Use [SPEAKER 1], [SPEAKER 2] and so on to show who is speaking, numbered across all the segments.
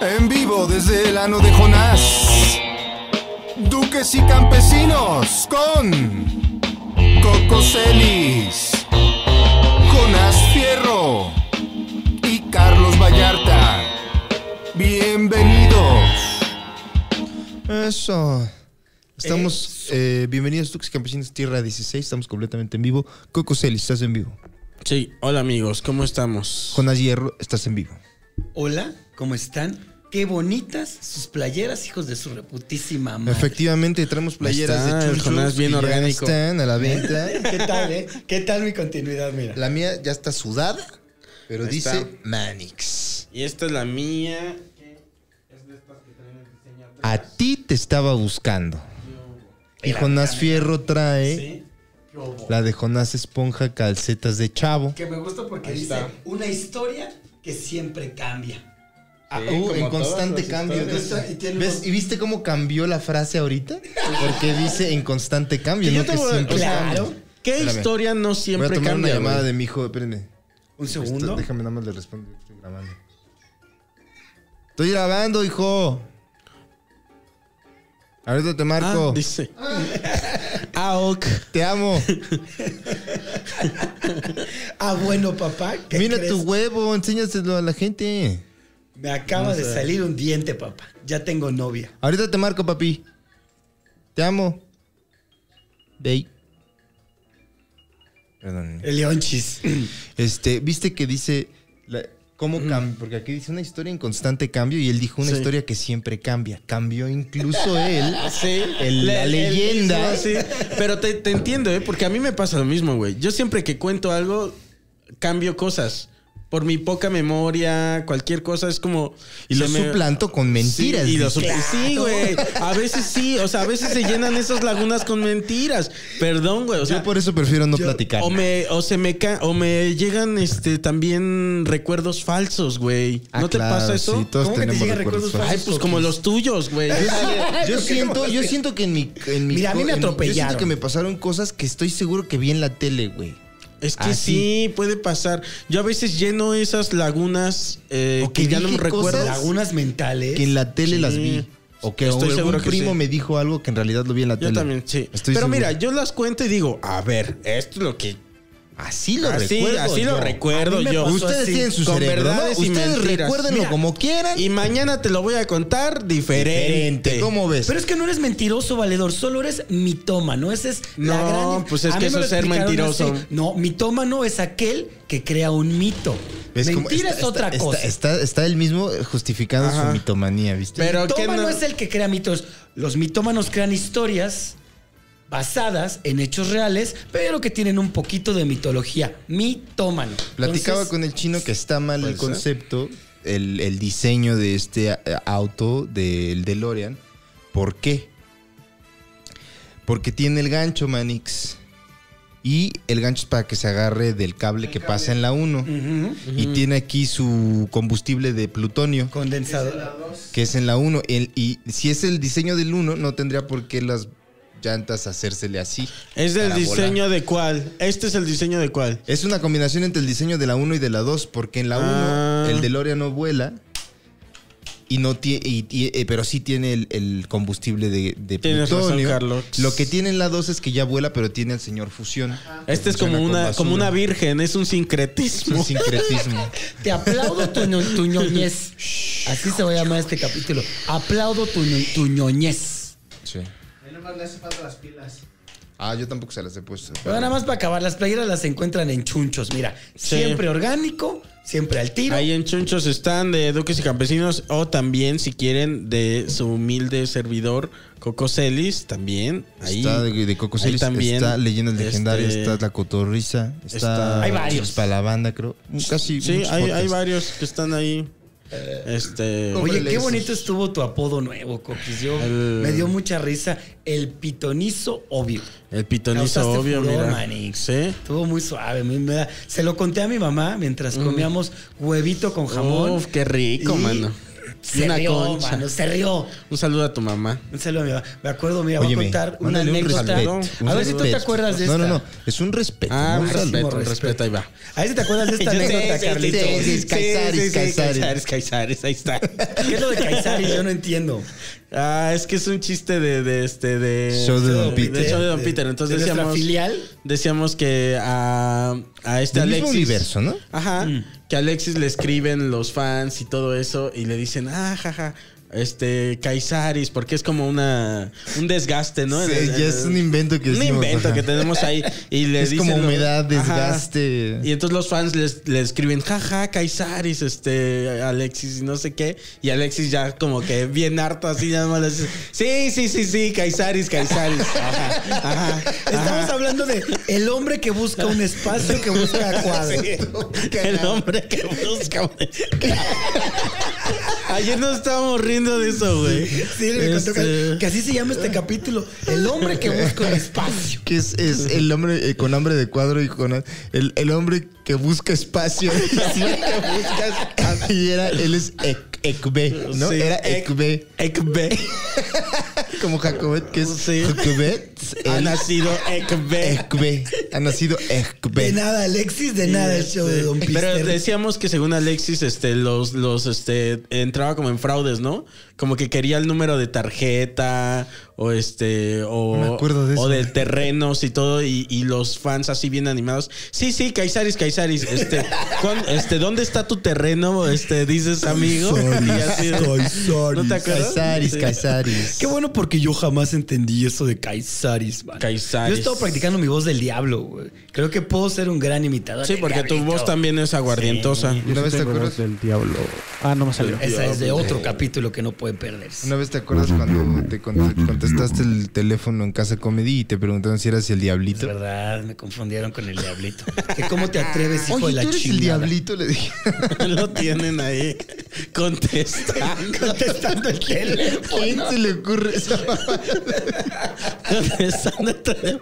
[SPEAKER 1] En vivo desde el ano de Jonás. Duques y campesinos con Coco Celis, Jonás Fierro y Carlos Vallarta. Bienvenidos.
[SPEAKER 2] Eso. Estamos eh, bienvenidos Tux Campesinos Tierra 16, estamos completamente en vivo. Coco Celis, estás en vivo.
[SPEAKER 3] Sí, hola amigos, ¿cómo estamos?
[SPEAKER 2] Jonas Hierro, estás en vivo.
[SPEAKER 4] Hola, ¿cómo están? Qué bonitas sus playeras, hijos de su reputísima madre.
[SPEAKER 2] Efectivamente, traemos playeras
[SPEAKER 3] está,
[SPEAKER 2] de
[SPEAKER 3] el
[SPEAKER 2] chunchos
[SPEAKER 3] Jonás bien
[SPEAKER 2] que ya
[SPEAKER 3] orgánico. ¿Eh?
[SPEAKER 2] están a la venta.
[SPEAKER 4] ¿Qué tal, eh? ¿Qué tal mi continuidad, mira?
[SPEAKER 2] La mía ya está sudada, pero
[SPEAKER 3] Ahí
[SPEAKER 2] dice
[SPEAKER 3] está.
[SPEAKER 2] Manix.
[SPEAKER 3] Y esta es la mía.
[SPEAKER 2] A ti te estaba buscando. Y Jonás Fierro trae la de Jonás Esponja Calcetas de Chavo.
[SPEAKER 4] Que me gusta porque
[SPEAKER 3] Ahí
[SPEAKER 4] dice
[SPEAKER 3] está.
[SPEAKER 4] una historia que siempre cambia.
[SPEAKER 2] Ah,
[SPEAKER 3] Sí,
[SPEAKER 2] uh,
[SPEAKER 3] como
[SPEAKER 2] en
[SPEAKER 3] todas
[SPEAKER 2] constante
[SPEAKER 3] las
[SPEAKER 2] cambio.
[SPEAKER 3] historias.
[SPEAKER 2] Entonces,
[SPEAKER 4] Y tiene
[SPEAKER 2] ¿ves?
[SPEAKER 4] unos-
[SPEAKER 2] ¿Y viste cómo cambió la frase ahorita? Porque dice en constante cambio,
[SPEAKER 3] Que yo
[SPEAKER 2] no
[SPEAKER 3] te
[SPEAKER 2] que
[SPEAKER 3] voy a-
[SPEAKER 2] siempre
[SPEAKER 3] claro.
[SPEAKER 2] cambia.
[SPEAKER 3] ¿Qué
[SPEAKER 2] Espérame.
[SPEAKER 3] historia no
[SPEAKER 2] Voy a
[SPEAKER 3] siempre
[SPEAKER 2] tomar una
[SPEAKER 3] cambia?
[SPEAKER 2] llamada
[SPEAKER 3] güey?
[SPEAKER 2] de mi hijo, espérenme.
[SPEAKER 4] Un
[SPEAKER 2] Esto-
[SPEAKER 4] segundo.
[SPEAKER 2] déjame nada más le respondo, estoy grabando. Estoy grabando, hijo. Ahorita te marco.
[SPEAKER 3] Ah, dice. Ah, ok.
[SPEAKER 2] Te amo.
[SPEAKER 4] Ah, bueno, papá. ¿qué
[SPEAKER 2] Mira
[SPEAKER 4] crees?
[SPEAKER 2] tu huevo, enséñaselo a la gente.
[SPEAKER 4] Me acaba de salir un diente, papá. Ya tengo novia.
[SPEAKER 2] Ahorita te marco, papi. Te amo. Bey. Perdón.
[SPEAKER 4] El leonchis.
[SPEAKER 2] Este, viste que dice la- cómo cambia, porque aquí dice una historia en constante cambio y él dijo una
[SPEAKER 3] Sí.
[SPEAKER 2] historia que siempre cambia. Cambió incluso él.
[SPEAKER 3] Sí,
[SPEAKER 2] El- la leyenda.
[SPEAKER 3] mismo, sí. Pero te, te entiendo, ¿eh? Porque a mí me pasa lo mismo, güey. Yo siempre que cuento algo, cambio cosas. Por mi poca memoria, cualquier cosa es como.
[SPEAKER 2] Y lo
[SPEAKER 3] se me-
[SPEAKER 2] suplanto con mentiras.
[SPEAKER 3] Sí, y lo
[SPEAKER 2] dice.
[SPEAKER 3] supl- sí, güey. A veces sí, o sea, a veces se llenan esas lagunas con mentiras. Perdón, güey. O sea,
[SPEAKER 2] Yo por eso prefiero no platicar.
[SPEAKER 3] O me, o se me ca- o me llegan este también recuerdos falsos, güey.
[SPEAKER 2] Ah,
[SPEAKER 3] ¿No te
[SPEAKER 2] claro,
[SPEAKER 3] pasa eso?
[SPEAKER 2] Sí, todos
[SPEAKER 4] ¿Cómo que te
[SPEAKER 2] tenemos
[SPEAKER 4] llegan
[SPEAKER 2] recuerdos
[SPEAKER 4] recuerdos
[SPEAKER 2] falsos. pues,
[SPEAKER 3] Ay, pues como los tuyos, güey. Yo-
[SPEAKER 2] Yo siento, yo siento que en mi, en mi
[SPEAKER 4] Mira, a mí me
[SPEAKER 2] en mi- Yo siento
[SPEAKER 4] atropellaron.
[SPEAKER 2] que me pasaron cosas que estoy seguro que vi en la tele, güey.
[SPEAKER 3] Es que
[SPEAKER 2] Ah, sí.
[SPEAKER 3] sí, puede pasar. Yo a veces lleno esas lagunas eh,
[SPEAKER 2] O
[SPEAKER 3] que,
[SPEAKER 2] que
[SPEAKER 3] ya no me
[SPEAKER 2] dije
[SPEAKER 3] recuerdo.
[SPEAKER 2] cosas-
[SPEAKER 4] Lagunas mentales.
[SPEAKER 2] Que en la tele
[SPEAKER 3] Sí.
[SPEAKER 2] las vi. O que
[SPEAKER 3] Estoy
[SPEAKER 2] algún
[SPEAKER 3] seguro que
[SPEAKER 2] primo
[SPEAKER 3] sí.
[SPEAKER 2] me dijo algo que en realidad lo vi en la
[SPEAKER 3] Yo
[SPEAKER 2] tele.
[SPEAKER 3] también, sí.
[SPEAKER 2] Estoy
[SPEAKER 3] Pero
[SPEAKER 2] seguro.
[SPEAKER 3] mira, yo las cuento y digo, a ver, esto es lo que
[SPEAKER 2] Así lo
[SPEAKER 3] así,
[SPEAKER 2] recuerdo.
[SPEAKER 3] así lo
[SPEAKER 2] yo.
[SPEAKER 4] A
[SPEAKER 3] recuerdo
[SPEAKER 4] mí me
[SPEAKER 3] yo.
[SPEAKER 4] pasó
[SPEAKER 2] Ustedes
[SPEAKER 4] así,
[SPEAKER 2] tienen su
[SPEAKER 3] con
[SPEAKER 2] cerebro, ¿no?
[SPEAKER 3] verdades y
[SPEAKER 2] Ustedes
[SPEAKER 3] mentiras.
[SPEAKER 2] recuérdenlo
[SPEAKER 3] Mira,
[SPEAKER 2] como quieran.
[SPEAKER 3] Y mañana te lo voy a contar diferente.
[SPEAKER 2] ¿Cómo ves?
[SPEAKER 4] Pero es que no eres mentiroso, valedor, solo eres mitómano. Esa es la
[SPEAKER 3] No,
[SPEAKER 4] gran.
[SPEAKER 3] pues es
[SPEAKER 4] A
[SPEAKER 3] que
[SPEAKER 4] mí me
[SPEAKER 3] eso
[SPEAKER 4] lo
[SPEAKER 3] es ser
[SPEAKER 4] explicaron
[SPEAKER 3] mentiroso.
[SPEAKER 4] así. No, mitómano es aquel que crea un mito.
[SPEAKER 2] ¿Ves cómo
[SPEAKER 4] Mentira
[SPEAKER 2] está-
[SPEAKER 4] es otra
[SPEAKER 2] está-
[SPEAKER 4] cosa.
[SPEAKER 2] Está, está, está él mismo justificando
[SPEAKER 3] Ajá.
[SPEAKER 2] su mitomanía, ¿viste?
[SPEAKER 3] Pero que
[SPEAKER 4] mitómano
[SPEAKER 3] no-
[SPEAKER 4] es el que crea mitos. Los mitómanos crean historias basadas en hechos reales, pero que tienen un poquito de mitología. Mitómano.
[SPEAKER 2] Platicaba
[SPEAKER 4] Entonces,
[SPEAKER 2] con el chino que está mal el
[SPEAKER 3] ser.
[SPEAKER 2] concepto, el, el diseño de este a- auto, del DeLorean. ¿Por qué? Porque tiene el gancho, Manix. Y el gancho es para que se agarre del cable que pasa en la 1.
[SPEAKER 4] Ujú.
[SPEAKER 2] Y tiene aquí su combustible de plutonio,
[SPEAKER 4] Condensador.
[SPEAKER 2] que es en la 1. El- Y si es el diseño del 1, no tendría por qué las llantas hacérsele así.
[SPEAKER 3] Es del
[SPEAKER 2] para
[SPEAKER 3] diseño de cuál. Este es el diseño de cuál.
[SPEAKER 2] Es una combinación entre el diseño de la 1 y de la 2, porque en la 1
[SPEAKER 3] Ah.
[SPEAKER 2] el DeLorean no vuela. Y no tie- y- y- eh, pero sí tiene el, el combustible de, de
[SPEAKER 3] Tienes razón,
[SPEAKER 2] plutonio.
[SPEAKER 3] Carlos.
[SPEAKER 2] Lo que tiene en la 2 es que ya vuela, pero tiene al señor fusión.
[SPEAKER 3] Este es
[SPEAKER 2] Funciona
[SPEAKER 3] como
[SPEAKER 2] con
[SPEAKER 3] una,
[SPEAKER 2] basura.
[SPEAKER 3] como una virgen, es un
[SPEAKER 2] Es un
[SPEAKER 3] sincretismo.
[SPEAKER 2] sincretismo.
[SPEAKER 4] Te aplaudo tu, ño- tu ñoñez. Así se va a llamar este capítulo. Aplaudo tu, ño- tu ñoñez.
[SPEAKER 2] sí. Ah, yo tampoco se las he puesto.
[SPEAKER 4] Pero nada más para acabar, las playeras las encuentran en chunchos, mira.
[SPEAKER 3] Sí.
[SPEAKER 4] Siempre orgánico, siempre al tiro.
[SPEAKER 3] Ahí en Chunchos están de Duques y Campesinos o también, si quieren, de su humilde servidor Coco Celis, también. Ahí
[SPEAKER 2] está de, de Coco
[SPEAKER 3] ahí
[SPEAKER 2] Celis,
[SPEAKER 3] también,
[SPEAKER 2] está Leyendas Legendarias,
[SPEAKER 3] este,
[SPEAKER 2] está La Cotorrisa, está,
[SPEAKER 3] está-
[SPEAKER 4] Hay varios.
[SPEAKER 2] Para la banda, creo. Casi
[SPEAKER 3] Sí,
[SPEAKER 2] muchos
[SPEAKER 3] hay,
[SPEAKER 2] podcasts.
[SPEAKER 3] hay varios que están ahí. Este.
[SPEAKER 4] Oye,
[SPEAKER 2] Cómprale
[SPEAKER 4] qué
[SPEAKER 2] esos.
[SPEAKER 4] bonito estuvo tu apodo nuevo, Coquis. Yo-
[SPEAKER 3] El-
[SPEAKER 4] Me dio mucha risa. El pitonizo obvio.
[SPEAKER 3] El pitonizo
[SPEAKER 4] Causaste
[SPEAKER 3] obvio,
[SPEAKER 4] furor,
[SPEAKER 3] mira.
[SPEAKER 4] manix.
[SPEAKER 3] Sí.
[SPEAKER 4] Estuvo muy suave. me- me da- Se lo conté a mi mamá mientras comíamos huevito con jamón.
[SPEAKER 3] Mm. Uf, qué rico,
[SPEAKER 4] Y
[SPEAKER 3] mano.
[SPEAKER 4] Se
[SPEAKER 3] Una
[SPEAKER 4] rió,
[SPEAKER 3] concha.
[SPEAKER 4] mano, se rió.
[SPEAKER 3] Un saludo a tu mamá.
[SPEAKER 4] Un saludo a mi mamá. Me acuerdo, mira, voy a
[SPEAKER 2] Óyeme,
[SPEAKER 4] contar una
[SPEAKER 2] mándale un
[SPEAKER 4] anécdota.
[SPEAKER 2] respeto, un
[SPEAKER 4] a ver si tú te
[SPEAKER 2] respeto.
[SPEAKER 4] acuerdas de
[SPEAKER 2] No,
[SPEAKER 4] esta.
[SPEAKER 2] no, no. Es un respeto.
[SPEAKER 3] Ah,
[SPEAKER 2] no
[SPEAKER 3] un
[SPEAKER 2] un saludo.
[SPEAKER 3] respeto, un
[SPEAKER 4] respeto.
[SPEAKER 3] respeto, ahí va.
[SPEAKER 4] A ver si te acuerdas de esta
[SPEAKER 3] Yo sé,
[SPEAKER 4] anécdota,
[SPEAKER 3] sí,
[SPEAKER 4] Carlitos.
[SPEAKER 3] sí, sí,
[SPEAKER 2] Sí, Caizares,
[SPEAKER 3] sí, sí,
[SPEAKER 2] Caizares.
[SPEAKER 3] Caizares, Caizares, ahí está.
[SPEAKER 4] ¿Qué es lo de Caizari? Yo no entiendo.
[SPEAKER 3] Ah, es que es un chiste de, de este de
[SPEAKER 2] Show de Don
[SPEAKER 3] de-
[SPEAKER 2] Peter.
[SPEAKER 3] de show de Don Peter. Entonces
[SPEAKER 4] ¿De nuestra
[SPEAKER 3] decíamos
[SPEAKER 4] filial?
[SPEAKER 3] decíamos que a, a este
[SPEAKER 2] Del mismo
[SPEAKER 3] Alexis
[SPEAKER 2] universo, ¿no?
[SPEAKER 3] Ajá,
[SPEAKER 2] Mm.
[SPEAKER 3] que a Alexis le escriben los fans y todo eso y le dicen, "Ah, jaja, este Caizaris", porque es como una un desgaste, ¿no?
[SPEAKER 2] Sí,
[SPEAKER 3] El- el-
[SPEAKER 2] ya es un invento que
[SPEAKER 3] un
[SPEAKER 2] hicimos,
[SPEAKER 3] invento
[SPEAKER 2] ajá.
[SPEAKER 3] que tenemos ahí y le
[SPEAKER 2] Es
[SPEAKER 3] dicen
[SPEAKER 2] como
[SPEAKER 3] lo-
[SPEAKER 2] humedad,
[SPEAKER 3] Ajá.
[SPEAKER 2] desgaste.
[SPEAKER 3] Y entonces los fans les, le escriben, jaja, Caizaris, este, Alexis y no sé qué. Y Alexis ya como que bien harto así, nada más le dice, sí, sí, sí, sí, Caizaris, Caizaris. Ajá, ajá,
[SPEAKER 4] Estamos
[SPEAKER 3] ajá.
[SPEAKER 4] hablando de el hombre que busca un espacio, que busca cuadro.
[SPEAKER 3] El hombre que busca. güey. Ayer nos estábamos riendo de eso, güey.
[SPEAKER 4] Sí, me contó que,
[SPEAKER 3] Este,
[SPEAKER 4] que así se llama este capítulo. El hombre que busca un espacio.
[SPEAKER 2] Que es, es el hombre eh, con hambre de cuadro y con el, el hombre que busca espacio. y era, él es Ek- Ekbe, ¿no?
[SPEAKER 3] Sí,
[SPEAKER 2] era
[SPEAKER 3] Ek-
[SPEAKER 2] Ekbe.
[SPEAKER 3] Ekbe
[SPEAKER 2] Como Jacobet, que es
[SPEAKER 3] Sí.
[SPEAKER 2] Jacobet.
[SPEAKER 3] ha
[SPEAKER 2] él-
[SPEAKER 3] nacido Ekbe.
[SPEAKER 2] Ekbe. Ha nacido
[SPEAKER 4] De
[SPEAKER 2] Ekbe.
[SPEAKER 4] nada, Alexis, de nada el show de Don
[SPEAKER 3] este. Pero
[SPEAKER 4] Peter.
[SPEAKER 3] decíamos que según Alexis, este, los, los, este, entraba como en fraudes, ¿no? Como que quería el número de tarjeta o este, o,
[SPEAKER 2] No me acuerdo de eso.
[SPEAKER 3] o de terrenos y todo y, y los fans así bien animados. Sí, sí, Caizaris, Caizaris, este, ¿cuán- este, ¿dónde está tu terreno? Este, dices amigo. Y así- ¿No te acuerdas?
[SPEAKER 2] Caizaris,
[SPEAKER 3] Sí.
[SPEAKER 2] Caizaris.
[SPEAKER 4] Qué bueno porque yo jamás entendí eso de Caisaris, man.
[SPEAKER 3] Caizaris.
[SPEAKER 4] Yo he estado practicando mi voz del diablo, güey. Creo que puedo ser un gran imitador.
[SPEAKER 3] Sí,
[SPEAKER 4] del
[SPEAKER 3] porque tu
[SPEAKER 4] diablito.
[SPEAKER 3] voz también es aguardientosa.
[SPEAKER 5] Yo
[SPEAKER 2] ¿Una
[SPEAKER 5] sí
[SPEAKER 2] vez te
[SPEAKER 5] tengo
[SPEAKER 2] acuerdas?
[SPEAKER 5] voz del diablo. Ah, no me salió.
[SPEAKER 4] Esa es de otro capítulo que no pueden perderse.
[SPEAKER 2] Una vez te acuerdas cuando te cont- contestaste el teléfono en Casa Comedy y te preguntaron si eras el
[SPEAKER 4] Es
[SPEAKER 2] diablito.
[SPEAKER 4] verdad, me confundieron con el diablito. Que ¿Cómo te atreves, hijo de
[SPEAKER 2] Oye,
[SPEAKER 4] la
[SPEAKER 2] ¿tú eres el
[SPEAKER 4] chingada?
[SPEAKER 2] diablito? Le dije.
[SPEAKER 3] Lo tienen ahí contestando.
[SPEAKER 4] Contestando el
[SPEAKER 2] ¿A
[SPEAKER 4] teléfono.
[SPEAKER 2] quién se le ocurre esa mamá?
[SPEAKER 3] Empezando otra vez.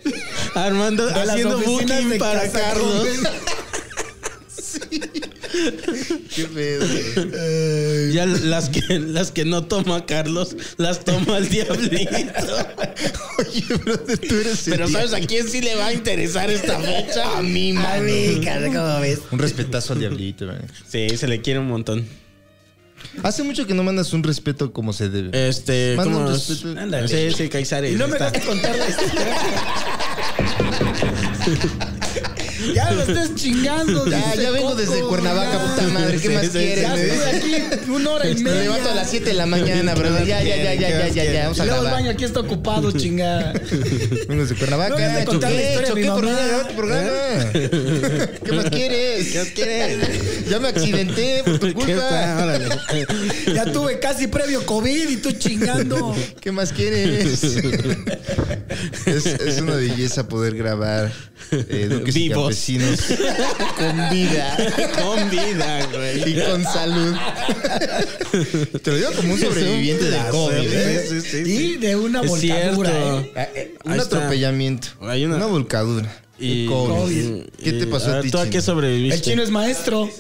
[SPEAKER 3] Armando
[SPEAKER 4] De las
[SPEAKER 3] haciendo
[SPEAKER 4] oficinas
[SPEAKER 3] booking
[SPEAKER 4] de
[SPEAKER 3] para
[SPEAKER 4] Casa
[SPEAKER 3] Carlos.
[SPEAKER 2] Qué pedo. güey.
[SPEAKER 3] Ya las que, las que no toma Carlos, las toma el diablito.
[SPEAKER 2] Oye, brother, tú eres el
[SPEAKER 3] Pero ¿sabes
[SPEAKER 2] diablito.
[SPEAKER 3] a quién sí le va a interesar esta fecha? A mí,
[SPEAKER 4] A mí, cara, ¿cómo ves?
[SPEAKER 2] Un respetazo al diablito, güey.
[SPEAKER 3] Sí, se le quiere un montón.
[SPEAKER 2] Hace mucho que no mandas un respeto como se debe.
[SPEAKER 3] Este,
[SPEAKER 2] Manda
[SPEAKER 3] ¿cómo
[SPEAKER 2] un
[SPEAKER 3] es?
[SPEAKER 2] respeto.
[SPEAKER 3] Ándale. Sí, sí, Caizares.
[SPEAKER 4] Y no me
[SPEAKER 3] está.
[SPEAKER 4] vas a contar la historia. ya lo estás chingando.
[SPEAKER 2] Ya,
[SPEAKER 4] dice
[SPEAKER 2] ya vengo desde
[SPEAKER 4] Coco,
[SPEAKER 2] Cuernavaca,
[SPEAKER 4] ya.
[SPEAKER 2] puta madre. ¿Qué
[SPEAKER 3] Sí,
[SPEAKER 2] más
[SPEAKER 3] sí,
[SPEAKER 2] quieres?
[SPEAKER 4] Ya
[SPEAKER 2] me dice?
[SPEAKER 4] estuve aquí una hora y
[SPEAKER 2] Me
[SPEAKER 4] media.
[SPEAKER 2] levanto a las 7 de la mañana, brother. Ya, ya, ya, ya, ya, ya, ya. Vamos
[SPEAKER 4] Y
[SPEAKER 2] a
[SPEAKER 4] luego el baño
[SPEAKER 2] grabar.
[SPEAKER 4] aquí está ocupado, chingada.
[SPEAKER 2] Vengo desde Cuernavaca.
[SPEAKER 4] No, ya te conté la
[SPEAKER 2] choqué,
[SPEAKER 4] historia de mi
[SPEAKER 2] choqué por venir
[SPEAKER 4] mamá.
[SPEAKER 2] a grabar tu programa. ¿Qué más quieres? ¿Qué más quieres? Ya me accidenté por tu
[SPEAKER 3] ¿Qué está?
[SPEAKER 2] culpa.
[SPEAKER 3] Órale.
[SPEAKER 4] Ya tuve casi previo COVID y tú chingando.
[SPEAKER 2] ¿Qué más quieres? es, es una belleza poder grabar eh, Duques y
[SPEAKER 3] Vivos.
[SPEAKER 2] Campesinos con vida.
[SPEAKER 3] Con vida, güey.
[SPEAKER 2] Y con salud. Te lo digo como un sobreviviente de
[SPEAKER 3] Sí,
[SPEAKER 2] COVID. ¿eh?
[SPEAKER 3] sí, sí, sí.
[SPEAKER 4] Y de una
[SPEAKER 3] Es
[SPEAKER 4] volcadura.
[SPEAKER 3] cierto.
[SPEAKER 4] ¿eh?
[SPEAKER 2] Ah, eh, Un
[SPEAKER 3] Ahí está.
[SPEAKER 2] atropellamiento.
[SPEAKER 3] Hay una-
[SPEAKER 2] una... volcadura.
[SPEAKER 3] Y-
[SPEAKER 2] El COVID.
[SPEAKER 4] COVID.
[SPEAKER 2] ¿Qué te pasó
[SPEAKER 3] Ah,
[SPEAKER 2] a ti?
[SPEAKER 3] ¿Tú a qué
[SPEAKER 2] chino?
[SPEAKER 3] sobreviviste?
[SPEAKER 4] El chino es maestro.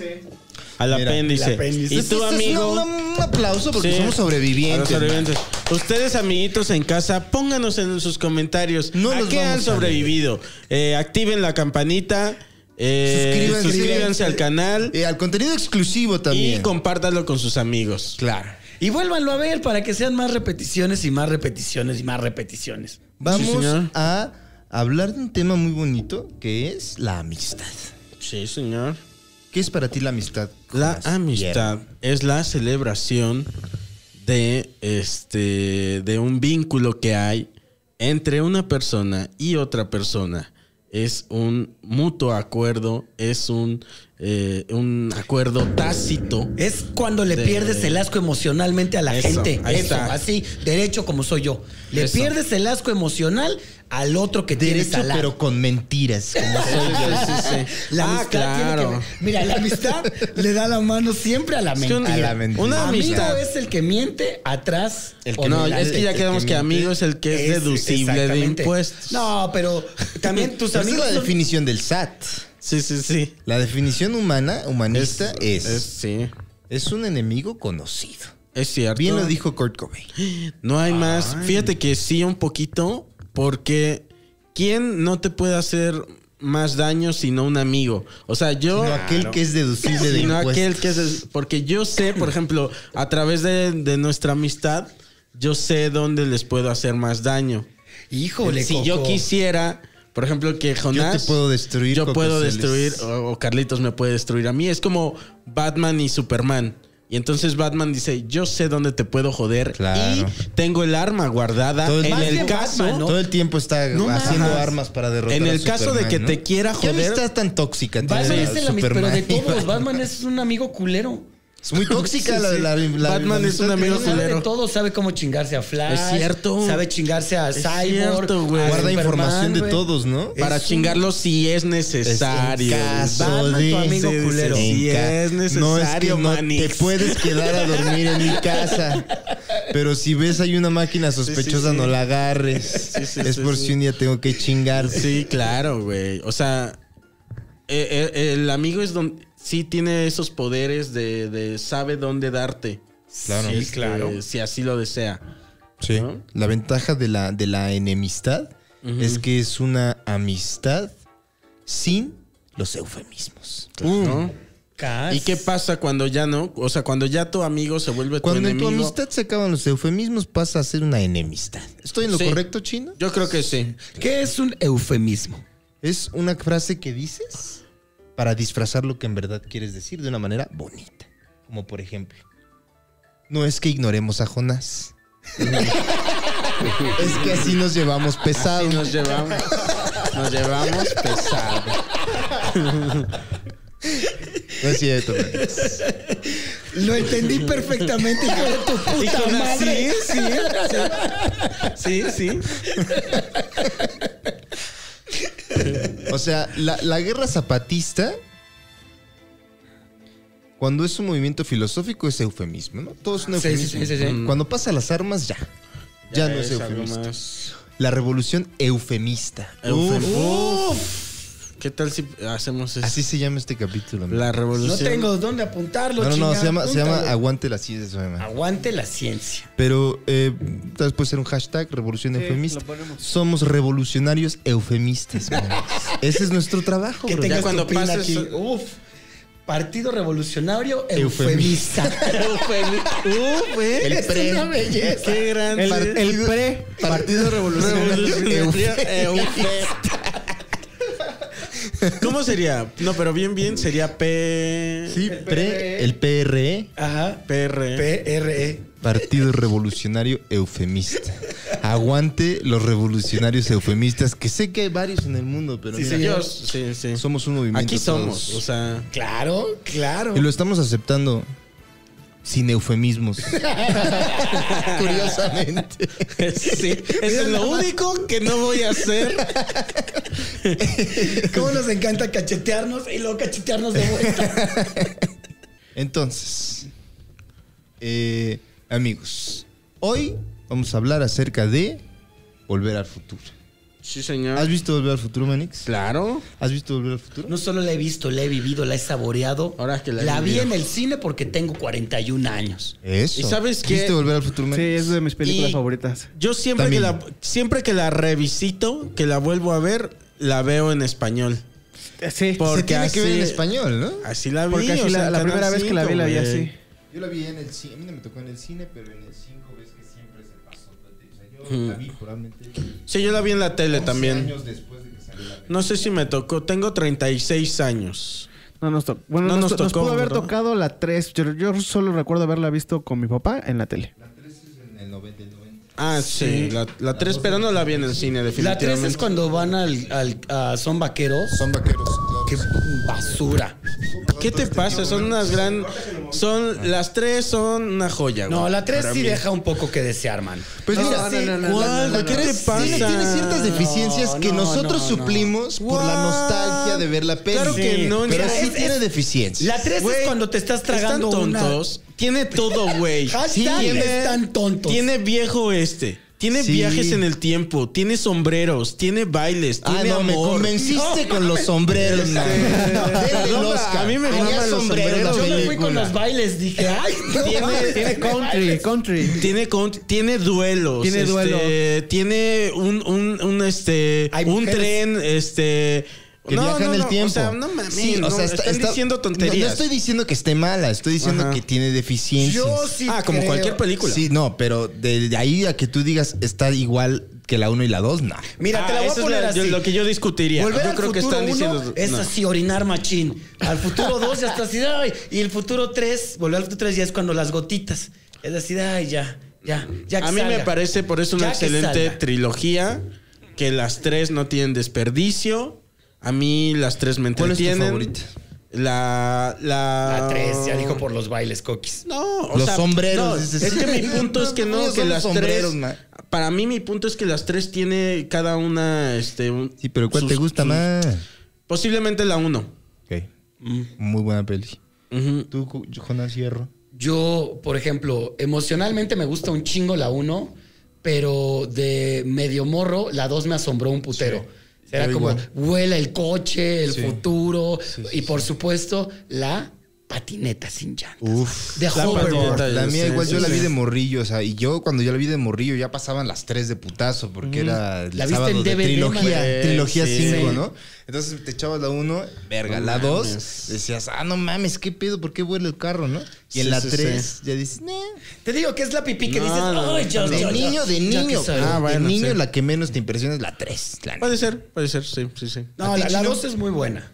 [SPEAKER 3] Al
[SPEAKER 2] Mira,
[SPEAKER 3] apéndice.
[SPEAKER 4] el apéndice.
[SPEAKER 3] Y
[SPEAKER 2] Este-
[SPEAKER 3] tú,
[SPEAKER 2] este es
[SPEAKER 3] amigo.
[SPEAKER 2] una- una- un aplauso porque
[SPEAKER 3] Sí.
[SPEAKER 2] somos
[SPEAKER 3] A los
[SPEAKER 2] sobrevivientes.
[SPEAKER 3] sobrevivientes. Ustedes, amiguitos en casa, pónganos en sus comentarios
[SPEAKER 2] No
[SPEAKER 3] a
[SPEAKER 2] los
[SPEAKER 3] qué
[SPEAKER 2] vamos
[SPEAKER 3] han
[SPEAKER 2] a
[SPEAKER 3] sobrevivido. Eh, activen la campanita. eh, suscríbanse,
[SPEAKER 2] Suscríbanse.
[SPEAKER 3] al canal
[SPEAKER 2] Eh, al contenido exclusivo también.
[SPEAKER 3] y compártanlo con sus amigos.
[SPEAKER 2] Claro.
[SPEAKER 4] Y vuélvanlo a ver para que sean más repeticiones y más repeticiones y más repeticiones.
[SPEAKER 2] Vamos
[SPEAKER 3] señor.
[SPEAKER 2] a hablar de un tema muy bonito que es la amistad.
[SPEAKER 3] Sí, señor.
[SPEAKER 2] ¿Qué es para ti la amistad?
[SPEAKER 3] La
[SPEAKER 2] Jonás?
[SPEAKER 3] amistad es la celebración de este de un vínculo que hay entre una persona y otra persona es un mutuo acuerdo, es un, eh, un acuerdo tácito.
[SPEAKER 4] Es cuando le
[SPEAKER 3] De-
[SPEAKER 4] pierdes el asco emocionalmente a la
[SPEAKER 3] Eso,
[SPEAKER 4] gente.
[SPEAKER 3] ahí
[SPEAKER 4] Eso,
[SPEAKER 3] está.
[SPEAKER 4] así, derecho como soy yo. Le
[SPEAKER 3] Eso.
[SPEAKER 4] pierdes el asco emocional al otro que tienes
[SPEAKER 2] Derecho,
[SPEAKER 4] al lado.
[SPEAKER 2] pero con mentiras. como
[SPEAKER 3] Sí, sí, sí, sí.
[SPEAKER 4] La
[SPEAKER 3] ah,
[SPEAKER 4] amistad tiene que
[SPEAKER 3] claro.
[SPEAKER 4] ver- Mira, la amistad le da la mano siempre a la
[SPEAKER 3] Es que un-
[SPEAKER 4] mentira.
[SPEAKER 2] la mentira.
[SPEAKER 3] Una amistad.
[SPEAKER 4] Amigo es el que miente atrás.
[SPEAKER 2] El
[SPEAKER 4] o
[SPEAKER 2] que
[SPEAKER 3] no,
[SPEAKER 4] delante.
[SPEAKER 3] es que ya
[SPEAKER 2] el
[SPEAKER 3] quedamos
[SPEAKER 2] que
[SPEAKER 3] que,
[SPEAKER 2] miente
[SPEAKER 3] amigo es el que es,
[SPEAKER 4] Es-
[SPEAKER 3] deducible de
[SPEAKER 4] exactamente.
[SPEAKER 3] impuestos.
[SPEAKER 4] No, pero también tus
[SPEAKER 2] Esa es
[SPEAKER 4] amigos.
[SPEAKER 2] la
[SPEAKER 4] son-
[SPEAKER 2] definición del SAT.
[SPEAKER 3] Sí, sí, sí.
[SPEAKER 2] La definición humana, humanista, es,
[SPEAKER 3] es
[SPEAKER 2] es,
[SPEAKER 3] sí.
[SPEAKER 2] un enemigo conocido.
[SPEAKER 3] Es cierto.
[SPEAKER 2] Bien lo dijo Kurt Cobain.
[SPEAKER 3] No hay más. Fíjate que sí, un poquito, porque ¿quién no te puede hacer más daño sino un amigo? O sea, yo...
[SPEAKER 2] Sino aquel que es deducible de
[SPEAKER 3] sino
[SPEAKER 2] impuestos.
[SPEAKER 3] aquel que es... Porque yo sé, por ejemplo, a través de, de nuestra amistad, yo sé dónde les puedo hacer más daño.
[SPEAKER 4] Híjole,
[SPEAKER 3] si yo
[SPEAKER 4] Coco.
[SPEAKER 3] quisiera, por ejemplo, que Jonás...
[SPEAKER 2] Yo te puedo destruir,
[SPEAKER 3] Yo
[SPEAKER 2] Coco
[SPEAKER 3] puedo
[SPEAKER 2] Celis.
[SPEAKER 3] destruir, o, o Carlitos me puede destruir a mí. Es como Batman y Superman. Y entonces Batman dice, yo sé dónde te puedo joder.
[SPEAKER 2] Claro.
[SPEAKER 3] Y tengo el arma guardada.
[SPEAKER 2] Todo el-
[SPEAKER 3] en
[SPEAKER 2] Más
[SPEAKER 3] el
[SPEAKER 4] bien
[SPEAKER 3] caso...
[SPEAKER 4] Batman, ¿no?
[SPEAKER 2] Todo el tiempo está
[SPEAKER 3] No
[SPEAKER 2] haciendo
[SPEAKER 3] mames.
[SPEAKER 2] armas para derrotar
[SPEAKER 3] En
[SPEAKER 2] a
[SPEAKER 3] el caso de
[SPEAKER 2] Superman,
[SPEAKER 3] que
[SPEAKER 2] ¿no?
[SPEAKER 3] te quiera
[SPEAKER 2] ¿Qué
[SPEAKER 3] joder?
[SPEAKER 2] amistad tan tóxica tiene
[SPEAKER 4] Batman es el ami- pero de
[SPEAKER 2] Superman?
[SPEAKER 4] todos. Batman es un amigo culero.
[SPEAKER 2] Es muy tóxica
[SPEAKER 3] Sí,
[SPEAKER 2] la,
[SPEAKER 3] sí.
[SPEAKER 2] la- la-
[SPEAKER 3] Batman
[SPEAKER 2] la
[SPEAKER 3] es un
[SPEAKER 2] amistad que
[SPEAKER 3] amigo
[SPEAKER 2] tiene.
[SPEAKER 3] culero.
[SPEAKER 4] Sabe de todo, sabe cómo chingarse a Flash.
[SPEAKER 3] Es cierto.
[SPEAKER 4] Sabe chingarse a
[SPEAKER 3] Es
[SPEAKER 4] Cyborg.
[SPEAKER 3] cierto, güey.
[SPEAKER 4] a
[SPEAKER 2] Guarda
[SPEAKER 4] Superman,
[SPEAKER 2] información de
[SPEAKER 4] güey.
[SPEAKER 2] todos, ¿no?
[SPEAKER 3] Para
[SPEAKER 4] Es un-
[SPEAKER 3] chingarlo si es necesario.
[SPEAKER 2] En caso
[SPEAKER 4] Batman, tu
[SPEAKER 2] de-
[SPEAKER 4] amigo
[SPEAKER 2] Sí, sí,
[SPEAKER 4] culero.
[SPEAKER 2] sí.
[SPEAKER 3] Si
[SPEAKER 2] En ca-
[SPEAKER 3] es
[SPEAKER 2] No es que
[SPEAKER 3] necesario,
[SPEAKER 2] no
[SPEAKER 3] manix.
[SPEAKER 2] te puedes quedar a dormir en mi casa. Pero si ves hay una máquina sospechosa,
[SPEAKER 3] sí.
[SPEAKER 2] no la agarres.
[SPEAKER 3] sí,
[SPEAKER 2] es
[SPEAKER 3] sí,
[SPEAKER 2] por
[SPEAKER 3] sí.
[SPEAKER 2] si un día tengo que chingar.
[SPEAKER 3] Sí, claro, güey. O sea, eh, eh, el amigo es donde sí tiene esos poderes de, de sabe dónde darte.
[SPEAKER 2] Claro.
[SPEAKER 3] Este, Si así lo desea.
[SPEAKER 2] Sí.
[SPEAKER 3] ¿No?
[SPEAKER 2] La ventaja de la, de la enemistad es que es una amistad sin los eufemismos.
[SPEAKER 3] ¿no?
[SPEAKER 2] Mm.
[SPEAKER 4] Cas.
[SPEAKER 3] ¿Y qué pasa cuando ya no? O sea, cuando ya tu amigo se vuelve tu
[SPEAKER 2] Cuando en tu
[SPEAKER 3] enemigo.
[SPEAKER 2] amistad se acaban los eufemismos, pasa a ser una enemistad. ¿Estoy en lo
[SPEAKER 3] Sí.
[SPEAKER 2] correcto, Chino?
[SPEAKER 3] Yo creo que sí.
[SPEAKER 4] ¿Qué es un eufemismo?
[SPEAKER 2] Es una frase que dices para disfrazar lo que en verdad quieres decir de una manera bonita. Como por ejemplo, no es que ignoremos a Jonás. es que así nos llevamos pesado.
[SPEAKER 3] Así nos llevamos. Nos llevamos pesado.
[SPEAKER 2] No es cierto, man.
[SPEAKER 4] Lo entendí perfectamente, hijo de tu puta
[SPEAKER 3] Híjole,
[SPEAKER 4] madre.
[SPEAKER 3] Sí, sí, sí. Sí, sí.
[SPEAKER 2] O sea, la, la guerra zapatista, cuando es un movimiento filosófico, es eufemismo, ¿no? Todo es un
[SPEAKER 4] Sí, sí,
[SPEAKER 2] eufemismo.
[SPEAKER 4] sí, sí, sí.
[SPEAKER 2] Cuando pasa las armas, ya. Ya, no es,
[SPEAKER 3] algo
[SPEAKER 2] eufemista.
[SPEAKER 3] más.
[SPEAKER 2] La revolución eufemista.
[SPEAKER 3] Eufem-
[SPEAKER 2] Uf.
[SPEAKER 3] Uf. ¿Qué tal si hacemos eso?
[SPEAKER 2] Así se llama este capítulo. amigo.
[SPEAKER 3] La
[SPEAKER 4] No
[SPEAKER 3] revolución.
[SPEAKER 4] tengo dónde apuntarlo,
[SPEAKER 2] Pues No, no, no,
[SPEAKER 4] chinga,
[SPEAKER 2] se llama, se llama
[SPEAKER 4] apúntalo.
[SPEAKER 2] Aguante las sillas de su mamá.
[SPEAKER 4] Aguante la ciencia.
[SPEAKER 2] Pero eh, tal vez puede ser un hashtag, revolución eufemista. Somos revolucionarios eufemistas. man. Ese es nuestro trabajo,
[SPEAKER 4] Que
[SPEAKER 2] bro.
[SPEAKER 4] tengas
[SPEAKER 3] cuando
[SPEAKER 4] cuando tu pin
[SPEAKER 3] pases-
[SPEAKER 4] aquí. Uf. Partido Revolucionario Eufemista.
[SPEAKER 3] Uf, eh.
[SPEAKER 2] El pre.
[SPEAKER 3] Qué gran
[SPEAKER 2] El,
[SPEAKER 3] par-
[SPEAKER 2] el pre. Partido Revolucionario
[SPEAKER 3] revolucionario
[SPEAKER 2] Eufemista.
[SPEAKER 3] eufemista. ¿Cómo sería? No, pero bien, bien, sería P.
[SPEAKER 2] Sí,
[SPEAKER 4] E.
[SPEAKER 2] pre. El E. PRE.
[SPEAKER 4] Ajá. E.
[SPEAKER 3] PR.
[SPEAKER 4] PRE.
[SPEAKER 2] Partido Revolucionario Eufemista. Aguante los revolucionarios eufemistas, que sé que hay varios en el mundo, pero mira,
[SPEAKER 3] Yo- sí, sí.
[SPEAKER 2] somos un movimiento.
[SPEAKER 3] Aquí somos,
[SPEAKER 2] todos.
[SPEAKER 3] o sea.
[SPEAKER 4] Claro, claro.
[SPEAKER 2] Y lo estamos aceptando sin eufemismos. Curiosamente.
[SPEAKER 3] Sí, eso es lo único que no voy a hacer.
[SPEAKER 4] ¿Cómo nos encanta cachetearnos y luego cachetearnos de vuelta?
[SPEAKER 2] Entonces, eh, amigos, hoy vamos a hablar acerca de Volver al Futuro.
[SPEAKER 3] Sí, señor.
[SPEAKER 2] ¿Has visto Volver al Futuro, Manix?
[SPEAKER 3] Claro.
[SPEAKER 2] ¿Has visto Volver al Futuro?
[SPEAKER 4] No solo la he visto, la he vivido, la he saboreado.
[SPEAKER 3] Ahora que la he
[SPEAKER 4] vi
[SPEAKER 3] vivido.
[SPEAKER 4] en el cine porque tengo 41 años.
[SPEAKER 2] Eso.
[SPEAKER 3] ¿Y sabes qué?
[SPEAKER 2] ¿Viste Volver al Futuro,
[SPEAKER 6] Sí,
[SPEAKER 2] Manix?
[SPEAKER 6] es de mis películas
[SPEAKER 3] Y-
[SPEAKER 6] favoritas.
[SPEAKER 3] Yo siempre que,
[SPEAKER 2] También.
[SPEAKER 3] la, siempre que la revisito, que la vuelvo a ver, la veo en español.
[SPEAKER 6] Sí.
[SPEAKER 2] Se
[SPEAKER 3] Porque
[SPEAKER 2] tiene que ver en
[SPEAKER 3] así-
[SPEAKER 2] español, ¿no?
[SPEAKER 3] Así la vi.
[SPEAKER 6] Porque así
[SPEAKER 3] o sea,
[SPEAKER 6] la,
[SPEAKER 3] en
[SPEAKER 6] la
[SPEAKER 3] Canal
[SPEAKER 6] primera vez que la vi, la vi
[SPEAKER 3] cinco,
[SPEAKER 6] así.
[SPEAKER 3] güey.
[SPEAKER 2] Yo la vi en el cine, a mí no me tocó en el cine, pero en el 5 ves que siempre se pasó. O sea, yo la vi probablemente
[SPEAKER 3] Sí, yo la vi en la tele también.
[SPEAKER 2] después de que salió la
[SPEAKER 3] No sé si me tocó. Tengo 36 años.
[SPEAKER 6] No nos tocó. Bueno,
[SPEAKER 3] No
[SPEAKER 6] nos,
[SPEAKER 3] nos
[SPEAKER 6] to- nos
[SPEAKER 3] tocó,
[SPEAKER 6] pudo haber
[SPEAKER 3] ¿verdad?
[SPEAKER 6] tocado la 3. Yo, yo solo recuerdo haberla visto con mi papá en la tele.
[SPEAKER 2] La 3 es en el 90, el 90.
[SPEAKER 3] Ah, sí. La, la 3, pero no la vi en el cine,
[SPEAKER 4] La
[SPEAKER 3] definitivamente.
[SPEAKER 4] 3 es cuando van al, al- a Son Vaqueros.
[SPEAKER 1] Son vaqueros. claro.
[SPEAKER 4] Qué basura.
[SPEAKER 3] ¿Qué te pasa? Son unas gran... Son... Las tres son una joya, güey.
[SPEAKER 4] No, la 3
[SPEAKER 3] Para
[SPEAKER 4] sí
[SPEAKER 3] mí.
[SPEAKER 4] deja un poco que desear, man.
[SPEAKER 2] Pues mira,
[SPEAKER 3] no, no, no,
[SPEAKER 2] ¿cuál?
[SPEAKER 3] no, no,
[SPEAKER 2] ¿Qué
[SPEAKER 3] no,
[SPEAKER 2] te
[SPEAKER 3] no,
[SPEAKER 2] pasa?
[SPEAKER 3] no,
[SPEAKER 2] Tiene, tiene ciertas deficiencias que
[SPEAKER 4] no, no,
[SPEAKER 2] nosotros
[SPEAKER 4] no.
[SPEAKER 2] suplimos por la
[SPEAKER 3] What?
[SPEAKER 2] nostalgia de ver la peli.
[SPEAKER 3] Claro que
[SPEAKER 2] Sí.
[SPEAKER 3] no,
[SPEAKER 2] pero
[SPEAKER 3] mira,
[SPEAKER 2] sí
[SPEAKER 3] es-
[SPEAKER 2] tiene
[SPEAKER 3] es-
[SPEAKER 2] deficiencias.
[SPEAKER 4] La 3 es
[SPEAKER 3] Güey,
[SPEAKER 4] cuando te estás
[SPEAKER 3] Están
[SPEAKER 4] tragando una...
[SPEAKER 3] tontos. Tiene todo, güey.
[SPEAKER 4] Hashtag están tontos.
[SPEAKER 3] Tiene viejo este. Tiene
[SPEAKER 2] Sí.
[SPEAKER 3] viajes en el tiempo. Tiene sombreros. Tiene bailes.
[SPEAKER 2] Ah,
[SPEAKER 3] Tiene
[SPEAKER 2] no, me
[SPEAKER 3] amor.
[SPEAKER 2] convenciste con los sombreros, man. Denle el
[SPEAKER 3] Perdón,
[SPEAKER 2] Oscar.
[SPEAKER 3] a mí me
[SPEAKER 2] Tenía
[SPEAKER 3] maman los sombreros,
[SPEAKER 2] la
[SPEAKER 4] Yo me fui
[SPEAKER 2] película.
[SPEAKER 4] con los bailes, dije, ay, no
[SPEAKER 3] Tiene-
[SPEAKER 6] Tiene country, country.
[SPEAKER 3] Tiene, con- tiene duelos.
[SPEAKER 6] Tiene
[SPEAKER 3] este,
[SPEAKER 6] duelo.
[SPEAKER 3] Tiene un, un, un, este,
[SPEAKER 4] Hay
[SPEAKER 3] un
[SPEAKER 4] mujeres-
[SPEAKER 3] tren, este.
[SPEAKER 2] Que viaja en el tiempo.
[SPEAKER 3] O sea, no mames.
[SPEAKER 2] Sí, o
[SPEAKER 3] no,
[SPEAKER 2] sea, está-
[SPEAKER 3] están
[SPEAKER 2] está-
[SPEAKER 3] diciendo tonterías.
[SPEAKER 2] No, no estoy diciendo que esté mala, estoy diciendo
[SPEAKER 3] Ajá.
[SPEAKER 2] que tiene deficiencias.
[SPEAKER 4] Yo sí
[SPEAKER 3] ah, como
[SPEAKER 4] creo-
[SPEAKER 3] cualquier película.
[SPEAKER 2] Sí, no, pero de, de ahí a que tú digas está igual que la 1 y la 2, no.
[SPEAKER 4] Mira, te la
[SPEAKER 3] Ah,
[SPEAKER 4] voy a
[SPEAKER 3] eso es
[SPEAKER 4] poner
[SPEAKER 3] yo-
[SPEAKER 4] así.
[SPEAKER 3] lo que yo discutiría.
[SPEAKER 4] Volver
[SPEAKER 3] yo
[SPEAKER 4] al
[SPEAKER 3] creo que
[SPEAKER 4] futuro
[SPEAKER 3] están
[SPEAKER 4] uno
[SPEAKER 3] diciendo.
[SPEAKER 4] es
[SPEAKER 3] no.
[SPEAKER 4] así, orinar machín. Al futuro 2 ya está así, ay, y el futuro 3, volver al futuro 3 ya es cuando las gotitas. Es así, ay, ya, ya, ya que
[SPEAKER 3] A mí me
[SPEAKER 4] salga.
[SPEAKER 3] parece por eso una
[SPEAKER 4] Ya que
[SPEAKER 3] excelente
[SPEAKER 4] salga.
[SPEAKER 3] trilogía. Que las tres no tienen desperdicio. A mí las tres me
[SPEAKER 2] ¿Cuál es tu
[SPEAKER 3] entretienen.
[SPEAKER 2] favorita?
[SPEAKER 3] La. La.
[SPEAKER 4] La 3, ya dijo por los bailes, coquis.
[SPEAKER 3] No, o
[SPEAKER 2] Los
[SPEAKER 3] sea,
[SPEAKER 2] sombreros,
[SPEAKER 3] no,
[SPEAKER 2] dices.
[SPEAKER 3] es que mi punto es que no,
[SPEAKER 2] Ellos
[SPEAKER 3] que
[SPEAKER 2] son los
[SPEAKER 3] las
[SPEAKER 2] sombreros,
[SPEAKER 3] tres.
[SPEAKER 2] man.
[SPEAKER 3] Para mí, mi punto es que las tres tiene cada una. Este, un-
[SPEAKER 2] Sí, pero ¿cuál
[SPEAKER 3] sus-
[SPEAKER 2] te gusta
[SPEAKER 3] sus-
[SPEAKER 2] más?
[SPEAKER 3] Posiblemente la uno.
[SPEAKER 2] Ok. Muy buena peli.
[SPEAKER 3] Ujú.
[SPEAKER 2] Tú, Ju- Jonas Hierro.
[SPEAKER 4] Yo, por ejemplo, emocionalmente me gusta un chingo la 1, pero de medio morro, la 2 me asombró un putero. Era
[SPEAKER 2] yo
[SPEAKER 4] como,
[SPEAKER 2] igual.
[SPEAKER 4] huela el coche, el
[SPEAKER 2] Sí.
[SPEAKER 4] futuro, y por supuesto, la patineta sin llantas.
[SPEAKER 2] Uf.
[SPEAKER 4] De hoverboard.
[SPEAKER 3] patineta.
[SPEAKER 2] La mía
[SPEAKER 3] Sí,
[SPEAKER 2] igual
[SPEAKER 3] sí,
[SPEAKER 2] yo la vi
[SPEAKER 3] sí.
[SPEAKER 2] de morrillo, o sea, y yo cuando yo la vi de morrillo ya pasaban las tres de putazo porque era el
[SPEAKER 4] La viste
[SPEAKER 2] sábado
[SPEAKER 4] en
[SPEAKER 2] de
[SPEAKER 4] DVD,
[SPEAKER 2] trilogía,
[SPEAKER 4] madre.
[SPEAKER 2] trilogía
[SPEAKER 3] Sí.
[SPEAKER 2] 5,
[SPEAKER 4] Sí.
[SPEAKER 2] ¿no? Entonces te echabas la 1, verga,
[SPEAKER 3] No
[SPEAKER 2] la 2,
[SPEAKER 3] mames.
[SPEAKER 2] decías, "Ah, no mames, qué pedo, por qué vuela el carro, ¿no?" Y en
[SPEAKER 3] Sí,
[SPEAKER 2] la
[SPEAKER 3] sí,
[SPEAKER 2] 3 ya dices, "Nah,
[SPEAKER 4] Te digo que es la pipí que
[SPEAKER 3] No,
[SPEAKER 4] dices,
[SPEAKER 3] no,
[SPEAKER 4] ay,
[SPEAKER 3] no,
[SPEAKER 4] ya,
[SPEAKER 2] de
[SPEAKER 4] ya, ya,
[SPEAKER 2] niño, de
[SPEAKER 4] ya que
[SPEAKER 2] niño,
[SPEAKER 4] salga".
[SPEAKER 3] Ah,
[SPEAKER 2] de
[SPEAKER 3] bueno,
[SPEAKER 2] niño
[SPEAKER 3] sí.
[SPEAKER 2] la que menos te impresiona es la 3, la neta.
[SPEAKER 3] Puede ser, puede ser, sí, sí, sí.
[SPEAKER 4] No, la, la dos es muy buena.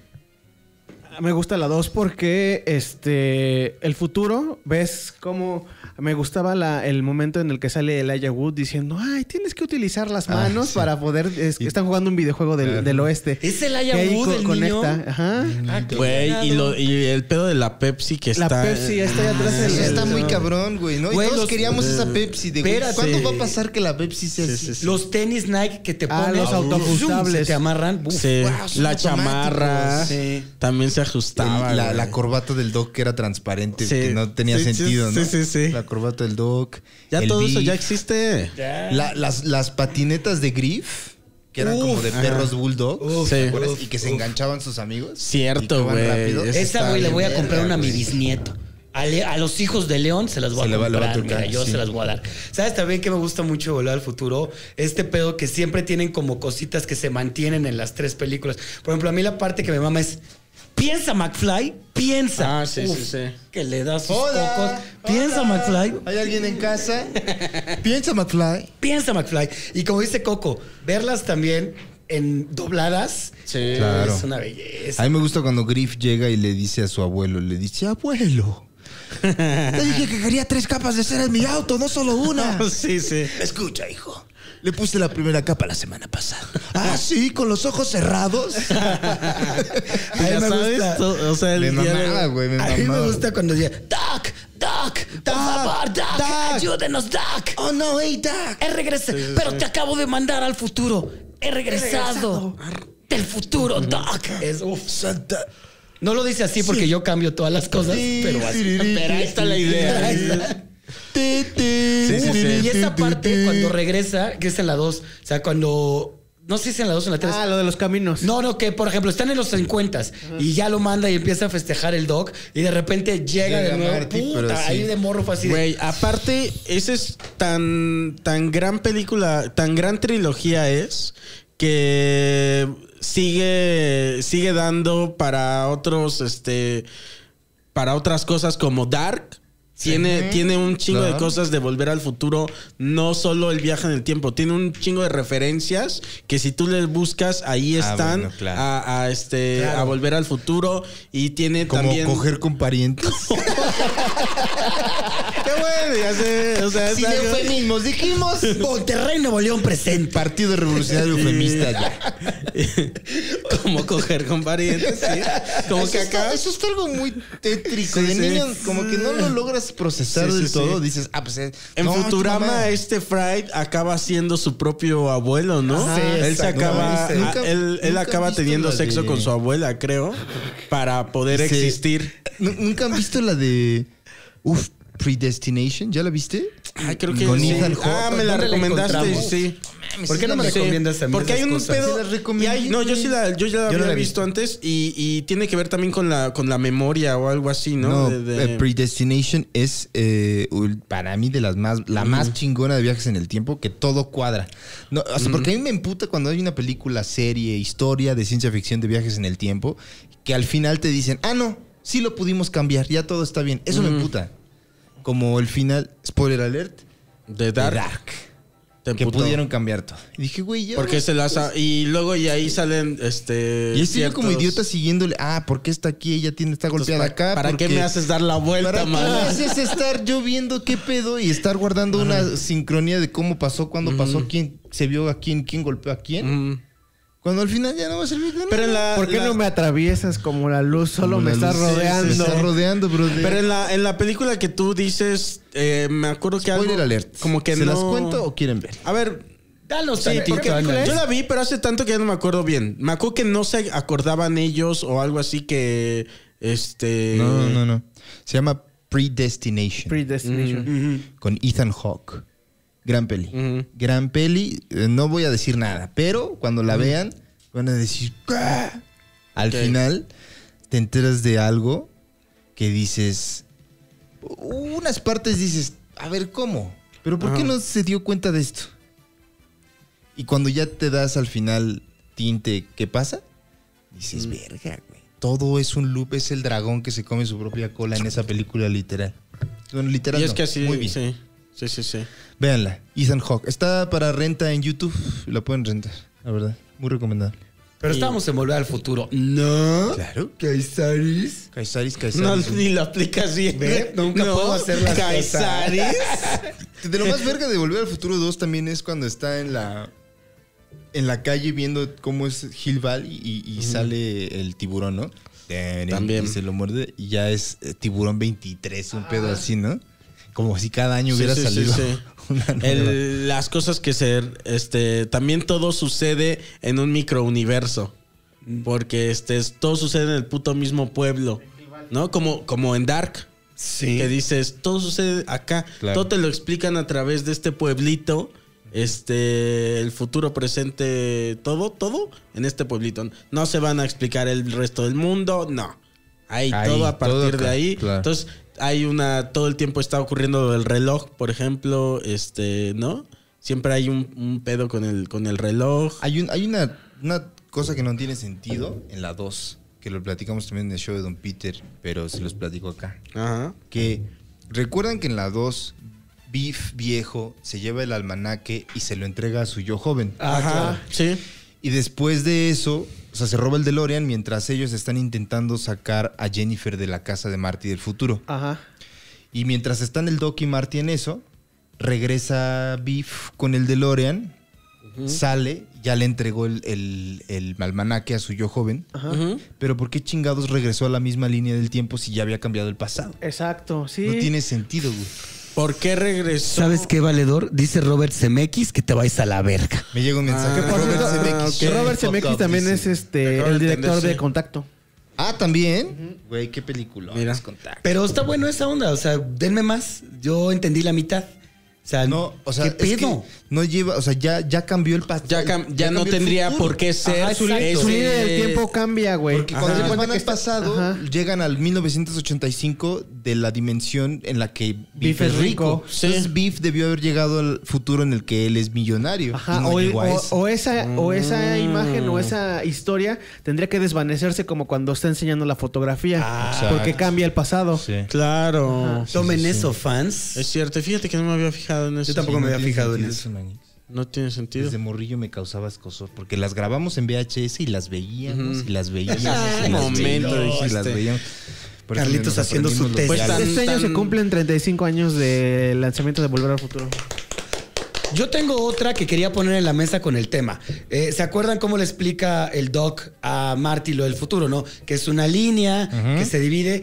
[SPEAKER 6] Me gusta la 2 porque este el futuro, ves cómo me gustaba la- el momento en el que sale Elijah Wood diciendo, ay, tienes que utilizar las
[SPEAKER 2] Ah,
[SPEAKER 6] manos
[SPEAKER 2] sí.
[SPEAKER 6] para poder... es-
[SPEAKER 2] Y-
[SPEAKER 6] están jugando un videojuego del,
[SPEAKER 2] Claro.
[SPEAKER 6] del oeste.
[SPEAKER 4] ¿Es Elijah
[SPEAKER 6] Que ahí
[SPEAKER 4] Wood,
[SPEAKER 6] co-
[SPEAKER 4] el niño?
[SPEAKER 6] Ajá.
[SPEAKER 4] Ah, qué
[SPEAKER 3] Güey, y,
[SPEAKER 4] cagado.
[SPEAKER 3] lo- y el pedo de la Pepsi que
[SPEAKER 6] La
[SPEAKER 3] está.
[SPEAKER 6] Pepsi ya está ahí atrás
[SPEAKER 2] Sí,
[SPEAKER 6] en el-
[SPEAKER 2] está muy cabrón, güey, ¿no? Y
[SPEAKER 4] Güey,
[SPEAKER 2] todos
[SPEAKER 4] los-
[SPEAKER 2] queríamos esa Pepsi de güey.
[SPEAKER 4] Espérate.
[SPEAKER 2] ¿Cuándo va a pasar que la Pepsi sea así?
[SPEAKER 4] Los tenis Nike que te
[SPEAKER 6] Ah,
[SPEAKER 4] ponen.
[SPEAKER 6] los
[SPEAKER 4] zoom,
[SPEAKER 6] autoajustables.
[SPEAKER 4] Se te amarran. Uf.
[SPEAKER 3] Sí.
[SPEAKER 2] Wow, son
[SPEAKER 3] la
[SPEAKER 2] automáticos.
[SPEAKER 3] chamarra
[SPEAKER 4] Sí.
[SPEAKER 3] también se
[SPEAKER 2] El-
[SPEAKER 3] ajustaba.
[SPEAKER 2] la,
[SPEAKER 3] güey.
[SPEAKER 2] la corbata del Doc que era transparente,
[SPEAKER 3] Sí.
[SPEAKER 2] que no tenía
[SPEAKER 3] Sí, sí,
[SPEAKER 2] sentido, ¿no?
[SPEAKER 3] sí, sí, sí.
[SPEAKER 2] La corbata del Doc.
[SPEAKER 3] ya
[SPEAKER 2] el
[SPEAKER 3] todo eso
[SPEAKER 2] Beef,
[SPEAKER 3] ya existe.
[SPEAKER 4] Ya.
[SPEAKER 2] la- las, las patinetas de Griff, que eran como de
[SPEAKER 3] Uf,
[SPEAKER 2] perros
[SPEAKER 3] ajá.
[SPEAKER 2] bulldog,
[SPEAKER 3] Uf,
[SPEAKER 2] ¿te
[SPEAKER 3] sí.
[SPEAKER 2] acuerdas? y
[SPEAKER 3] Uf,
[SPEAKER 2] que se enganchaban sus amigos.
[SPEAKER 3] Cierto,
[SPEAKER 2] Y que van
[SPEAKER 3] güey.
[SPEAKER 2] rápido.
[SPEAKER 3] Es-
[SPEAKER 4] Esa,
[SPEAKER 3] está
[SPEAKER 4] güey, le
[SPEAKER 2] bien
[SPEAKER 4] voy a
[SPEAKER 2] verga,
[SPEAKER 4] comprar una a mi
[SPEAKER 2] güey.
[SPEAKER 4] bisnieto. A, le- a los hijos de León se las
[SPEAKER 2] Se
[SPEAKER 4] voy a
[SPEAKER 2] le va- le va a
[SPEAKER 4] comprar,
[SPEAKER 2] tocar,
[SPEAKER 4] mira, yo
[SPEAKER 2] sí.
[SPEAKER 4] se las voy a dar. ¿Sabes también que me gusta mucho Volar al Futuro? Este pedo que siempre tienen como cositas que se mantienen en las tres películas. Por ejemplo, a mí la parte que me mama es, piensa McFly, piensa.
[SPEAKER 3] Ah, sí, sí, sí.
[SPEAKER 4] Que le das sus
[SPEAKER 2] Hola,
[SPEAKER 4] cocos. Piensa
[SPEAKER 2] hola.
[SPEAKER 4] McFly,
[SPEAKER 2] ¿Hay alguien en casa? Piensa, McFly.
[SPEAKER 4] piensa McFly. Y como dice Coco, verlas también en dobladas
[SPEAKER 3] Sí.
[SPEAKER 2] Claro.
[SPEAKER 4] es una belleza.
[SPEAKER 2] A mí me gusta cuando Griff llega y le dice a su abuelo, le dice, abuelo, te dije que quería tres capas de cera en mi auto, no solo una.
[SPEAKER 3] Sí, sí.
[SPEAKER 2] Escucha, hijo. Le puse la primera capa la semana pasada. Ah, sí, con los ojos cerrados.
[SPEAKER 4] A mí
[SPEAKER 3] Ya
[SPEAKER 4] me
[SPEAKER 3] sabes,
[SPEAKER 4] gusta-
[SPEAKER 3] to- o sea, el
[SPEAKER 2] me
[SPEAKER 3] día de- Ah,
[SPEAKER 2] mamaba, güey, me
[SPEAKER 4] A mí me
[SPEAKER 2] mamaba.
[SPEAKER 4] gusta cuando dice Doc, Doc, por favor, Doc, ayúdenos, Doc.
[SPEAKER 2] Oh, no, hey, Doc.
[SPEAKER 4] He regresado, pero te acabo de mandar al futuro. He regresado, del futuro, Doc. Es uf, santa. No lo dice así porque yo cambio todas las cosas,
[SPEAKER 2] Sí,
[SPEAKER 4] pero así.
[SPEAKER 2] sí,
[SPEAKER 4] Pero ahí está la idea. Ahí está.
[SPEAKER 2] Ti, ti,
[SPEAKER 3] Sí, sí,
[SPEAKER 2] ti,
[SPEAKER 3] sí.
[SPEAKER 4] Y
[SPEAKER 2] ti,
[SPEAKER 4] esa
[SPEAKER 2] ti,
[SPEAKER 4] parte
[SPEAKER 2] ti.
[SPEAKER 4] cuando regresa, que es en la 2, o sea, cuando no sé si es en la 2 o en la 3.
[SPEAKER 6] Ah, lo de los caminos.
[SPEAKER 4] No, no, que por ejemplo están en los 50 y ya lo manda y empieza a festejar el doc y de repente llega,
[SPEAKER 2] Llega
[SPEAKER 4] de nuevo.
[SPEAKER 2] Marty, pero
[SPEAKER 4] puta,
[SPEAKER 2] sí.
[SPEAKER 4] ahí de morro fue así. de-
[SPEAKER 3] Güey, aparte, esa es tan, tan gran película, tan gran trilogía es que sigue, sigue dando para otros, este, para otras cosas como Dark. Tiene, tiene un chingo de
[SPEAKER 2] Claro.
[SPEAKER 3] cosas de volver al futuro, no solo el viaje en el tiempo, tiene un chingo de referencias que si tú les buscas, ahí
[SPEAKER 2] Ah,
[SPEAKER 3] están
[SPEAKER 2] bueno, claro.
[SPEAKER 3] a, a, este,
[SPEAKER 4] Claro.
[SPEAKER 3] a volver al futuro y tiene
[SPEAKER 2] Como
[SPEAKER 3] también...
[SPEAKER 2] coger con parientes.
[SPEAKER 3] ¡Qué sé, ya sé. O sea, es
[SPEAKER 2] Sin
[SPEAKER 3] algo-
[SPEAKER 2] eufemismos, dijimos.
[SPEAKER 4] Monterrey Nuevo León presenta.
[SPEAKER 2] Partido Revolucionario Eufemista ya.
[SPEAKER 3] como coger con parientes, sí. Como
[SPEAKER 2] eso,
[SPEAKER 3] que
[SPEAKER 2] está,
[SPEAKER 3] acá.
[SPEAKER 2] eso está algo muy tétrico.
[SPEAKER 3] Sí,
[SPEAKER 2] de
[SPEAKER 3] sí.
[SPEAKER 2] niño, como que no lo logras procesar
[SPEAKER 3] Sí, sí,
[SPEAKER 2] del
[SPEAKER 3] sí.
[SPEAKER 2] todo. Dices, ah, pues. eh,
[SPEAKER 3] En
[SPEAKER 2] no, esta
[SPEAKER 3] Futurama,
[SPEAKER 2] mamá.
[SPEAKER 3] este Fried acaba siendo su propio abuelo, ¿no?
[SPEAKER 2] Ajá,
[SPEAKER 3] él se
[SPEAKER 2] exacto.
[SPEAKER 3] acaba,
[SPEAKER 2] No, nunca-
[SPEAKER 3] a- él, él
[SPEAKER 2] nunca he
[SPEAKER 3] acaba
[SPEAKER 2] visto
[SPEAKER 3] teniendo
[SPEAKER 2] la
[SPEAKER 3] sexo
[SPEAKER 2] de-
[SPEAKER 3] con su abuela, creo, para poder
[SPEAKER 2] Sí.
[SPEAKER 3] existir.
[SPEAKER 2] Nu- ¿Nunca han visto la de. Uf, Predestination? ¿Ya la viste?
[SPEAKER 3] Ay, creo que
[SPEAKER 2] Con
[SPEAKER 3] sí.
[SPEAKER 2] Ethan Hawke.
[SPEAKER 3] Ah, me la
[SPEAKER 4] ¿Dónde la
[SPEAKER 3] recomendaste,
[SPEAKER 4] encontramos?
[SPEAKER 3] sí.
[SPEAKER 4] ¿Por qué no me
[SPEAKER 3] Sí,
[SPEAKER 4] recomiendas a mí
[SPEAKER 3] Porque hay
[SPEAKER 4] esas
[SPEAKER 3] un
[SPEAKER 4] cosas?
[SPEAKER 3] pedo.
[SPEAKER 2] Sí, las
[SPEAKER 3] y
[SPEAKER 2] recomiendo.
[SPEAKER 3] hay- no, yo sí la, yo ya la
[SPEAKER 2] Yo no
[SPEAKER 3] había
[SPEAKER 2] la he
[SPEAKER 3] visto antes y, y tiene que ver también con la, con la memoria o algo así, ¿no?
[SPEAKER 2] No,
[SPEAKER 3] De- de-
[SPEAKER 2] eh, Predestination es eh, ul- para mí de las más la más chingona de viajes en el tiempo que todo cuadra. No, o sea, porque a mí me emputa cuando hay una película, serie, historia de ciencia ficción de viajes en el tiempo que al final te dicen, "Ah, no, sí lo pudimos cambiar, ya todo está bien." Eso me emputa. Como el final, spoiler alert,
[SPEAKER 3] de
[SPEAKER 2] de
[SPEAKER 3] Dark.
[SPEAKER 2] Dark,
[SPEAKER 3] Te
[SPEAKER 2] que
[SPEAKER 3] emputó.
[SPEAKER 2] pudieron cambiar todo. Y dije, "Güey, ya
[SPEAKER 3] Porque
[SPEAKER 2] no-
[SPEAKER 3] se las. ha- Y luego y ahí salen. Este,
[SPEAKER 2] y estoy yo como
[SPEAKER 3] ciertos-
[SPEAKER 2] idiota siguiéndole, ah, ¿por qué está aquí? Ella tiene está
[SPEAKER 3] Entonces,
[SPEAKER 2] golpeada
[SPEAKER 3] ¿para-
[SPEAKER 2] acá.
[SPEAKER 3] ¿Para qué
[SPEAKER 2] porque-
[SPEAKER 3] me haces dar la
[SPEAKER 2] ¿Para
[SPEAKER 3] vuelta,
[SPEAKER 2] qué
[SPEAKER 3] man?
[SPEAKER 2] haces estar yo viendo qué pedo y estar guardando una sincronía de cómo pasó, cuándo pasó, quién se vio a quién, quién golpeó a quién?
[SPEAKER 3] Mm.
[SPEAKER 2] Cuando al final ya no va a servir de nada.
[SPEAKER 3] Pero en la,
[SPEAKER 6] ¿Por qué
[SPEAKER 3] la-
[SPEAKER 6] no me atraviesas como la luz? Solo me está rodeando.
[SPEAKER 2] Me está rodeando, bro.
[SPEAKER 3] Pero en la, en la película que tú dices, eh, me acuerdo que
[SPEAKER 2] Spoiler
[SPEAKER 3] algo.
[SPEAKER 2] alert.
[SPEAKER 3] Como que
[SPEAKER 2] ¿Se
[SPEAKER 3] no.
[SPEAKER 2] las cuento o quieren ver?
[SPEAKER 3] A ver.
[SPEAKER 4] Danos
[SPEAKER 3] Sí,
[SPEAKER 4] tantito,
[SPEAKER 3] porque
[SPEAKER 4] ándale.
[SPEAKER 3] yo la vi, pero hace tanto que ya no me acuerdo bien. Me acuerdo que no se acordaban ellos o algo así que. Este.
[SPEAKER 2] No, no, no. Se llama Predestination.
[SPEAKER 6] Mm. Predestination.
[SPEAKER 2] con Ethan Hawke. Gran peli.
[SPEAKER 3] Ujú.
[SPEAKER 2] Gran peli. Eh, No voy a decir nada, pero cuando la vean, van a decir. "Ah". Al
[SPEAKER 3] Ok.
[SPEAKER 2] final, te enteras de algo que dices. Unas partes dices, a ver cómo. Pero ¿por qué
[SPEAKER 3] Ajá.
[SPEAKER 2] no se dio cuenta de esto? Y cuando ya te das al final tinte, ¿qué pasa?
[SPEAKER 3] Mm.
[SPEAKER 2] Dices, verga, güey. Todo es un loop, es el dragón que se come su propia cola en esa película literal. Bueno, literal.
[SPEAKER 3] Y es
[SPEAKER 2] no,
[SPEAKER 3] que así.
[SPEAKER 2] muy bien.
[SPEAKER 3] Sí, sí, sí. sí.
[SPEAKER 2] Véanla, Ethan Hawke. Está para renta en YouTube. La pueden rentar, la verdad. Muy recomendada.
[SPEAKER 4] Pero estábamos en Volver al Futuro. No.
[SPEAKER 2] Claro.
[SPEAKER 4] Kaisaris.
[SPEAKER 2] Kaisaris,
[SPEAKER 3] No,
[SPEAKER 2] Kaisaris.
[SPEAKER 3] ni lo aplicas bien.
[SPEAKER 4] Ve, nunca puedo hacer las cosas.
[SPEAKER 3] Kaisaris.
[SPEAKER 2] De lo más verga de Volver al Futuro 2 también es cuando está en la en la calle viendo cómo es Hill Valley y, y sale el tiburón, ¿no?
[SPEAKER 3] También.
[SPEAKER 2] Y se lo muerde y ya es eh, tiburón 23, un pedo así, ¿no? Como si cada año
[SPEAKER 3] Ah. Sí,
[SPEAKER 2] hubiera
[SPEAKER 3] sí, sí,
[SPEAKER 2] salido
[SPEAKER 3] sí.
[SPEAKER 2] una nueva.
[SPEAKER 3] El- las cosas que se este también todo sucede en un microuniverso porque este es- todo sucede en el puto mismo pueblo no como como en Dark
[SPEAKER 4] Sí.
[SPEAKER 3] que dices todo sucede acá
[SPEAKER 2] Claro.
[SPEAKER 3] todo te lo explican a través de este pueblito este el futuro presente todo todo en este pueblito no se van a explicar el resto del mundo no ahí,
[SPEAKER 2] Ahí,
[SPEAKER 3] todo a
[SPEAKER 2] todo
[SPEAKER 3] partir de
[SPEAKER 2] acá,
[SPEAKER 3] ahí
[SPEAKER 2] claro.
[SPEAKER 3] entonces hay una todo el tiempo está ocurriendo el reloj por ejemplo este no siempre hay un, un pedo con el con el reloj
[SPEAKER 2] Hay, un- hay una, una cosa que no tiene sentido en la 2, que lo platicamos también en el show de Don Peter, pero se los platico acá.
[SPEAKER 3] ajá
[SPEAKER 2] Que recuerdan que en la 2, Beef viejo se lleva el almanaque y se lo entrega a su yo joven.
[SPEAKER 3] ajá sí
[SPEAKER 2] Y después de eso, o sea, se roba el DeLorean mientras ellos están intentando sacar a Jennifer de la casa de Marty del futuro.
[SPEAKER 6] Ajá.
[SPEAKER 2] Y mientras están el Doc y Marty en eso, regresa Biff con el DeLorean, sale, ya le entregó el, el, el almanaque a su yo joven.
[SPEAKER 6] Ah.
[SPEAKER 3] Ujú.
[SPEAKER 2] Pero ¿por qué chingados regresó a la misma línea del tiempo si ya había cambiado el pasado?
[SPEAKER 6] Exacto, sí.
[SPEAKER 2] No tiene sentido, güey.
[SPEAKER 3] ¿Por qué regresó?
[SPEAKER 4] ¿Sabes qué, valedor? Dice Robert Zemeckis que te vais a la verga.
[SPEAKER 2] Me llega un mensaje.
[SPEAKER 6] Por cierto,
[SPEAKER 3] Zemeckis.
[SPEAKER 2] shut
[SPEAKER 6] Robert
[SPEAKER 2] the fuck
[SPEAKER 6] Zemeckis
[SPEAKER 2] up,
[SPEAKER 6] también
[SPEAKER 2] dice.
[SPEAKER 6] es este
[SPEAKER 3] Acabo de
[SPEAKER 6] el director
[SPEAKER 3] entender,
[SPEAKER 6] de
[SPEAKER 3] sí.
[SPEAKER 6] Contacto.
[SPEAKER 2] Ah, también. Güey, qué película.
[SPEAKER 3] Mira.
[SPEAKER 4] Pero está bueno esa onda, o sea, denme más. Yo entendí la mitad. O sea,
[SPEAKER 2] No, o sea,
[SPEAKER 4] ¿qué
[SPEAKER 2] es que
[SPEAKER 4] pedo?
[SPEAKER 2] no lleva, o sea, ya, ya cambió el pasado.
[SPEAKER 3] Ya, cam- ya no tendría por qué ser
[SPEAKER 4] Ajá, su línea-
[SPEAKER 3] ese-
[SPEAKER 6] Su línea del tiempo cambia, güey.
[SPEAKER 2] Porque cuando
[SPEAKER 3] Ajá.
[SPEAKER 2] se van
[SPEAKER 6] Cuenta
[SPEAKER 2] al
[SPEAKER 6] que
[SPEAKER 2] pasado,
[SPEAKER 6] Ajá.
[SPEAKER 2] llegan al 1985 de la dimensión en la que Beef,
[SPEAKER 6] Beef
[SPEAKER 2] es
[SPEAKER 6] es
[SPEAKER 2] rico.
[SPEAKER 6] rico.
[SPEAKER 3] Sí.
[SPEAKER 2] Entonces Beef debió haber llegado al futuro en el que él es millonario.
[SPEAKER 6] Ajá,
[SPEAKER 2] No
[SPEAKER 6] o,
[SPEAKER 2] llegó a
[SPEAKER 6] o-
[SPEAKER 2] eso.
[SPEAKER 6] o esa, o esa imagen
[SPEAKER 2] Mm.
[SPEAKER 6] o esa historia tendría que desvanecerse como cuando está enseñando la fotografía. porque
[SPEAKER 2] exacto.
[SPEAKER 6] cambia el pasado.
[SPEAKER 3] Claro.
[SPEAKER 4] Tomen eso, fans.
[SPEAKER 3] Es cierto, fíjate que no me había fijado en eso.
[SPEAKER 4] Yo tampoco
[SPEAKER 3] Sí,
[SPEAKER 4] me
[SPEAKER 3] no
[SPEAKER 4] había
[SPEAKER 3] tiene-
[SPEAKER 4] fijado en
[SPEAKER 2] Desde
[SPEAKER 4] eso.
[SPEAKER 2] maní-
[SPEAKER 3] No tiene sentido.
[SPEAKER 2] Desde morrillo me causaba escosor porque las grabamos en VHS y las veíamos y las veíamos
[SPEAKER 3] Ah,
[SPEAKER 2] y las
[SPEAKER 3] momento,
[SPEAKER 2] veíamos y las
[SPEAKER 3] dijiste.
[SPEAKER 2] veíamos. Por eso
[SPEAKER 4] Carlitos
[SPEAKER 2] nos
[SPEAKER 4] haciendo su
[SPEAKER 2] aprendimos los
[SPEAKER 4] tesis.
[SPEAKER 3] Pues,
[SPEAKER 2] diálogos.
[SPEAKER 6] este año
[SPEAKER 3] tan-
[SPEAKER 6] se cumplen 35 años del lanzamiento de Volver al Futuro.
[SPEAKER 4] Yo tengo otra que quería poner en la mesa con el tema. Eh, ¿Se acuerdan cómo le explica el doc a Marty lo del futuro, no? Que es una línea que se divide.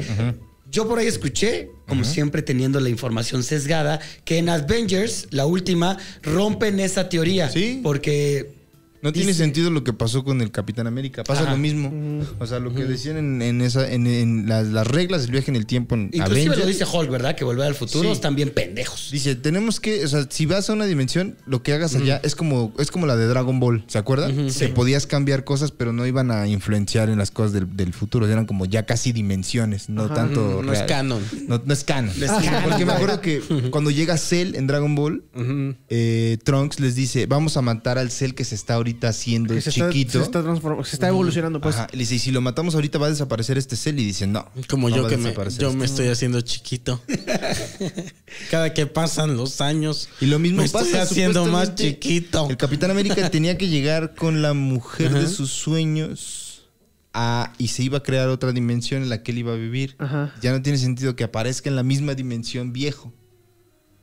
[SPEAKER 4] Yo por ahí escuché, como siempre teniendo la información sesgada, que en Avengers, la última, rompen esa teoría.
[SPEAKER 2] Sí.
[SPEAKER 4] Porque
[SPEAKER 2] No tiene
[SPEAKER 4] Dice-
[SPEAKER 2] sentido lo que pasó con el Capitán América. Pasa
[SPEAKER 4] Ajá.
[SPEAKER 2] lo mismo. O sea, lo que decían en, en esa, en, en las, las reglas del viaje en el tiempo en
[SPEAKER 4] inclusive
[SPEAKER 2] Avengers,
[SPEAKER 4] lo dice Hulk, ¿verdad? Que volver al futuro
[SPEAKER 2] Sí.
[SPEAKER 4] están bien pendejos.
[SPEAKER 2] Dice, tenemos que, o sea, si vas a una dimensión, lo que hagas allá es como es como la de Dragon Ball, ¿se acuerdan? que podías cambiar cosas, pero no iban a influenciar en las cosas del, del futuro, eran como ya casi dimensiones, no tanto
[SPEAKER 3] Mm, No, no es
[SPEAKER 2] real.
[SPEAKER 3] canon.
[SPEAKER 2] No, no es canon. Porque me acuerdo que cuando llega Cell en Dragon Ball, eh, Trunks les dice, vamos a matar al Cell que se está ahorita haciendo
[SPEAKER 6] se, está,
[SPEAKER 2] chiquito.
[SPEAKER 6] se está transform- se está evolucionando, pues.
[SPEAKER 2] Ajá, y le dice, y si lo matamos ahorita va a desaparecer este Cell. Y dice, no.
[SPEAKER 3] Como
[SPEAKER 2] no
[SPEAKER 3] yo
[SPEAKER 2] va a
[SPEAKER 3] que me,
[SPEAKER 2] desaparecer
[SPEAKER 3] yo
[SPEAKER 2] este
[SPEAKER 3] me estoy haciendo chiquito. Cada que pasan los años.
[SPEAKER 2] Y lo mismo
[SPEAKER 3] me estoy
[SPEAKER 2] pasa,
[SPEAKER 3] haciendo más
[SPEAKER 2] supuestamente,
[SPEAKER 3] chiquito.
[SPEAKER 2] El Capitán América tenía que llegar con la mujer de sus sueños a- y se iba a crear otra dimensión en la que él iba a vivir.
[SPEAKER 6] Ajá.
[SPEAKER 2] Ya no tiene sentido que aparezca en la misma dimensión viejo.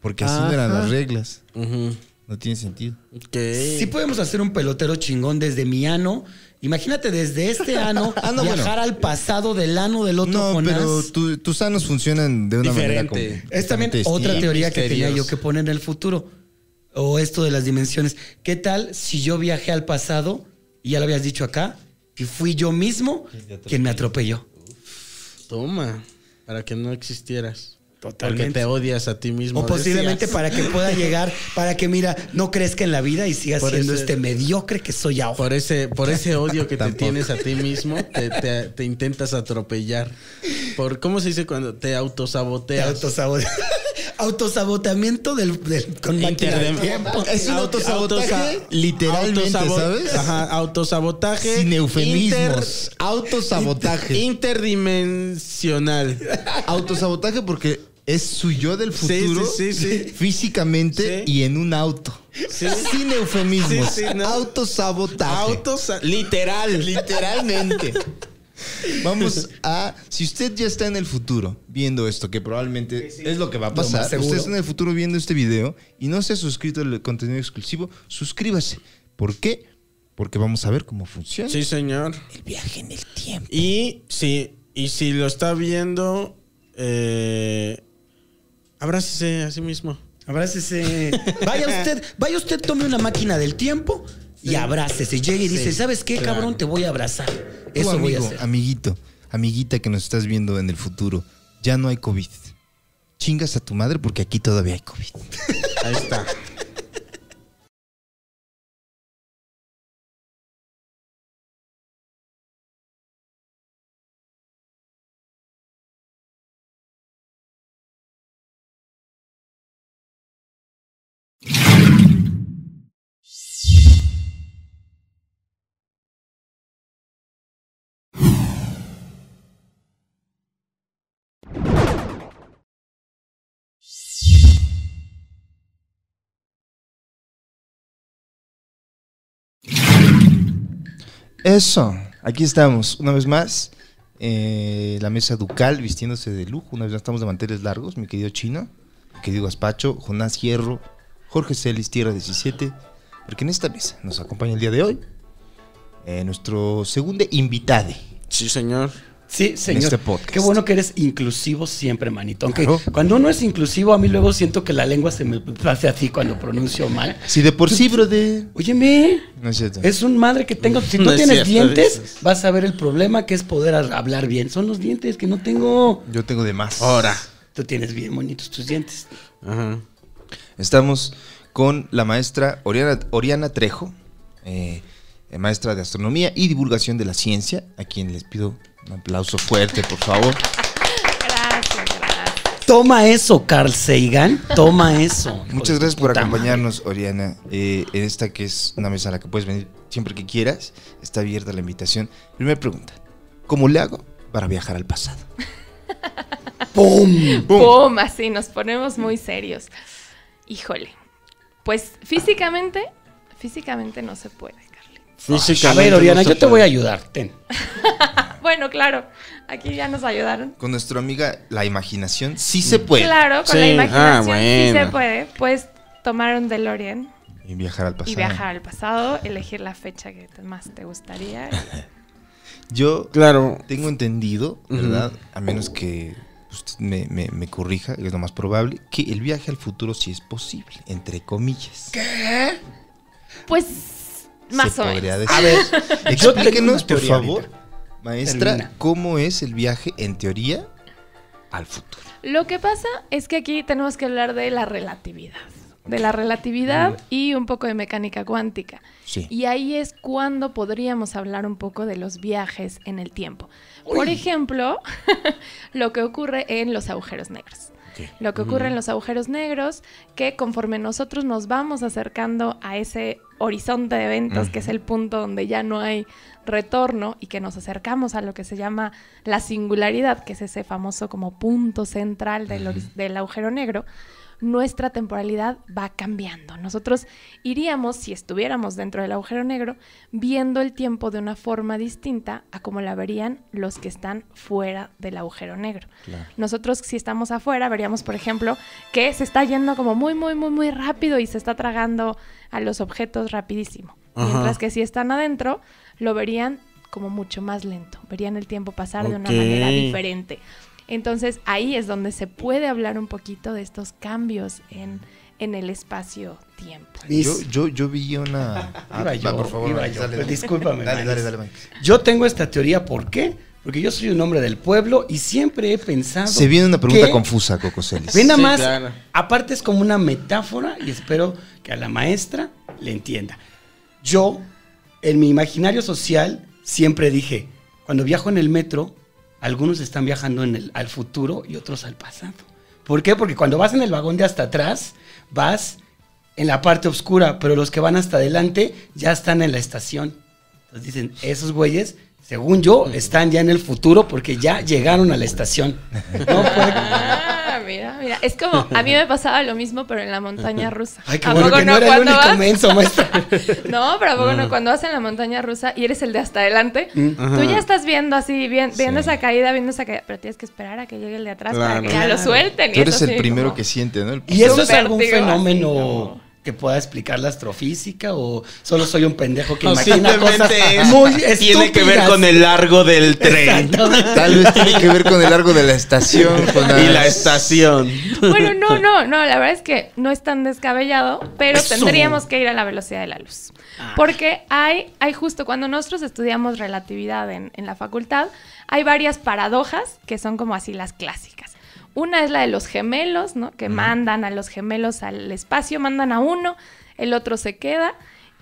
[SPEAKER 2] Porque así no eran
[SPEAKER 6] Ajá.
[SPEAKER 2] las reglas.
[SPEAKER 3] Ujú.
[SPEAKER 2] No tiene sentido.
[SPEAKER 3] Ok.
[SPEAKER 4] Sí pues. podemos hacer un pelotero chingón desde mi ano. Imagínate desde este ano
[SPEAKER 2] Ah, no,
[SPEAKER 4] viajar
[SPEAKER 2] bueno.
[SPEAKER 4] al pasado del ano del otro
[SPEAKER 2] No,
[SPEAKER 4] Jonás.
[SPEAKER 2] pero tu- tus anos funcionan de una
[SPEAKER 3] Diferente.
[SPEAKER 2] manera este como-
[SPEAKER 4] Es también
[SPEAKER 2] diferente,
[SPEAKER 4] otra
[SPEAKER 2] sí.
[SPEAKER 4] teoría que tenía
[SPEAKER 3] misterios.
[SPEAKER 4] yo que poner en el futuro. O esto de las dimensiones. ¿Qué tal si yo viajé al pasado, y ya lo habías dicho acá, y fui yo mismo quien me atropelló?
[SPEAKER 3] Toma. Para que no existieras. Porque
[SPEAKER 4] Totalmente.
[SPEAKER 3] te odias a ti mismo.
[SPEAKER 4] O posiblemente
[SPEAKER 3] decías.
[SPEAKER 4] para que pueda llegar, para que mira, no crezca en la vida y siga
[SPEAKER 3] Por
[SPEAKER 4] siendo
[SPEAKER 3] ese-
[SPEAKER 4] este mediocre que soy ahora.
[SPEAKER 3] Por ese, por ese odio que te
[SPEAKER 2] Tampoco.
[SPEAKER 3] tienes a ti mismo, te, te- te intentas atropellar. Por, ¿Cómo se dice cuando te
[SPEAKER 4] Te
[SPEAKER 3] autosaboteas?
[SPEAKER 4] autosabot- Autosabotamiento del, del- con máquina del
[SPEAKER 3] Interdem-
[SPEAKER 4] tiempo.
[SPEAKER 2] Es un
[SPEAKER 3] Auto-
[SPEAKER 2] autosabotaje,
[SPEAKER 3] autosa-
[SPEAKER 2] literalmente,
[SPEAKER 3] autosabo-
[SPEAKER 2] ¿sabes?
[SPEAKER 3] Ajá, autosabotaje.
[SPEAKER 2] Sin eufemismos.
[SPEAKER 3] inter-
[SPEAKER 2] autosabotaje.
[SPEAKER 3] interdimensional.
[SPEAKER 2] Autosabotaje porque es su yo del futuro
[SPEAKER 3] sí, sí, sí.
[SPEAKER 2] físicamente
[SPEAKER 3] Sí.
[SPEAKER 2] y en un auto.
[SPEAKER 3] Sí.
[SPEAKER 2] Sin eufemismos.
[SPEAKER 3] Sí, sí, ¿no?
[SPEAKER 2] Autosabotaje.
[SPEAKER 3] Autosa- literal.
[SPEAKER 2] Literalmente. Vamos a. Si usted ya está en el futuro viendo esto, que probablemente es lo que va a pasar.
[SPEAKER 4] más seguro.
[SPEAKER 2] Usted está en el futuro viendo este video y no se ha suscrito al contenido exclusivo, suscríbase. ¿Por qué? Porque vamos a ver cómo funciona.
[SPEAKER 3] Sí, señor.
[SPEAKER 2] El viaje en el tiempo.
[SPEAKER 3] Y si, y si lo está viendo, eh, abrácese a sí mismo.
[SPEAKER 4] Abrácese. Vaya usted, vaya usted, tome una máquina del tiempo y abrácese. Llegue y dice, ¿sabes qué,
[SPEAKER 3] claro.
[SPEAKER 4] cabrón? Te voy a abrazar.
[SPEAKER 2] Tú,
[SPEAKER 4] Eso voy a
[SPEAKER 2] amigo,
[SPEAKER 4] hacer.
[SPEAKER 2] Amiguito, amiguita que nos estás viendo en el futuro, ya no hay COVID. Chingas a tu madre porque aquí todavía hay COVID.
[SPEAKER 3] Ahí está.
[SPEAKER 2] Eso. Aquí estamos, una vez más. eh, la mesa ducal vistiéndose de lujo. Una vez más estamos de manteles largos, mi querido Chino, mi querido Gaspacho, Jonás Hierro, Jorge Celis, Tierra 17. Porque en esta mesa nos acompaña el día de hoy eh, nuestro segundo invitado.
[SPEAKER 3] Sí, señor.
[SPEAKER 4] Sí, señor.
[SPEAKER 2] este podcast.
[SPEAKER 4] Qué bueno que eres inclusivo siempre, manito. Aunque
[SPEAKER 2] Claro.
[SPEAKER 4] cuando uno es inclusivo, a mí luego siento que la lengua se me hace así cuando pronuncio mal.
[SPEAKER 2] Si de por sí, brother.
[SPEAKER 4] Óyeme,
[SPEAKER 2] No es cierto.
[SPEAKER 4] es un madre que tengo. Si tú
[SPEAKER 3] No es
[SPEAKER 4] tienes
[SPEAKER 3] cierto,
[SPEAKER 4] dientes,
[SPEAKER 3] dices.
[SPEAKER 4] vas a ver el problema que es poder a- hablar bien. Son los dientes que no tengo.
[SPEAKER 2] Yo tengo de más.
[SPEAKER 3] Ahora.
[SPEAKER 4] Tú tienes bien bonitos tus dientes.
[SPEAKER 3] Ajá.
[SPEAKER 2] Estamos con la maestra Oriana, Oriana Trejo, eh, eh, maestra de astronomía y divulgación de la ciencia, a quien les pido un aplauso fuerte, por favor.
[SPEAKER 7] Gracias, gracias.
[SPEAKER 4] Toma eso, Carl Sagan. Toma eso. hijo
[SPEAKER 2] Muchas
[SPEAKER 4] de
[SPEAKER 2] gracias
[SPEAKER 4] tu
[SPEAKER 2] por
[SPEAKER 4] puta
[SPEAKER 2] acompañarnos, Oriana, eh, en esta que es una mesa a la que puedes venir siempre que quieras. Está abierta la invitación. Primera pregunta, ¿cómo le hago para viajar al pasado?
[SPEAKER 4] madre. ¡Pum!
[SPEAKER 7] ¡Pum! Así nos ponemos muy serios. Híjole. Pues físicamente, físicamente no se puede, Carly.
[SPEAKER 4] A ver, Oriana, yo te voy a
[SPEAKER 3] ayudar.
[SPEAKER 4] ayudar. Ten.
[SPEAKER 7] bueno, claro. Aquí ya nos ayudaron.
[SPEAKER 2] Con nuestra amiga, la imaginación, sí se puede.
[SPEAKER 7] Claro, con
[SPEAKER 3] Sí,
[SPEAKER 7] la
[SPEAKER 3] ah,
[SPEAKER 7] imaginación sí se
[SPEAKER 3] bueno.
[SPEAKER 7] puede. Puedes tomar un DeLorean
[SPEAKER 2] Y viajar al
[SPEAKER 3] Pues
[SPEAKER 2] pasado.
[SPEAKER 7] y viajar al pasado, elegir la fecha que te- más te gustaría.
[SPEAKER 2] Yo
[SPEAKER 3] Claro.
[SPEAKER 2] tengo entendido, ¿verdad? A menos que usted me, me- me corrija, que es lo más probable, que el viaje al futuro sí es posible, entre comillas. ¿Qué?
[SPEAKER 7] Pues más o menos.
[SPEAKER 2] A ver,
[SPEAKER 4] yo tengo
[SPEAKER 2] explíquenos,
[SPEAKER 4] una
[SPEAKER 2] por
[SPEAKER 4] teoría
[SPEAKER 2] favor, maestra,
[SPEAKER 4] Termina.
[SPEAKER 2] cómo es el viaje, en teoría, al futuro.
[SPEAKER 7] Lo que pasa es que aquí tenemos que hablar de la relatividad. De la relatividad y un poco de mecánica cuántica.
[SPEAKER 2] Sí.
[SPEAKER 7] Y ahí es cuando podríamos hablar un poco de los viajes en el tiempo. Por ejemplo, lo que ocurre en los agujeros negros. Lo que ocurre en los agujeros negros, que conforme nosotros nos vamos acercando a ese horizonte de eventos, que es el punto donde ya no hay retorno y que nos acercamos a lo que se llama la singularidad, que es ese famoso como punto central del, horiz- del agujero negro, nuestra temporalidad va cambiando. Nosotros iríamos, si estuviéramos dentro del agujero negro, viendo el tiempo de una forma distinta a como la verían los que están fuera del agujero negro. Nosotros, si estamos afuera, veríamos, por ejemplo, que se está yendo como muy, muy, muy, muy rápido y se está tragando a los objetos rapidísimo. Mientras que si están adentro, lo verían como mucho más lento. Verían el tiempo pasar de una manera
[SPEAKER 3] Ok.
[SPEAKER 7] diferente. Entonces ahí es donde se puede hablar un poquito de estos cambios en, en el espacio-tiempo.
[SPEAKER 2] Yo, yo, yo vi una... Ah,
[SPEAKER 4] Iba yo,
[SPEAKER 2] va, por favor,
[SPEAKER 4] iba
[SPEAKER 2] Mike,
[SPEAKER 4] yo.
[SPEAKER 2] dale, dale.
[SPEAKER 4] Discúlpame,
[SPEAKER 2] Dale,
[SPEAKER 4] Mike.
[SPEAKER 2] dale, dale, Mike.
[SPEAKER 4] Yo tengo esta teoría, ¿por qué? Porque yo soy un hombre del pueblo y siempre he pensado.
[SPEAKER 2] Se viene una pregunta
[SPEAKER 4] que-
[SPEAKER 2] confusa, Coco Celis.
[SPEAKER 4] Ve nada
[SPEAKER 3] Sí,
[SPEAKER 4] más,
[SPEAKER 3] claro.
[SPEAKER 4] aparte es como una metáfora y espero que a la maestra le entienda. Yo, en mi imaginario social, siempre dije, cuando viajo en el metro, algunos están viajando en el, al futuro y otros al pasado. ¿Por qué? Porque cuando vas en el vagón de hasta atrás, vas en la parte oscura, pero los que van hasta adelante ya están en la estación. Entonces dicen, esos güeyes, según yo, están ya en el futuro porque ya llegaron a la estación. No puede-
[SPEAKER 7] Ah, mira, mira. Es como, a mí me pasaba lo mismo, pero en la montaña rusa.
[SPEAKER 4] Ay, qué
[SPEAKER 7] ¿A
[SPEAKER 4] bueno
[SPEAKER 7] poco
[SPEAKER 4] que no, era el
[SPEAKER 7] Cuando
[SPEAKER 4] único
[SPEAKER 7] vas-
[SPEAKER 4] menso, maestra.
[SPEAKER 7] No, pero ¿a poco no? cuando vas en la montaña rusa y eres el de hasta adelante, tú ya estás viendo así, bien- viendo
[SPEAKER 2] Sí.
[SPEAKER 7] esa caída, viendo esa caída, pero tienes que esperar a que llegue el de atrás para
[SPEAKER 3] Claro.
[SPEAKER 7] que ya lo suelten. y
[SPEAKER 2] Tú eres
[SPEAKER 7] eso
[SPEAKER 2] el
[SPEAKER 7] sí,
[SPEAKER 2] primero
[SPEAKER 7] como-
[SPEAKER 2] que siente, ¿no? El-
[SPEAKER 4] ¿Y eso es
[SPEAKER 7] Vértigo,
[SPEAKER 4] algún
[SPEAKER 7] así,
[SPEAKER 4] fenómeno
[SPEAKER 7] como-
[SPEAKER 4] que pueda explicar la astrofísica o solo soy un pendejo que
[SPEAKER 3] O
[SPEAKER 4] imagina cosas
[SPEAKER 3] simplemente es-
[SPEAKER 4] muy estúpidas?
[SPEAKER 3] Tiene que ver con el largo del tren
[SPEAKER 4] Exactamente.
[SPEAKER 2] Tal vez tiene que ver con el largo de la estación. Con
[SPEAKER 3] y la estación.
[SPEAKER 7] Bueno, no, no, no, la verdad es que no es tan descabellado, pero
[SPEAKER 4] Eso.
[SPEAKER 7] tendríamos que ir a la velocidad de la luz. Porque hay, hay justo cuando nosotros estudiamos relatividad en, en la facultad, hay varias paradojas que son como así las clásicas. Una es la de los gemelos, ¿no? Que mandan a los gemelos al espacio, mandan a uno, el otro se queda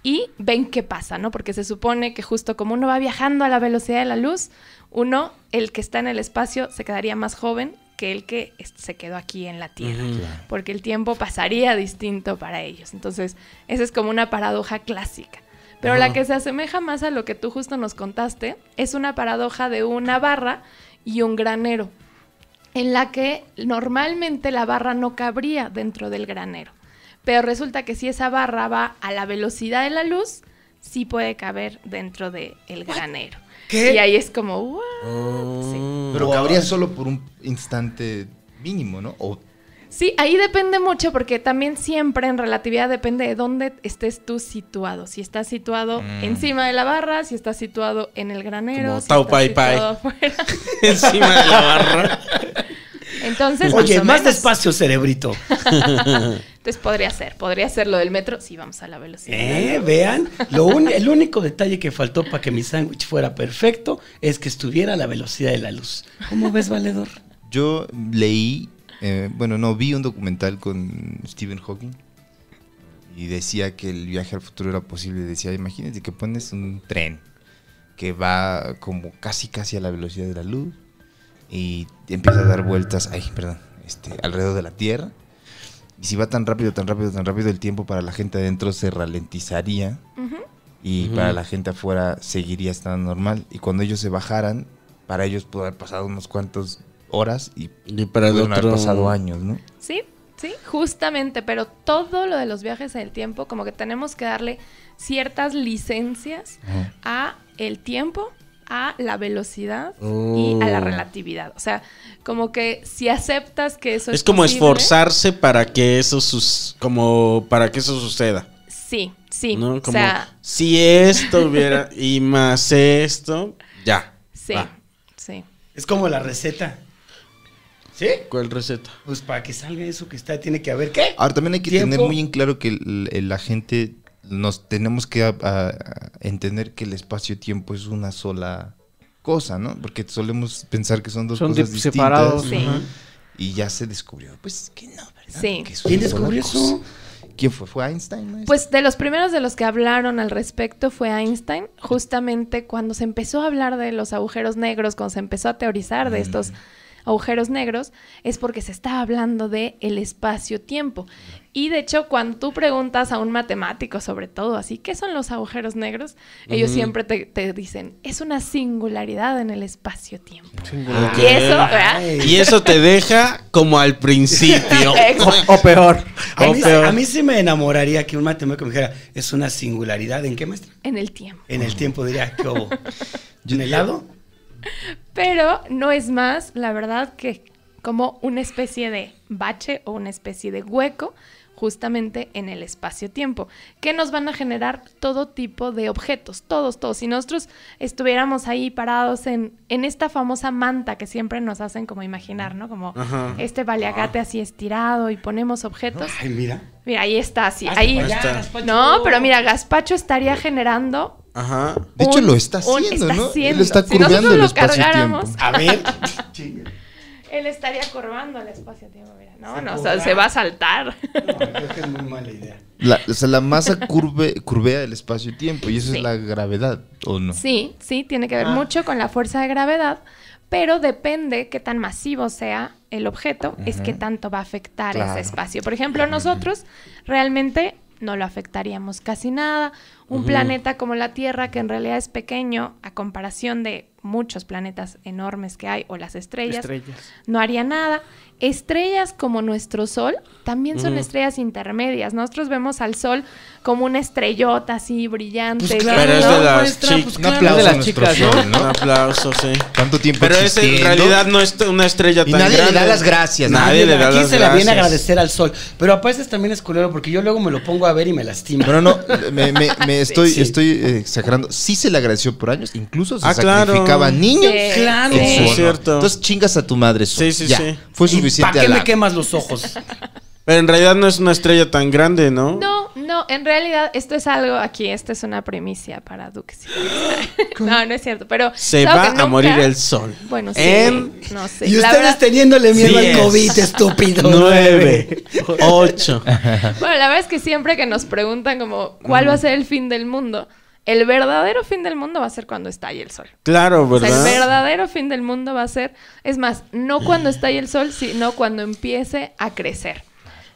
[SPEAKER 7] y ven qué pasa, ¿no? Porque se supone que justo como uno va viajando a la velocidad de la luz, uno, el que está en el espacio, se quedaría más joven que el que es- se quedó aquí en la Tierra, porque el tiempo pasaría distinto para ellos. Entonces, esa es como una paradoja clásica. Pero la que se asemeja más a lo que tú justo nos contaste es una paradoja de una barra y un granero en la que normalmente la barra no cabría dentro del granero. Pero resulta que si esa barra va a la velocidad de la luz, sí puede caber dentro del granero.
[SPEAKER 4] ¿Qué?
[SPEAKER 7] Y ahí es como, "What?". Sí.
[SPEAKER 2] Pero cabría solo por un instante mínimo, ¿no? O
[SPEAKER 7] Sí, ahí depende mucho porque también siempre en relatividad depende de dónde estés tú situado. Si estás situado encima de la barra, si estás situado en el granero,
[SPEAKER 3] Mm. Como
[SPEAKER 7] si
[SPEAKER 3] Tau
[SPEAKER 7] estás
[SPEAKER 3] Pai Pai.
[SPEAKER 7] situado afuera.
[SPEAKER 3] encima de la barra.
[SPEAKER 7] Entonces,
[SPEAKER 4] Oye,
[SPEAKER 7] o
[SPEAKER 4] más
[SPEAKER 7] menos.
[SPEAKER 4] despacio, cerebrito.
[SPEAKER 7] Entonces podría ser, podría ser lo del metro si vamos a la velocidad. de la
[SPEAKER 4] Eh, Vean, lo un- el único detalle que faltó para que mi sándwich fuera perfecto es que estuviera a la velocidad de la luz. ¿Cómo ves, valedor?
[SPEAKER 2] yo leí, eh, bueno, no, vi un documental con Stephen Hawking y decía que el viaje al futuro era posible. Decía, imagínate que pones un tren que va como casi, casi a la velocidad de la luz y empieza a dar vueltas, ay, perdón, este, alrededor de la Tierra. Y si va tan rápido, tan rápido, tan rápido, el tiempo para la gente adentro se ralentizaría y para la gente afuera seguiría estando normal. Y cuando ellos se bajaran, para ellos pudo haber pasado unos cuantos horas y
[SPEAKER 3] Y para el
[SPEAKER 2] pudieron haber
[SPEAKER 3] otro-
[SPEAKER 2] pasado años, ¿no?
[SPEAKER 7] Sí, sí, justamente, pero todo lo de los viajes en el tiempo, como que tenemos que darle ciertas licencias a el tiempo a la velocidad y
[SPEAKER 3] Oh.
[SPEAKER 7] a la relatividad. O sea, como que si aceptas que eso es
[SPEAKER 3] Es como
[SPEAKER 7] posible,
[SPEAKER 3] esforzarse para que eso sus, como para que eso suceda.
[SPEAKER 7] Sí, sí.
[SPEAKER 3] ¿no?
[SPEAKER 7] o
[SPEAKER 3] Como
[SPEAKER 7] sea,
[SPEAKER 3] si esto hubiera y más esto, ya.
[SPEAKER 7] sí,
[SPEAKER 3] va.
[SPEAKER 7] sí.
[SPEAKER 4] Es como la receta. ¿Sí?
[SPEAKER 3] ¿Cuál receta?
[SPEAKER 4] Pues para que salga eso que está, tiene que haber qué.
[SPEAKER 2] Ahora, también hay que
[SPEAKER 4] ¿Tiempo?
[SPEAKER 2] tener muy en claro que el- el- la gente nos tenemos que a- a- entender que el espacio-tiempo es una sola cosa, ¿no? Porque solemos pensar que son dos
[SPEAKER 6] Son
[SPEAKER 2] cosas
[SPEAKER 6] tip-
[SPEAKER 2] distintas.
[SPEAKER 6] separados.
[SPEAKER 7] Sí.
[SPEAKER 6] Ajá.
[SPEAKER 2] Y ya se descubrió, pues que no, ¿verdad?
[SPEAKER 7] Sí.
[SPEAKER 2] Que es
[SPEAKER 4] ¿Quién
[SPEAKER 2] una sola
[SPEAKER 4] descubrió
[SPEAKER 2] cosa.
[SPEAKER 4] eso?
[SPEAKER 2] ¿Quién fue? ¿Fue Einstein? no?
[SPEAKER 7] Pues de los primeros de los que hablaron al respecto fue Einstein, justamente cuando se empezó a hablar de los agujeros negros, cuando se empezó a teorizar de estos agujeros negros, es porque se está hablando de el espacio-tiempo. Y de hecho, cuando tú preguntas a un matemático sobre todo, así, ¿qué son los agujeros negros? Ellos siempre te, te dicen, es una singularidad en el espacio-tiempo.
[SPEAKER 3] Ok.
[SPEAKER 7] Y eso, ¿verdad?
[SPEAKER 3] Y eso te deja como al principio.
[SPEAKER 7] Exacto.
[SPEAKER 6] O peor.
[SPEAKER 4] A
[SPEAKER 3] O
[SPEAKER 4] mí,
[SPEAKER 3] peor.
[SPEAKER 4] a mí sí me enamoraría que un matemático me dijera, es una singularidad. ¿En qué, maestra?
[SPEAKER 7] En el tiempo.
[SPEAKER 4] En el tiempo diría, ¿qué hubo? ¿Un helado?
[SPEAKER 7] Pero no es más, la verdad, que como una especie de bache o una especie de hueco justamente en el espacio-tiempo, que nos van a generar todo tipo de objetos, todos, todos. Si nosotros estuviéramos ahí parados en, en esta famosa manta que siempre nos hacen como imaginar, ¿no? Como este baleagate así estirado y ponemos objetos.
[SPEAKER 4] Ay, mira.
[SPEAKER 7] Mira, ahí está, así.
[SPEAKER 4] Hazte
[SPEAKER 7] Ahí.
[SPEAKER 4] para allá,
[SPEAKER 3] está.
[SPEAKER 4] Gaspacho.
[SPEAKER 7] No, pero mira, Gaspacho estaría generando
[SPEAKER 3] Ajá.
[SPEAKER 2] De hecho,
[SPEAKER 7] un-
[SPEAKER 2] lo está
[SPEAKER 7] un-
[SPEAKER 2] haciendo,
[SPEAKER 7] está
[SPEAKER 2] ¿no?
[SPEAKER 7] haciendo.
[SPEAKER 2] Él está
[SPEAKER 7] Si nosotros
[SPEAKER 2] curveando el
[SPEAKER 7] lo cargáramos,
[SPEAKER 2] espacio-tiempo.
[SPEAKER 4] A ver.
[SPEAKER 7] Él estaría curvando el espacio-tiempo, mira. No, no, o sea, se va a saltar.
[SPEAKER 4] No, creo que es muy mala idea.
[SPEAKER 2] La, o sea, la masa curve, curvea el espacio-tiempo y eso
[SPEAKER 7] Sí.
[SPEAKER 2] es la gravedad, ¿o no?
[SPEAKER 7] Sí, sí, tiene que ver mucho con la fuerza de gravedad, pero depende qué tan masivo sea el objeto, es que tanto va a afectar ese espacio. Por ejemplo, nosotros realmente no lo afectaríamos casi nada. Un planeta como la Tierra, que en realidad es pequeño a comparación de muchos planetas enormes que hay o las estrellas,
[SPEAKER 6] Estrellas.
[SPEAKER 7] no haría nada. Estrellas como nuestro Sol también son estrellas intermedias. Nosotros vemos al Sol como una estrellota así brillante. que-
[SPEAKER 3] Pero Pues es
[SPEAKER 7] Pues ¿no?
[SPEAKER 3] de las
[SPEAKER 4] maestra,
[SPEAKER 3] chicas.
[SPEAKER 4] pues
[SPEAKER 2] Un aplauso
[SPEAKER 6] de las
[SPEAKER 2] a nuestro
[SPEAKER 6] chicas, ¿no?
[SPEAKER 2] sol, ¿no?
[SPEAKER 3] Un aplauso, sí.
[SPEAKER 2] Tanto tiempo
[SPEAKER 3] Pero es en
[SPEAKER 2] existiendo.
[SPEAKER 3] realidad no es t- una estrella
[SPEAKER 2] Y
[SPEAKER 3] tan
[SPEAKER 2] nadie le
[SPEAKER 3] grande.
[SPEAKER 2] da las gracias, ¿no?
[SPEAKER 3] Nadie le da
[SPEAKER 4] Aquí
[SPEAKER 3] las
[SPEAKER 4] se
[SPEAKER 3] gracias.
[SPEAKER 4] la viene a agradecer al sol. Pero a veces también es culero porque yo luego me lo pongo a ver y me lastima.
[SPEAKER 2] Pero no, me, me- me estoy,
[SPEAKER 4] Sí.
[SPEAKER 2] estoy eh, exagerando. Sí se le agradeció por años, incluso se
[SPEAKER 3] Ah, claro.
[SPEAKER 2] sacrificaban niños.
[SPEAKER 7] Sí,
[SPEAKER 4] Claro.
[SPEAKER 2] en su
[SPEAKER 7] sí.
[SPEAKER 3] Sí,
[SPEAKER 2] honor.
[SPEAKER 3] cierto.
[SPEAKER 2] Entonces chingas a tu madre. Sol.
[SPEAKER 3] Sí, sí,
[SPEAKER 2] Ya,
[SPEAKER 3] sí.
[SPEAKER 2] Fue
[SPEAKER 4] ¿Para
[SPEAKER 2] suficiente
[SPEAKER 4] qué me
[SPEAKER 2] halago.
[SPEAKER 4] quemas los ojos?
[SPEAKER 3] Pero en realidad no es una estrella tan grande, ¿no?
[SPEAKER 7] No, no, en realidad esto es algo aquí, esta es una primicia para Duque. sí. no, no es cierto, pero
[SPEAKER 3] Se
[SPEAKER 7] claro
[SPEAKER 3] va
[SPEAKER 7] que
[SPEAKER 3] a morir
[SPEAKER 7] nunca-
[SPEAKER 3] el sol.
[SPEAKER 7] Bueno, sí,
[SPEAKER 3] En
[SPEAKER 7] no sé.
[SPEAKER 4] y
[SPEAKER 7] la
[SPEAKER 4] ustedes
[SPEAKER 7] verdad,
[SPEAKER 4] teniéndole miedo
[SPEAKER 3] Diez.
[SPEAKER 4] al COVID, estúpido.
[SPEAKER 3] Nueve, ocho.
[SPEAKER 7] Bueno, la verdad es que siempre que nos preguntan como cuál va a ser el fin del mundo, el verdadero fin del mundo va a ser cuando estalle el sol.
[SPEAKER 3] Claro,
[SPEAKER 7] O sea,
[SPEAKER 3] ¿verdad?
[SPEAKER 7] el verdadero fin del mundo va a ser, es más, no cuando estalle el sol, sino cuando empiece a crecer.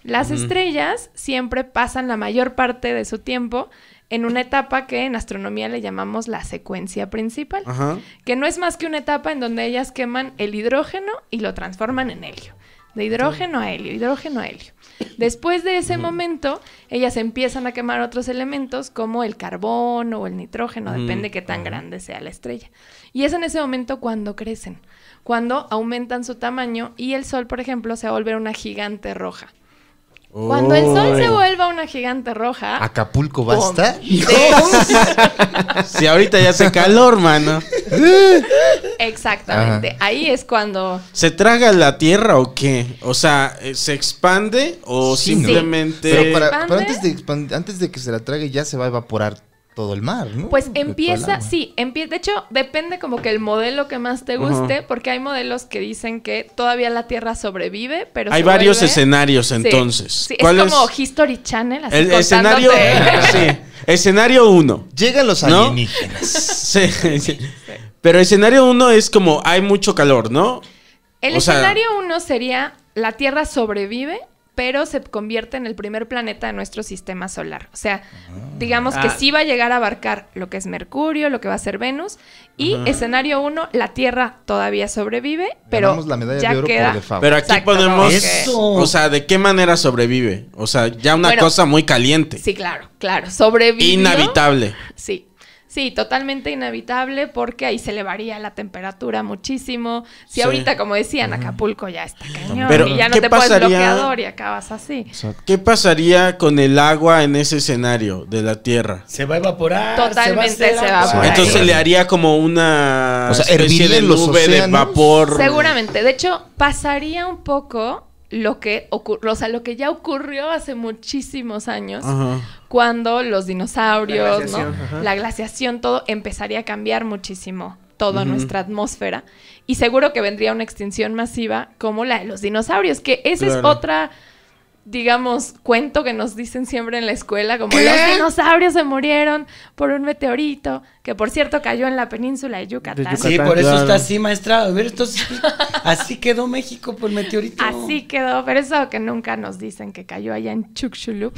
[SPEAKER 7] Las estrellas siempre pasan la mayor parte de su tiempo en una etapa que en astronomía le llamamos la secuencia principal,
[SPEAKER 3] Ajá.
[SPEAKER 7] que no es más que una etapa en donde ellas queman el hidrógeno y lo transforman en helio. De hidrógeno a helio, hidrógeno a helio. Después de ese momento, ellas empiezan a quemar otros elementos como el carbono o el nitrógeno, depende qué tan grande sea la estrella. Y es en ese momento cuando crecen, cuando aumentan su tamaño y el Sol, por ejemplo, se va a volver una gigante roja. Cuando el Sol se vuelva una gigante roja,
[SPEAKER 2] Acapulco va a estar.
[SPEAKER 3] Si ahorita ya hace calor, mano.
[SPEAKER 7] exactamente, ahí es cuando
[SPEAKER 3] ¿Se traga la tierra o qué? O sea, eh, ¿se expande o
[SPEAKER 2] Sí, ¿no?
[SPEAKER 3] simplemente.
[SPEAKER 2] Pero, para,
[SPEAKER 7] expande.
[SPEAKER 2] pero antes, de expand- antes de que se la trague ya se va a evaporar todo el mar, ¿no?
[SPEAKER 7] Pues
[SPEAKER 3] Uh,
[SPEAKER 2] Todo el
[SPEAKER 7] empieza,
[SPEAKER 2] agua.
[SPEAKER 7] sí, empie- de hecho depende como que el modelo que más te guste, porque hay modelos que dicen que todavía la Tierra sobrevive, pero
[SPEAKER 3] Hay
[SPEAKER 7] se
[SPEAKER 3] varios
[SPEAKER 7] vuelve-
[SPEAKER 3] escenarios
[SPEAKER 7] Sí,
[SPEAKER 3] entonces.
[SPEAKER 7] sí,
[SPEAKER 3] ¿Cuál
[SPEAKER 7] es como
[SPEAKER 3] es
[SPEAKER 7] History Channel, así
[SPEAKER 3] el
[SPEAKER 7] contándote-
[SPEAKER 3] escenario? sí. Escenario 1.
[SPEAKER 2] Llegan los
[SPEAKER 3] ¿No?
[SPEAKER 2] alienígenas.
[SPEAKER 3] Pero escenario 1 es como hay mucho calor, ¿no?
[SPEAKER 7] El
[SPEAKER 3] O sea-
[SPEAKER 7] escenario uno sería la Tierra sobrevive, pero se convierte en el primer planeta de nuestro sistema solar. O sea,
[SPEAKER 3] Ah.
[SPEAKER 7] digamos
[SPEAKER 2] Ah.
[SPEAKER 7] que sí va a llegar a abarcar lo que es Mercurio, lo que va a ser Venus. Y escenario uno, la Tierra todavía sobrevive, pero
[SPEAKER 2] Ganamos la medalla
[SPEAKER 7] ya
[SPEAKER 2] de oro
[SPEAKER 7] queda.
[SPEAKER 2] por default.
[SPEAKER 3] Pero aquí
[SPEAKER 7] Exacto,
[SPEAKER 3] ponemos.
[SPEAKER 7] como que-
[SPEAKER 4] Eso.
[SPEAKER 3] O sea, ¿de qué manera sobrevive? O sea, ya una
[SPEAKER 7] Bueno,
[SPEAKER 3] cosa muy caliente.
[SPEAKER 7] Sí, claro, claro. Sobrevivió.
[SPEAKER 3] Inhabitable.
[SPEAKER 7] Sí. Sí, totalmente inhabitable porque ahí se elevaría la temperatura muchísimo. Si
[SPEAKER 3] Sí.
[SPEAKER 7] ahorita, como decían, Acapulco ya está cañón
[SPEAKER 3] Pero,
[SPEAKER 7] y ya no
[SPEAKER 3] ¿qué
[SPEAKER 7] te pones
[SPEAKER 3] pasaría?
[SPEAKER 7] bloqueador y acabas así.
[SPEAKER 3] ¿Qué pasaría con el agua en ese escenario de la Tierra?
[SPEAKER 4] Se va a evaporar.
[SPEAKER 7] Totalmente
[SPEAKER 4] se va a,
[SPEAKER 7] se
[SPEAKER 4] hacer
[SPEAKER 7] va a
[SPEAKER 4] agua.
[SPEAKER 7] evaporar.
[SPEAKER 3] Entonces le haría como una
[SPEAKER 2] O sea,
[SPEAKER 3] especie
[SPEAKER 2] herviría
[SPEAKER 3] de
[SPEAKER 2] en los
[SPEAKER 3] nube de
[SPEAKER 2] océanos.
[SPEAKER 3] vapor.
[SPEAKER 7] Seguramente. De hecho, pasaría un poco lo que ocurrió, o sea, lo que ya ocurrió hace muchísimos años,
[SPEAKER 3] Ajá.
[SPEAKER 7] cuando los dinosaurios,
[SPEAKER 6] La
[SPEAKER 7] ¿no?
[SPEAKER 6] glaciación, ajá.
[SPEAKER 7] La glaciación, todo empezaría a cambiar muchísimo toda nuestra atmósfera. Y seguro que vendría una extinción masiva como la de los dinosaurios, que esa es
[SPEAKER 3] Claro.
[SPEAKER 7] otra digamos, cuento que nos dicen siempre en la escuela, como los dinosaurios se murieron por un meteorito, que por cierto cayó en la península de Yucatán.
[SPEAKER 6] Yucatán.
[SPEAKER 4] Sí, por eso
[SPEAKER 3] Claro.
[SPEAKER 4] está así, maestra. A ver, entonces, así quedó México por meteorito.
[SPEAKER 7] Así quedó, pero eso que nunca nos dicen que cayó allá en Chukchulup.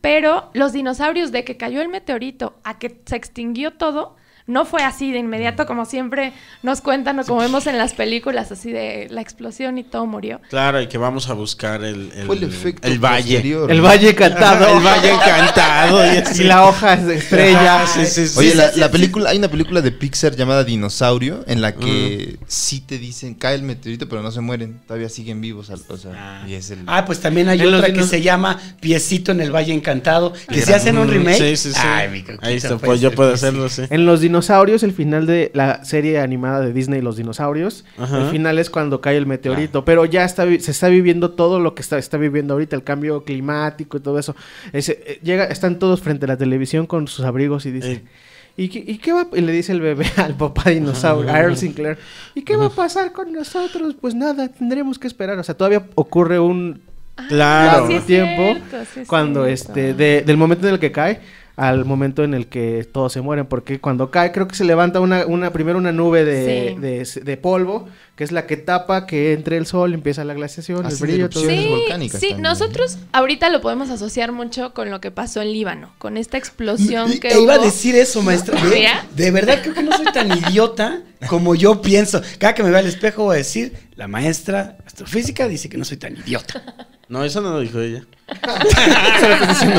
[SPEAKER 7] Pero los dinosaurios, de que cayó el meteorito a que se extinguió todo, no fue así de
[SPEAKER 4] Mm.
[SPEAKER 7] inmediato, como siempre nos cuentan o como vemos en las películas, así de la explosión y todo murió.
[SPEAKER 3] Claro, y que vamos a buscar el, el,
[SPEAKER 2] Fue el efecto
[SPEAKER 3] el valle.
[SPEAKER 2] posterior,
[SPEAKER 6] El
[SPEAKER 2] ¿no?
[SPEAKER 6] Valle Encantado.
[SPEAKER 3] El valle encantado. Y así.
[SPEAKER 6] Y la hoja es de estrella.
[SPEAKER 3] Ajá, sí, sí, sí.
[SPEAKER 2] Oye, la, la película, hay una película de Pixar llamada Dinosaurio en la que sí te dicen cae el meteorito, pero no se mueren, todavía siguen vivos. al- O sea, y es el.
[SPEAKER 4] Ah, pues también hay
[SPEAKER 6] En los
[SPEAKER 4] otra que
[SPEAKER 6] dinos-
[SPEAKER 4] se llama Piecito en el Valle Encantado, que se hacen
[SPEAKER 6] Mm,
[SPEAKER 4] un remake.
[SPEAKER 3] Sí, sí, sí.
[SPEAKER 4] Ay, mi coquita,
[SPEAKER 3] Ahí está,
[SPEAKER 4] puede
[SPEAKER 3] pues yo
[SPEAKER 4] ser
[SPEAKER 3] puedo
[SPEAKER 4] que sí.
[SPEAKER 3] hacerlo, sí.
[SPEAKER 6] En Los Dinosaurios, el final de la serie animada de Disney, Los Dinosaurios,
[SPEAKER 3] Ajá. Ah.
[SPEAKER 6] el final es cuando cae el meteorito, pero ya está, vi- se está viviendo todo lo que está, está viviendo ahorita, el cambio climático y todo eso. Ese, eh, llega, están todos frente a la televisión con sus abrigos y dicen...
[SPEAKER 3] Eh.
[SPEAKER 6] ¿Y qué, y qué va? Y le dice el bebé al papá dinosaurio, a Earl Sinclair. ¿Y qué va a pasar con nosotros? Pues nada, tendremos que esperar. O sea, todavía ocurre un
[SPEAKER 3] Claro.
[SPEAKER 7] Ah, Sí, es
[SPEAKER 6] tiempo
[SPEAKER 7] cierto, sí es
[SPEAKER 6] cuando
[SPEAKER 7] cierto.
[SPEAKER 6] este de- del momento en el que cae al momento en el que todos se mueren porque cuando cae creo que se levanta una, una primero una nube de,
[SPEAKER 7] Sí.
[SPEAKER 6] de- de polvo que es la que tapa que entre el sol empieza la glaciación el
[SPEAKER 2] Hacen
[SPEAKER 6] brillo todo
[SPEAKER 2] erupciones.
[SPEAKER 6] eso.
[SPEAKER 7] Sí,
[SPEAKER 2] volcánicas
[SPEAKER 7] sí,
[SPEAKER 2] también.
[SPEAKER 7] nosotros ahorita lo podemos asociar mucho con lo que pasó en Líbano, con esta explosión que
[SPEAKER 4] Te e iba a
[SPEAKER 7] hubo.
[SPEAKER 4] decir eso, maestra. Ve,
[SPEAKER 7] ¿Ya?
[SPEAKER 4] De verdad creo que no soy tan idiota como yo pienso. Cada que me vea al espejo voy a decir, la maestra astrofísica dice que no soy tan idiota.
[SPEAKER 3] No, eso no lo dijo ella.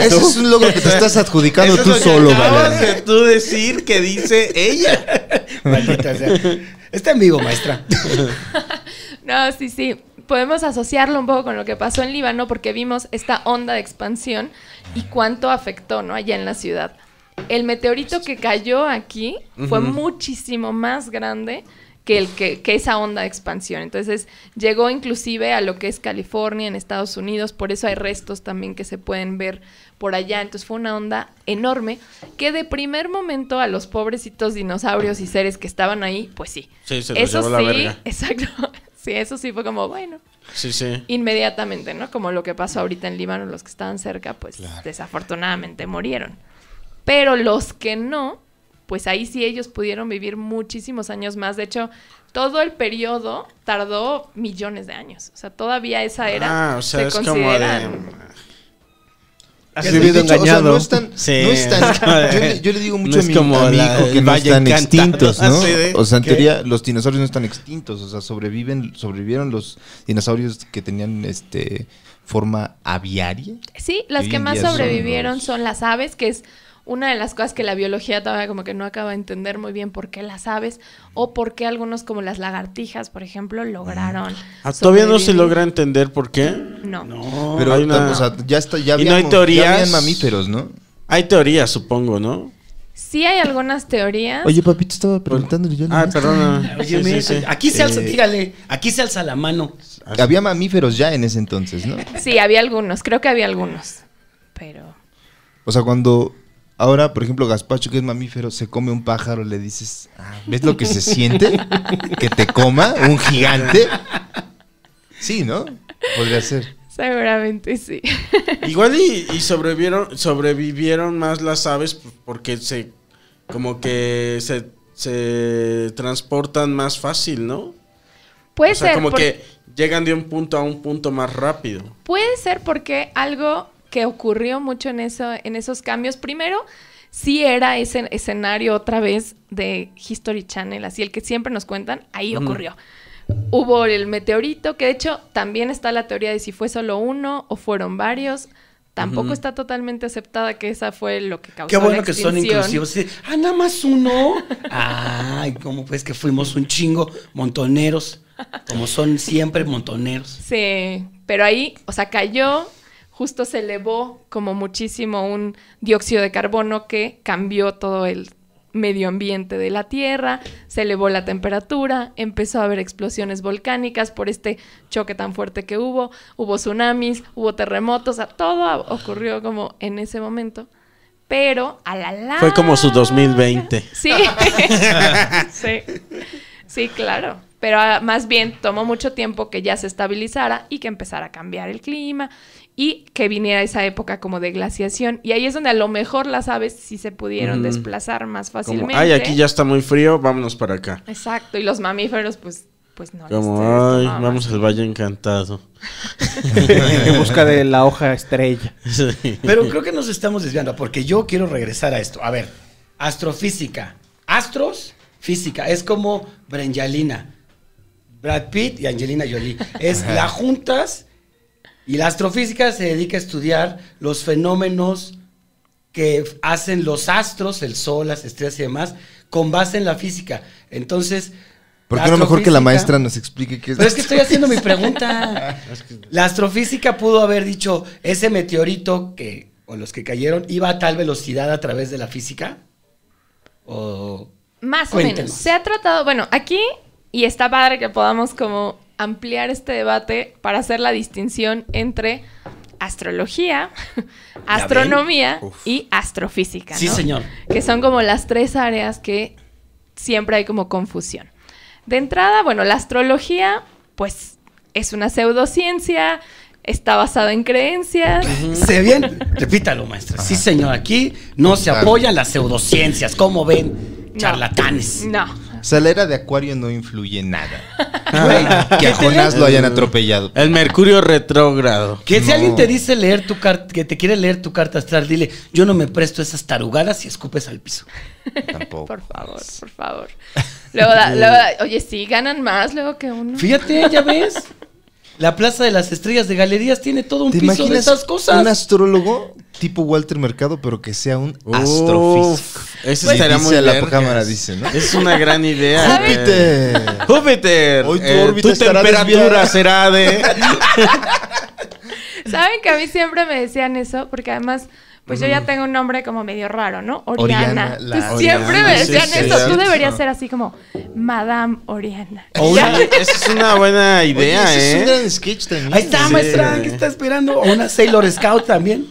[SPEAKER 2] Ese es un logro que te estás adjudicando tú solo,
[SPEAKER 3] Acabas
[SPEAKER 2] Valeria.
[SPEAKER 3] de tú decir que dice ella.
[SPEAKER 4] Maldita sea. Está en vivo, maestra.
[SPEAKER 7] No, sí, sí. Podemos asociarlo un poco con lo que pasó en Líbano porque vimos esta onda de expansión y cuánto afectó, ¿no? Allá en la ciudad. El meteorito que cayó aquí fue muchísimo más grande que, el que, que esa onda de expansión. Entonces llegó inclusive a lo que es California, en Estados Unidos, por eso hay restos también que se pueden ver por allá. Entonces fue una onda enorme que de primer momento a los pobrecitos dinosaurios y seres que estaban ahí, pues sí.
[SPEAKER 3] Sí, se los
[SPEAKER 7] eso
[SPEAKER 3] llevó la
[SPEAKER 7] sí,
[SPEAKER 3] verga.
[SPEAKER 7] Exacto. Sí, eso sí fue como, bueno,
[SPEAKER 3] Sí, sí.
[SPEAKER 7] inmediatamente, ¿no? Como lo que pasó ahorita en Líbano, los que estaban cerca, pues desafortunadamente murieron. Pero los que no, pues ahí sí ellos pudieron vivir muchísimos años más. De hecho, todo el periodo tardó millones de años. O sea, todavía esa era
[SPEAKER 3] Ah, o sea,
[SPEAKER 7] se
[SPEAKER 3] es
[SPEAKER 7] consideran... Ah,
[SPEAKER 3] como de.
[SPEAKER 6] has vivido
[SPEAKER 2] De hecho, o sea,
[SPEAKER 6] engañado
[SPEAKER 2] no están,
[SPEAKER 3] Sí.
[SPEAKER 2] no están- yo, le, yo le digo mucho
[SPEAKER 3] No
[SPEAKER 2] a
[SPEAKER 3] es
[SPEAKER 2] mi,
[SPEAKER 3] como
[SPEAKER 2] a mi
[SPEAKER 3] la-
[SPEAKER 2] hijo que
[SPEAKER 3] el
[SPEAKER 2] no
[SPEAKER 3] Valle
[SPEAKER 2] están
[SPEAKER 3] Encantado,
[SPEAKER 2] extintos, ¿no?
[SPEAKER 3] así de-
[SPEAKER 2] O sea, en
[SPEAKER 3] ¿Qué?
[SPEAKER 2] teoría los dinosaurios no están extintos, o sea, sobreviven, sobrevivieron los dinosaurios que tenían este forma aviaria.
[SPEAKER 7] Sí, las
[SPEAKER 2] Hoy
[SPEAKER 7] que
[SPEAKER 2] en
[SPEAKER 7] más
[SPEAKER 2] día son
[SPEAKER 7] sobrevivieron
[SPEAKER 2] los-
[SPEAKER 7] son las aves, que es una de las cosas que la biología todavía como que no acaba de entender muy bien por qué las aves o por qué algunos como las lagartijas, por ejemplo, lograron.
[SPEAKER 3] Ah, Todavía no se
[SPEAKER 7] sobrevivir.
[SPEAKER 3] logra entender por qué.
[SPEAKER 7] No.
[SPEAKER 3] No,
[SPEAKER 2] Pero
[SPEAKER 3] hay una-
[SPEAKER 2] o sea, ya está, ya
[SPEAKER 3] Y no hay
[SPEAKER 2] habíamos-
[SPEAKER 3] teorías.
[SPEAKER 2] ya habían mamíferos, ¿no?
[SPEAKER 3] hay teorías, supongo, ¿no?
[SPEAKER 7] Sí hay algunas teorías.
[SPEAKER 2] Oye, papito, estaba
[SPEAKER 4] Pues,
[SPEAKER 2] preguntándole yo. a la
[SPEAKER 3] Ah,
[SPEAKER 2] maestra.
[SPEAKER 3] perdona.
[SPEAKER 4] Oye,
[SPEAKER 3] Sí, sí,
[SPEAKER 4] mira,
[SPEAKER 3] sí.
[SPEAKER 4] aquí se alza,
[SPEAKER 2] Eh.
[SPEAKER 4] dígale, aquí se alza la mano.
[SPEAKER 2] Había mamíferos ya en ese entonces, ¿no?
[SPEAKER 7] Sí, había algunos, creo que había algunos. Pero
[SPEAKER 2] O sea, cuando ahora, por ejemplo, Gaspacho, que es mamífero, se come un pájaro, le dices, "Ah, ¿ves lo que se siente? Que te coma un gigante. Sí, ¿no? Podría ser.
[SPEAKER 7] seguramente sí.
[SPEAKER 3] Igual y, y sobrevivieron, sobrevivieron más las aves p- porque se como que se, se transportan más fácil, ¿no?
[SPEAKER 7] Puede
[SPEAKER 3] o sea,
[SPEAKER 7] ser.
[SPEAKER 3] como
[SPEAKER 7] por-
[SPEAKER 3] que llegan de un punto a un punto más rápido.
[SPEAKER 7] Puede ser porque algo que ocurrió mucho en, eso, en esos cambios, primero, sí era ese escenario otra vez de History Channel, así el que siempre nos cuentan, ahí ocurrió. Hubo el meteorito, que de hecho también está la teoría de si fue solo uno o fueron varios. Tampoco está totalmente aceptada que esa fue lo que causó
[SPEAKER 4] Qué bueno
[SPEAKER 7] la
[SPEAKER 4] que son
[SPEAKER 7] extinción.
[SPEAKER 4] inclusivos. Sí, Ah, nada más uno. Ay, cómo pues que fuimos un chingo, montoneros. Como son siempre montoneros.
[SPEAKER 7] Sí, pero ahí, o sea, cayó, justo se elevó como muchísimo un dióxido de carbono que cambió todo el medio ambiente de la Tierra, se elevó la temperatura, empezó a haber explosiones volcánicas por este choque tan fuerte que hubo, hubo tsunamis, hubo terremotos, o sea, todo ocurrió como en ese momento. Pero a la larga...
[SPEAKER 3] Fue como su 2020.
[SPEAKER 7] Sí. sí. Sí, claro. Pero ah, más bien tomó mucho tiempo que ya se estabilizara y que empezara a cambiar el clima y que viniera esa época como de glaciación. Y ahí es donde a lo mejor las aves sí se pudieron desplazar más
[SPEAKER 3] Mm. Como,
[SPEAKER 7] fácilmente.
[SPEAKER 3] ay, aquí ya está muy frío, vámonos para acá.
[SPEAKER 7] Exacto. Y los mamíferos, pues, pues no. les-
[SPEAKER 3] Como,
[SPEAKER 7] les
[SPEAKER 3] ay,
[SPEAKER 7] tomaban.
[SPEAKER 3] vamos al Valle Encantado.
[SPEAKER 6] En busca de la hoja estrella.
[SPEAKER 7] Pues
[SPEAKER 3] Sí.
[SPEAKER 4] Pero creo que nos estamos desviando porque yo quiero regresar a esto. A ver, astrofísica. Astros, física. Es como Brenjalina, Brad Pitt y Angelina Jolie. Es la juntas y la astrofísica se dedica a estudiar los fenómenos que f- hacen los astros, el sol, las estrellas y demás, con base en la física. Entonces...
[SPEAKER 2] ¿Por
[SPEAKER 4] la
[SPEAKER 2] qué no mejor que la
[SPEAKER 4] astrofísica-
[SPEAKER 2] maestra nos explique qué es?
[SPEAKER 4] pero es que estoy haciendo mi pregunta. La astrofísica pudo haber dicho, ese meteorito que, o los que cayeron, iba a tal velocidad a través de la física. O...
[SPEAKER 7] Más o
[SPEAKER 4] Cuéntenos.
[SPEAKER 7] menos. Se ha tratado, bueno, aquí, y está padre que podamos como ampliar este debate para hacer la distinción entre astrología, astronomía y astrofísica.
[SPEAKER 4] Sí,
[SPEAKER 7] ¿no?
[SPEAKER 4] señor.
[SPEAKER 7] Que son como las tres áreas que siempre hay como confusión. De entrada, bueno, la astrología, pues, es una pseudociencia, está basada en creencias.
[SPEAKER 4] Se bien, repítalo, maestra. Sí, señor, aquí no se apoyan las pseudociencias. ¿Cómo ven?
[SPEAKER 7] No.
[SPEAKER 4] Charlatanes.
[SPEAKER 7] No,
[SPEAKER 2] O sea, la era de Acuario no influye en nada.
[SPEAKER 4] Ah. Güey,
[SPEAKER 2] Que a Jonás lo hayan atropellado.
[SPEAKER 4] Eh.
[SPEAKER 3] El Mercurio retrógrado.
[SPEAKER 4] Que si alguien te dice leer tu carta, que te quiere leer tu carta astral, dile, yo no me presto esas tarugadas y escupes al piso.
[SPEAKER 2] Tampoco.
[SPEAKER 7] por favor, por favor. Luego, da- luego da- oye, sí, ganan más luego que uno.
[SPEAKER 4] Fíjate, ya ves. La Plaza de las Estrellas de Galerías tiene todo un
[SPEAKER 2] ¿Te
[SPEAKER 4] piso de
[SPEAKER 2] imaginas
[SPEAKER 4] esas cosas.
[SPEAKER 2] un astrólogo tipo Walter Mercado, pero que sea un
[SPEAKER 3] Uf,
[SPEAKER 2] astrofísico?
[SPEAKER 3] Ese
[SPEAKER 2] Le
[SPEAKER 3] estaría
[SPEAKER 2] dice
[SPEAKER 3] muy
[SPEAKER 2] a la
[SPEAKER 3] vergas.
[SPEAKER 2] cámara, dice, ¿no?
[SPEAKER 3] Es una gran idea. güey.
[SPEAKER 2] ¡Júpiter!
[SPEAKER 3] Júpiter.
[SPEAKER 2] Hoy tu
[SPEAKER 3] eh,
[SPEAKER 2] órbita estará
[SPEAKER 3] temperatura
[SPEAKER 2] desviada.
[SPEAKER 3] será de.
[SPEAKER 7] ¿Saben que a mí siempre me decían eso? Porque además, pues yo ya tengo un nombre como medio raro, ¿no?
[SPEAKER 2] Oriana,
[SPEAKER 7] Oriana. Pues
[SPEAKER 2] la
[SPEAKER 7] siempre
[SPEAKER 3] Oriana,
[SPEAKER 7] me
[SPEAKER 3] sí,
[SPEAKER 7] decían
[SPEAKER 3] sí,
[SPEAKER 7] eso.
[SPEAKER 3] sí. Oh,
[SPEAKER 7] Tú deberías ser así como Madame Oriana.
[SPEAKER 3] Oye, esa es una buena idea,
[SPEAKER 2] Oye, ese es un
[SPEAKER 3] ¿eh?
[SPEAKER 2] gran sketch también.
[SPEAKER 4] Ahí está,
[SPEAKER 3] Sí.
[SPEAKER 4] maestra, ¿qué está esperando? O una Sailor Scout también.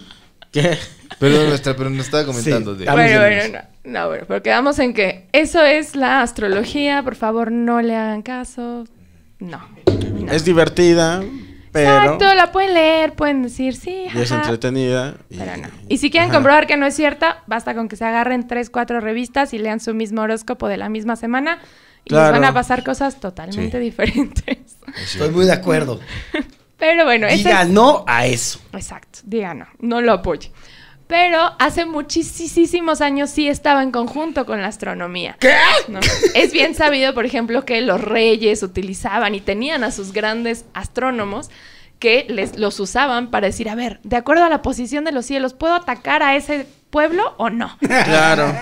[SPEAKER 3] ¿Qué?
[SPEAKER 2] Perdón, nuestra, pero nos estaba comentando
[SPEAKER 4] Sí,
[SPEAKER 2] de...
[SPEAKER 4] también.
[SPEAKER 7] Bueno,
[SPEAKER 4] Vamos de
[SPEAKER 7] bueno, no. No, bueno, pero quedamos en que eso es la astrología. Por favor, no le hagan caso. No. no.
[SPEAKER 3] Es divertida, pero.
[SPEAKER 7] Exacto, la pueden leer, pueden decir sí,
[SPEAKER 3] Y es
[SPEAKER 7] jaja,
[SPEAKER 3] entretenida. y-
[SPEAKER 7] Pero no. Y si quieren
[SPEAKER 3] Ajá.
[SPEAKER 7] comprobar que no es cierta, basta con que se agarren tres, cuatro revistas y lean su mismo horóscopo de la misma semana y les
[SPEAKER 3] Claro.
[SPEAKER 7] van a pasar cosas totalmente diferentes.
[SPEAKER 4] Estoy muy de acuerdo.
[SPEAKER 7] Pero bueno, ese
[SPEAKER 4] Diga
[SPEAKER 7] es-
[SPEAKER 4] no a eso.
[SPEAKER 7] Exacto, diga no, no lo apoye. Pero hace muchísimos años sí estaba en conjunto con la astronomía. ¿Qué? Es bien sabido, por ejemplo, que los reyes utilizaban y tenían a sus grandes astrónomos que les, los usaban para decir, a ver, de acuerdo a la posición de los cielos, ¿puedo atacar a ese pueblo o no?
[SPEAKER 3] Claro.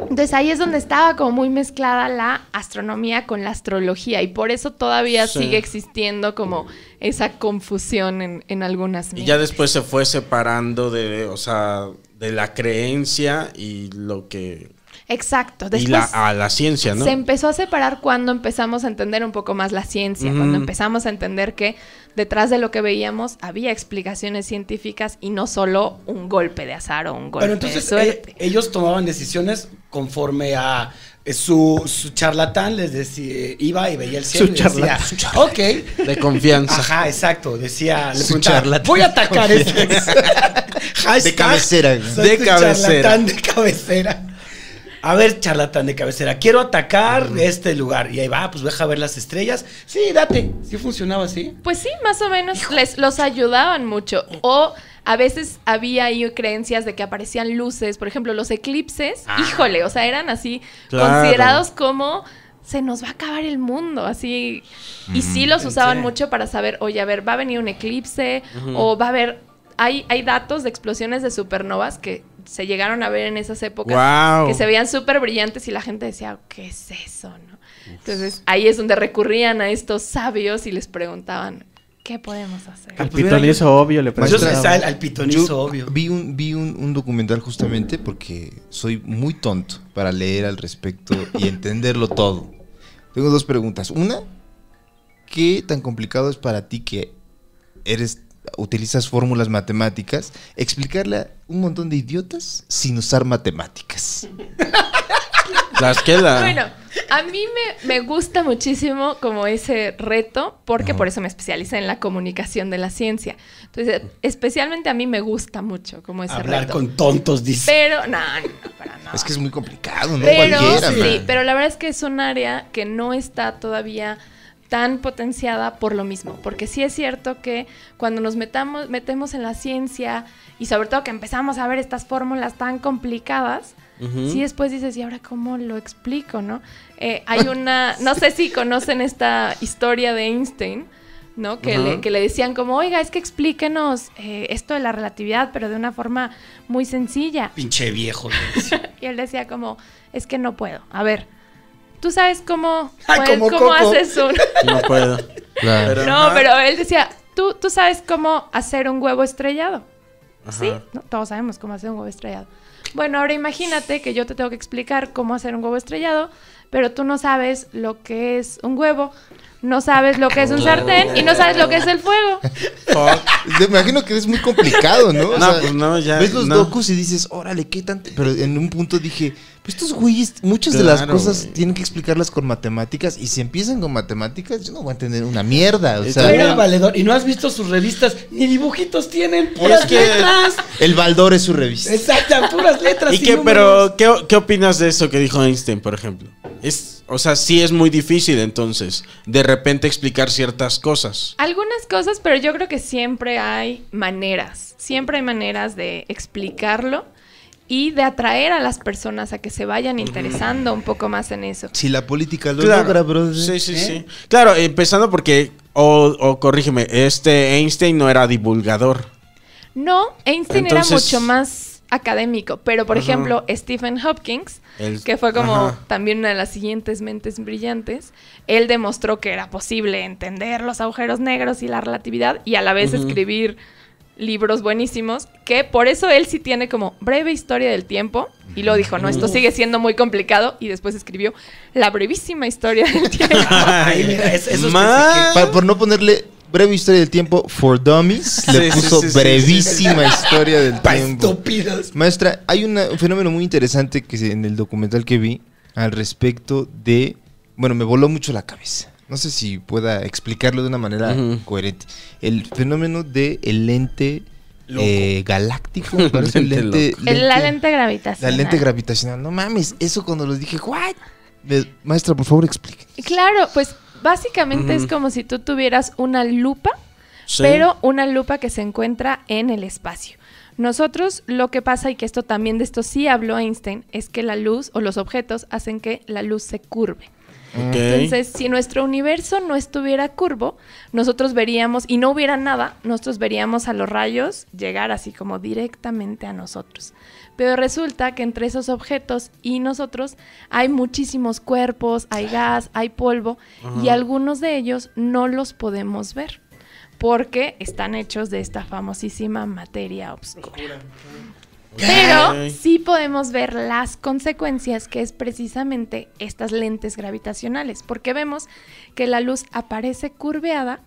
[SPEAKER 7] Entonces ahí es donde estaba como muy mezclada la astronomía con la astrología y por eso todavía
[SPEAKER 3] Sí.
[SPEAKER 7] sigue existiendo como esa confusión en, en algunas
[SPEAKER 3] Y ya
[SPEAKER 7] mentes.
[SPEAKER 3] después se fue separando de, o sea, de la creencia y lo que.
[SPEAKER 7] Exacto.
[SPEAKER 3] y
[SPEAKER 7] Después
[SPEAKER 3] la, a la ciencia, ¿no?
[SPEAKER 7] se em- empezó a separar cuando empezamos a entender un poco más la ciencia,
[SPEAKER 3] Ujú.
[SPEAKER 7] cuando empezamos a entender que detrás de lo que veíamos había explicaciones científicas y no solo un golpe de azar o un golpe
[SPEAKER 4] Pero entonces
[SPEAKER 7] de suerte.
[SPEAKER 4] eh, ellos tomaban decisiones conforme a eh, su, su charlatán les decía, iba y veía el cielo
[SPEAKER 6] Su
[SPEAKER 4] y decía,
[SPEAKER 6] charlatán,
[SPEAKER 4] ok,
[SPEAKER 3] De confianza.
[SPEAKER 4] Ajá, exacto. Decía, le
[SPEAKER 2] Su
[SPEAKER 4] preguntaba,
[SPEAKER 2] charlatán.
[SPEAKER 4] voy a atacar este.
[SPEAKER 2] De cabecera, güey.
[SPEAKER 4] De
[SPEAKER 3] De
[SPEAKER 4] cabecera.
[SPEAKER 3] cabecera.
[SPEAKER 4] Charlatán de cabecera. A ver, charlatán de cabecera, quiero atacar este lugar. Y ahí va, pues deja ver las estrellas. Sí, date. Sí funcionaba así.
[SPEAKER 7] Pues sí, más o menos les, los ayudaban mucho. O a veces había ahí creencias de que aparecían luces, por ejemplo, los eclipses, híjole, o sea, eran así
[SPEAKER 3] Claro.
[SPEAKER 7] considerados como se nos va a acabar el mundo, así. Y sí los usaban mucho para saber, oye, a ver, va a venir un eclipse o va a haber hay, hay datos de explosiones de supernovas que se llegaron a ver en esas épocas,
[SPEAKER 3] Guau.
[SPEAKER 7] que se veían súper brillantes y la gente decía, ¿qué es eso? ¿no? Entonces ahí es donde recurrían a estos sabios y les preguntaban, ¿qué podemos hacer?
[SPEAKER 2] Ah.
[SPEAKER 6] Al pitonizo obvio le
[SPEAKER 2] Maestra,
[SPEAKER 4] Yo-
[SPEAKER 6] preguntaba.
[SPEAKER 4] está el- al pitonizo,
[SPEAKER 2] yo
[SPEAKER 4] obvio.
[SPEAKER 2] Vi, un, vi un, un documental justamente porque soy muy tonto para leer al respecto y entenderlo todo. Tengo dos preguntas. Una, ¿qué tan complicado es para ti que eres utilizas fórmulas matemáticas explicarle a un montón de idiotas sin usar matemáticas?
[SPEAKER 3] Las que la.
[SPEAKER 7] Bueno, a mí me, me gusta muchísimo como ese reto, porque por eso me especialicé en la comunicación de la ciencia. Entonces, especialmente a mí me gusta mucho como ese
[SPEAKER 4] Hablar
[SPEAKER 7] reto.
[SPEAKER 4] con tontos, dice.
[SPEAKER 7] Pero, no, no, para nada.
[SPEAKER 2] Es que es muy complicado, ¿no?
[SPEAKER 7] Pero,
[SPEAKER 2] Cualquiera,
[SPEAKER 7] sí,
[SPEAKER 2] man.
[SPEAKER 7] pero la verdad es que es un área que no está todavía tan potenciada por lo mismo, porque sí es cierto que cuando nos metamos, metemos en la ciencia y sobre todo que empezamos a ver estas fórmulas tan complicadas, sí después dices, ¿y ahora cómo lo explico, no? Eh, hay una, no sé si conocen esta historia de Einstein, ¿no? Que, le, que le decían como, oiga, es que explíquenos eh, esto de la relatividad, pero de una forma muy sencilla.
[SPEAKER 4] Pinche viejo.
[SPEAKER 7] Y él decía como, es que no puedo. A ver, ¿tú sabes cómo,
[SPEAKER 4] Ay,
[SPEAKER 7] puedes-
[SPEAKER 4] como
[SPEAKER 7] cómo
[SPEAKER 4] Coco.
[SPEAKER 7] haces un...
[SPEAKER 3] No puedo.
[SPEAKER 2] Claro.
[SPEAKER 7] no, pero él decía, ¿tú, tú sabes cómo hacer un huevo estrellado. Sí, ¿no? todos sabemos cómo hacer un huevo estrellado. Bueno, ahora imagínate que yo te tengo que explicar cómo hacer un huevo estrellado, pero tú no sabes lo que es un huevo, no sabes lo que es un sartén y no sabes lo que es el fuego.
[SPEAKER 2] Te imagino que es muy complicado, ¿no? O
[SPEAKER 3] No, pues no, ya,
[SPEAKER 2] Ves los
[SPEAKER 3] no.
[SPEAKER 2] docus y dices, órale, qué tanto. Pero en un punto dije, pues estos güeyes, muchas de las
[SPEAKER 3] Claro,
[SPEAKER 2] cosas
[SPEAKER 3] güey.
[SPEAKER 2] tienen que explicarlas con matemáticas. Y si empiezan con matemáticas, yo no voy a tener una mierda. O sea,
[SPEAKER 4] Era valedor. Y no has visto sus revistas. Ni dibujitos tienen. Puras
[SPEAKER 3] que-
[SPEAKER 4] letras.
[SPEAKER 2] el Baldor es su revista.
[SPEAKER 4] Exacta, puras letras.
[SPEAKER 3] ¿Y qué,
[SPEAKER 4] números.
[SPEAKER 3] pero, ¿qué, qué opinas de eso que dijo Einstein, por ejemplo? Es, o sea, sí es muy difícil entonces, de repente explicar ciertas cosas.
[SPEAKER 7] Algunas cosas, pero yo creo que siempre hay maneras, siempre hay maneras de explicarlo y de atraer a las personas a que se vayan interesando un poco más en eso.
[SPEAKER 2] Si la política lo
[SPEAKER 3] Claro.
[SPEAKER 2] logra, bro.
[SPEAKER 3] Sí,
[SPEAKER 7] ¿Eh?
[SPEAKER 3] sí, sí. Claro, empezando porque, o, o corrígeme, este Einstein no era divulgador.
[SPEAKER 7] No, Einstein era
[SPEAKER 3] Entonces-
[SPEAKER 7] mucho más académico, pero por
[SPEAKER 3] Ajá.
[SPEAKER 7] ejemplo Stephen Hopkins,
[SPEAKER 3] El-
[SPEAKER 7] que fue como
[SPEAKER 3] ajá.
[SPEAKER 7] también una de las siguientes mentes brillantes, él demostró que era posible entender los agujeros negros y la relatividad y a la vez escribir libros buenísimos, que por eso él sí tiene como breve historia del tiempo y lo dijo, no, esto sigue siendo muy complicado y después escribió la brevísima historia del tiempo.
[SPEAKER 4] Ahí, mira, es- esos que se
[SPEAKER 3] Más-
[SPEAKER 2] Pa- por no ponerle breve historia del tiempo, For Dummies le
[SPEAKER 3] Sí, sí,
[SPEAKER 2] puso
[SPEAKER 3] sí, sí,
[SPEAKER 2] brevísima historia del
[SPEAKER 4] Pa'
[SPEAKER 2] tiempo.
[SPEAKER 4] estúpidos.
[SPEAKER 2] Maestra, hay una- un fenómeno muy interesante que se- en el documental que vi al respecto de. Bueno, me voló mucho la cabeza. No sé si pueda explicarlo de una manera
[SPEAKER 3] Ujú.
[SPEAKER 2] coherente. El fenómeno de el lente eh, galáctico, me parece, el
[SPEAKER 3] Lente
[SPEAKER 2] lente,
[SPEAKER 7] El- la
[SPEAKER 2] lente-
[SPEAKER 7] lente
[SPEAKER 2] la
[SPEAKER 7] gravitacional.
[SPEAKER 2] lente gravitacional. No mames, eso cuando los dije, ¿what? Me- Maestra, por favor, explíquenos.
[SPEAKER 7] Claro, pues básicamente es
[SPEAKER 3] Ujú.
[SPEAKER 7] como si tú tuvieras una lupa,
[SPEAKER 3] Sí.
[SPEAKER 7] pero una lupa que se encuentra en el espacio. Nosotros lo que pasa, y que esto también de esto sí habló Einstein, es que la luz o los objetos hacen que la luz se curve.
[SPEAKER 3] Ok.
[SPEAKER 7] Entonces, si nuestro universo no estuviera curvo, nosotros veríamos, y no hubiera nada, nosotros veríamos a los rayos llegar así como directamente a nosotros. Pero resulta que entre esos objetos y nosotros hay muchísimos cuerpos, hay gas, hay polvo, y algunos de ellos no los podemos ver porque están hechos de esta famosísima materia oscura. Pero sí podemos ver las consecuencias que es precisamente estas lentes gravitacionales, porque vemos que la luz aparece curveada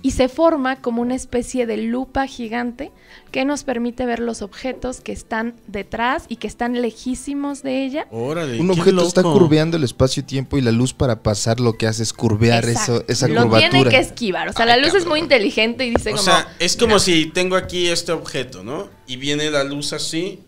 [SPEAKER 7] y se forma como una especie de lupa gigante que nos permite ver los objetos que están detrás y que están lejísimos de ella.
[SPEAKER 3] Órale,
[SPEAKER 2] Un
[SPEAKER 3] qué
[SPEAKER 2] objeto está
[SPEAKER 3] loco.
[SPEAKER 2] curveando el espacio-tiempo y la luz para pasar lo que hace es curvear eso,
[SPEAKER 7] Exacto.
[SPEAKER 2] esa
[SPEAKER 7] Lo
[SPEAKER 2] curvatura.
[SPEAKER 7] tiene que esquivar. O sea, la
[SPEAKER 2] Ay,
[SPEAKER 7] luz es muy
[SPEAKER 2] cabrón.
[SPEAKER 7] inteligente y dice
[SPEAKER 3] O
[SPEAKER 7] como...
[SPEAKER 3] sea, es como si tengo aquí este objeto, ¿no? Y viene la luz así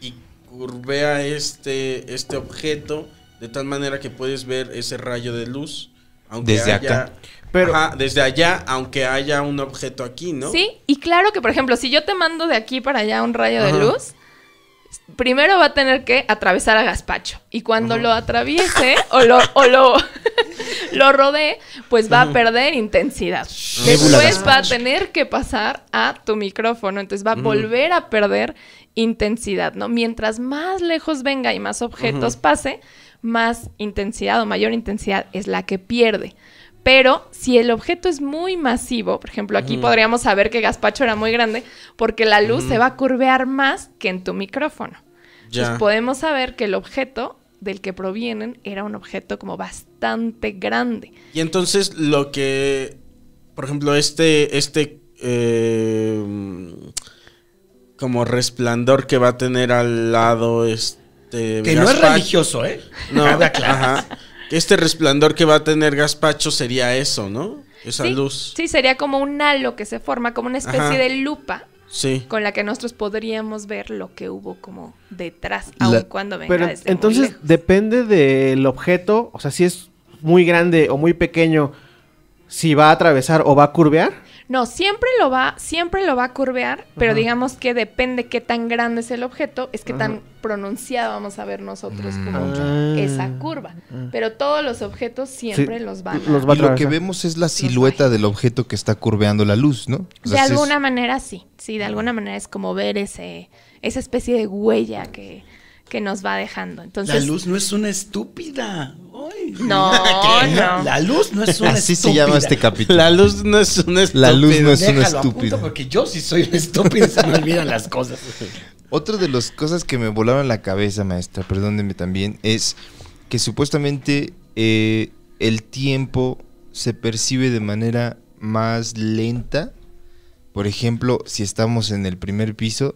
[SPEAKER 3] y curvea este, este objeto de tal manera que puedes ver ese rayo de luz. Aunque
[SPEAKER 2] Desde
[SPEAKER 3] haya-
[SPEAKER 2] acá.
[SPEAKER 6] Pero-
[SPEAKER 3] Ajá, desde allá, aunque haya un objeto aquí, ¿no?
[SPEAKER 7] Sí, y claro que, por ejemplo, si yo te mando de aquí para allá un rayo
[SPEAKER 3] Ajá.
[SPEAKER 7] de luz, primero va a tener que atravesar a Gaspacho. Y cuando lo atraviese, o lo, o lo, lo rodee, pues va a perder intensidad. Después va a tener que pasar a tu micrófono, entonces va a volver a perder intensidad, ¿no? Mientras más lejos venga y más objetos pase, más intensidad o mayor intensidad es la que pierde. Pero si el objeto es muy masivo, por ejemplo, aquí podríamos saber que Gaspacho era muy grande, porque la luz se va a curvear más que en tu micrófono. Entonces podemos saber que el objeto del que provienen era un objeto como bastante grande.
[SPEAKER 3] Y entonces lo que, por ejemplo, este, este eh, como resplandor que va a tener al lado este...
[SPEAKER 4] Que no es
[SPEAKER 3] Gazpacho-
[SPEAKER 4] religioso, ¿eh?
[SPEAKER 3] No,
[SPEAKER 4] Cabe aclarar.
[SPEAKER 3] ajá. Este resplandor que va a tener Gaspacho sería eso, ¿no? Esa
[SPEAKER 7] sí,
[SPEAKER 3] luz.
[SPEAKER 7] sí, sería como un halo que se forma, como una especie
[SPEAKER 3] Ajá.
[SPEAKER 7] de lupa
[SPEAKER 3] Sí.
[SPEAKER 7] con la que nosotros podríamos ver lo que hubo como detrás, aun
[SPEAKER 2] La-
[SPEAKER 7] cuando venga
[SPEAKER 6] Pero
[SPEAKER 7] desde muy
[SPEAKER 6] entonces
[SPEAKER 7] lejos.
[SPEAKER 6] depende del objeto, o sea, si es muy grande o muy pequeño, si va a atravesar o va a curvear.
[SPEAKER 7] No, siempre lo va, siempre lo va a curvear, pero digamos que depende qué tan grande es el objeto, es que tan pronunciado vamos a ver nosotros como
[SPEAKER 6] Ah.
[SPEAKER 7] esa curva. Pero todos los objetos siempre
[SPEAKER 6] Sí,
[SPEAKER 7] los van a...
[SPEAKER 6] los va a
[SPEAKER 2] Y lo que
[SPEAKER 6] atravesar.
[SPEAKER 2] vemos es la silueta del objeto que está curveando la luz, ¿no? O
[SPEAKER 7] De
[SPEAKER 2] sea, es-
[SPEAKER 7] alguna manera sí, sí, de alguna manera es como ver ese, esa especie de huella que, que nos va dejando.
[SPEAKER 4] La
[SPEAKER 7] Entonces,
[SPEAKER 4] luz no es una estúpida. Ay.
[SPEAKER 7] No, no.
[SPEAKER 4] La luz no es una
[SPEAKER 2] Así
[SPEAKER 4] estúpida.
[SPEAKER 2] se llama este capítulo.
[SPEAKER 3] La luz no es un
[SPEAKER 2] La luz no es una
[SPEAKER 4] Déjalo, apunto,
[SPEAKER 2] estúpida.
[SPEAKER 4] porque yo sí soy un estúpido y se me olvidan las cosas.
[SPEAKER 2] Otra de las cosas que me volaron la cabeza, maestra, perdónenme también, es que supuestamente eh, el tiempo se percibe de manera más lenta. Por ejemplo, si estamos en el primer piso,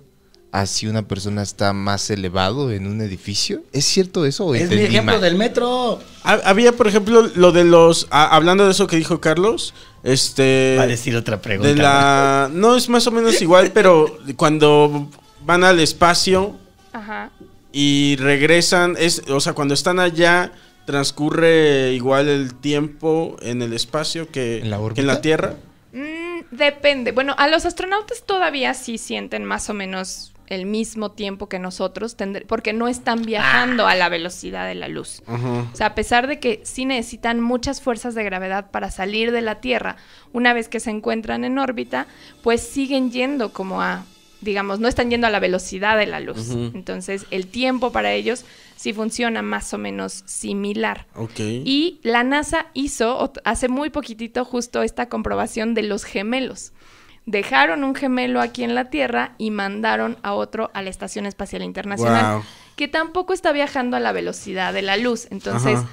[SPEAKER 2] así una persona está más elevado en un edificio. ¿Es cierto eso? o
[SPEAKER 4] Es mi
[SPEAKER 2] entendí
[SPEAKER 4] ejemplo
[SPEAKER 2] mal?
[SPEAKER 4] del metro.
[SPEAKER 3] Ha- Había, por ejemplo, lo de los. a- hablando de eso que dijo Carlos,
[SPEAKER 2] Eh,
[SPEAKER 3] este.
[SPEAKER 4] Va a decir otra pregunta.
[SPEAKER 3] de la. No, es más o menos igual, pero cuando van al espacio
[SPEAKER 7] ajá.
[SPEAKER 3] y regresan, es, o sea, cuando están allá, transcurre igual el tiempo en el espacio que
[SPEAKER 2] ¿En la
[SPEAKER 3] que
[SPEAKER 2] órbita?
[SPEAKER 3] la Tierra.
[SPEAKER 7] Mm, depende. Bueno, a los astronautas todavía sí sienten más o menos el mismo tiempo que nosotros, tendr- porque no están viajando a la velocidad de la luz. O sea, a pesar de que sí necesitan muchas fuerzas de gravedad para salir de la Tierra, una vez que se encuentran en órbita, pues siguen yendo como a, digamos, no están yendo a la velocidad de la luz. Entonces, el tiempo para ellos sí funciona más o menos similar.
[SPEAKER 3] Ok.
[SPEAKER 7] Y la NASA hizo ot- hace muy poquitito justo esta comprobación de los gemelos. Dejaron un gemelo aquí en la Tierra y mandaron a otro a la Estación Espacial Internacional,
[SPEAKER 3] Wow.
[SPEAKER 7] que tampoco está viajando a la velocidad de la luz. Entonces,
[SPEAKER 3] Ajá.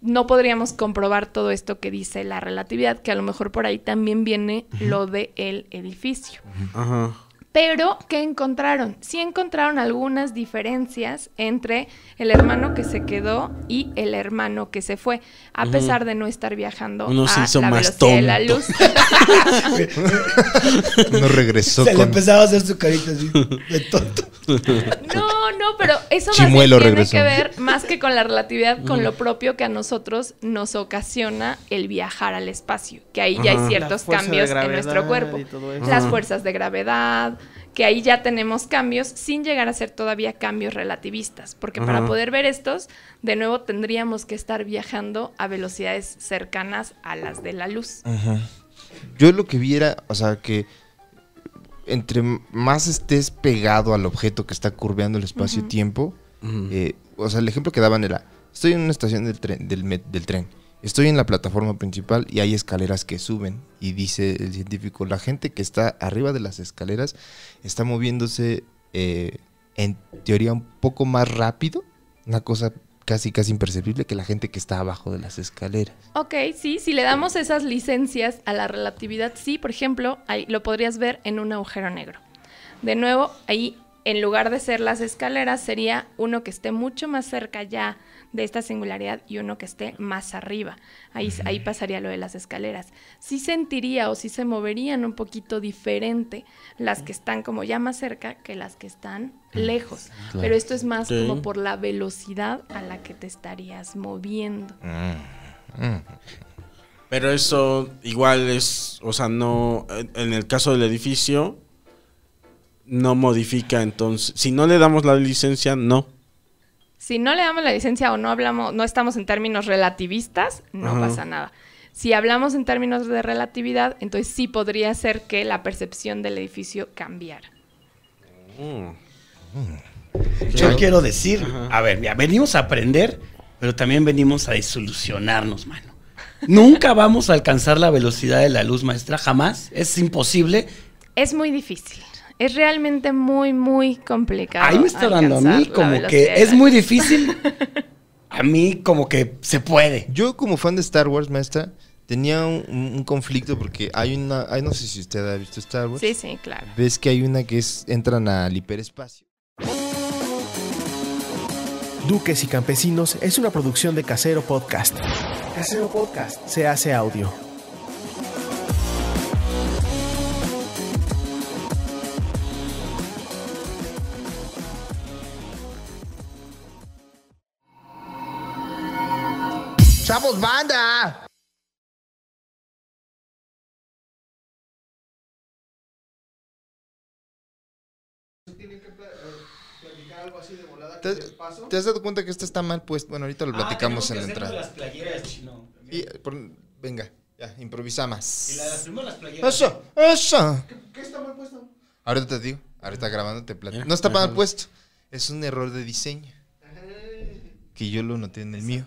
[SPEAKER 7] no podríamos comprobar todo esto que dice la relatividad, que a lo mejor por ahí también viene lo de el edificio.
[SPEAKER 3] Ajá.
[SPEAKER 7] Pero, ¿qué encontraron? Sí encontraron algunas diferencias entre el hermano que se quedó y el hermano que se fue, a pesar de no estar viajando
[SPEAKER 3] Uno se
[SPEAKER 7] a
[SPEAKER 3] hizo
[SPEAKER 7] la
[SPEAKER 3] más
[SPEAKER 7] velocidad de la
[SPEAKER 3] tonto.
[SPEAKER 7] luz.
[SPEAKER 2] No regresó
[SPEAKER 4] Se le
[SPEAKER 2] con...
[SPEAKER 4] empezaba a hacer su carita así de tonto.
[SPEAKER 7] No, no, pero eso más bien
[SPEAKER 2] Chimuelo
[SPEAKER 7] tiene
[SPEAKER 2] regresó.
[SPEAKER 7] que ver más que con la relatividad, con lo propio que a nosotros nos ocasiona el viajar al espacio, que ahí ya hay
[SPEAKER 6] La
[SPEAKER 7] ciertos
[SPEAKER 6] fuerza de
[SPEAKER 7] cambios en
[SPEAKER 6] gravedad
[SPEAKER 7] nuestro cuerpo,
[SPEAKER 6] y todo eso.
[SPEAKER 7] las
[SPEAKER 3] Ajá.
[SPEAKER 7] fuerzas de gravedad, que ahí ya tenemos cambios sin llegar a ser todavía cambios relativistas, porque para
[SPEAKER 3] Ajá.
[SPEAKER 7] poder ver estos, de nuevo tendríamos que estar viajando a velocidades cercanas a las de la luz.
[SPEAKER 2] Yo lo que viera, o sea, que entre m- más estés pegado al objeto que está curveando el espacio-tiempo, eh, o sea, el ejemplo que daban era, estoy en una estación del tren, del, met- del tren, estoy en la plataforma principal y hay escaleras que suben y dice el científico, la gente que está arriba de las escaleras está moviéndose eh, en teoría un poco más rápido, una cosa casi casi imperceptible que la gente que está abajo de las escaleras.
[SPEAKER 7] Ok, sí, si le damos esas licencias a la relatividad, sí, por ejemplo, ahí lo podrías ver en un agujero negro. De nuevo, ahí en lugar de ser las escaleras, sería uno que esté mucho más cerca ya de esta singularidad y uno que esté más arriba. Ahí, ahí pasaría lo de las escaleras. Sí sentiría o sí se moverían un poquito diferente las que están como ya más cerca que las que están lejos. Pero esto es más
[SPEAKER 3] Ok.
[SPEAKER 7] como por la velocidad a la que te estarías moviendo.
[SPEAKER 3] Pero eso igual es, o sea, no, en- en el caso del edificio, no modifica entonces. Si no le damos la licencia, no.
[SPEAKER 7] Si no le damos la licencia o no hablamos, no estamos en términos relativistas, no pasa nada. Si hablamos en términos de relatividad, entonces sí podría ser que la percepción del edificio cambiara.
[SPEAKER 8] Yo quiero decir, a ver, mira, venimos a aprender, pero también venimos a desilusionarnos, mano. Nunca vamos a alcanzar la velocidad de la luz, maestra, jamás. Es imposible.
[SPEAKER 7] Es muy difícil. Es realmente muy, muy complicado.
[SPEAKER 8] Ahí me está dando a mí
[SPEAKER 7] alcanzar la
[SPEAKER 8] como
[SPEAKER 7] velocidad
[SPEAKER 8] que es
[SPEAKER 7] de la
[SPEAKER 8] muy
[SPEAKER 7] luz.
[SPEAKER 8] difícil. A mí como que se puede.
[SPEAKER 2] Yo como fan de Star Wars, maestra, tenía un, un conflicto porque hay una... Ay, no sé si usted ha visto Star Wars.
[SPEAKER 7] Sí, sí, claro.
[SPEAKER 2] Ves que hay una que es... Entran al hiperespacio.
[SPEAKER 5] Duques y Campesinos es una producción de Casero Podcast. Casero Podcast se hace audio.
[SPEAKER 9] ¡Chavos banda!
[SPEAKER 2] ¿Te, te has dado cuenta que esta está mal puesta? Bueno, ahorita lo platicamos en la entrada. Y, eh, por- venga, ya, improvisa más. Eso, eso. ¿Qué, está mal puesto? Ahorita te digo, ahorita grabando te platico. No está mal puesto, es un error de diseño. Que yo lo noté en el mío.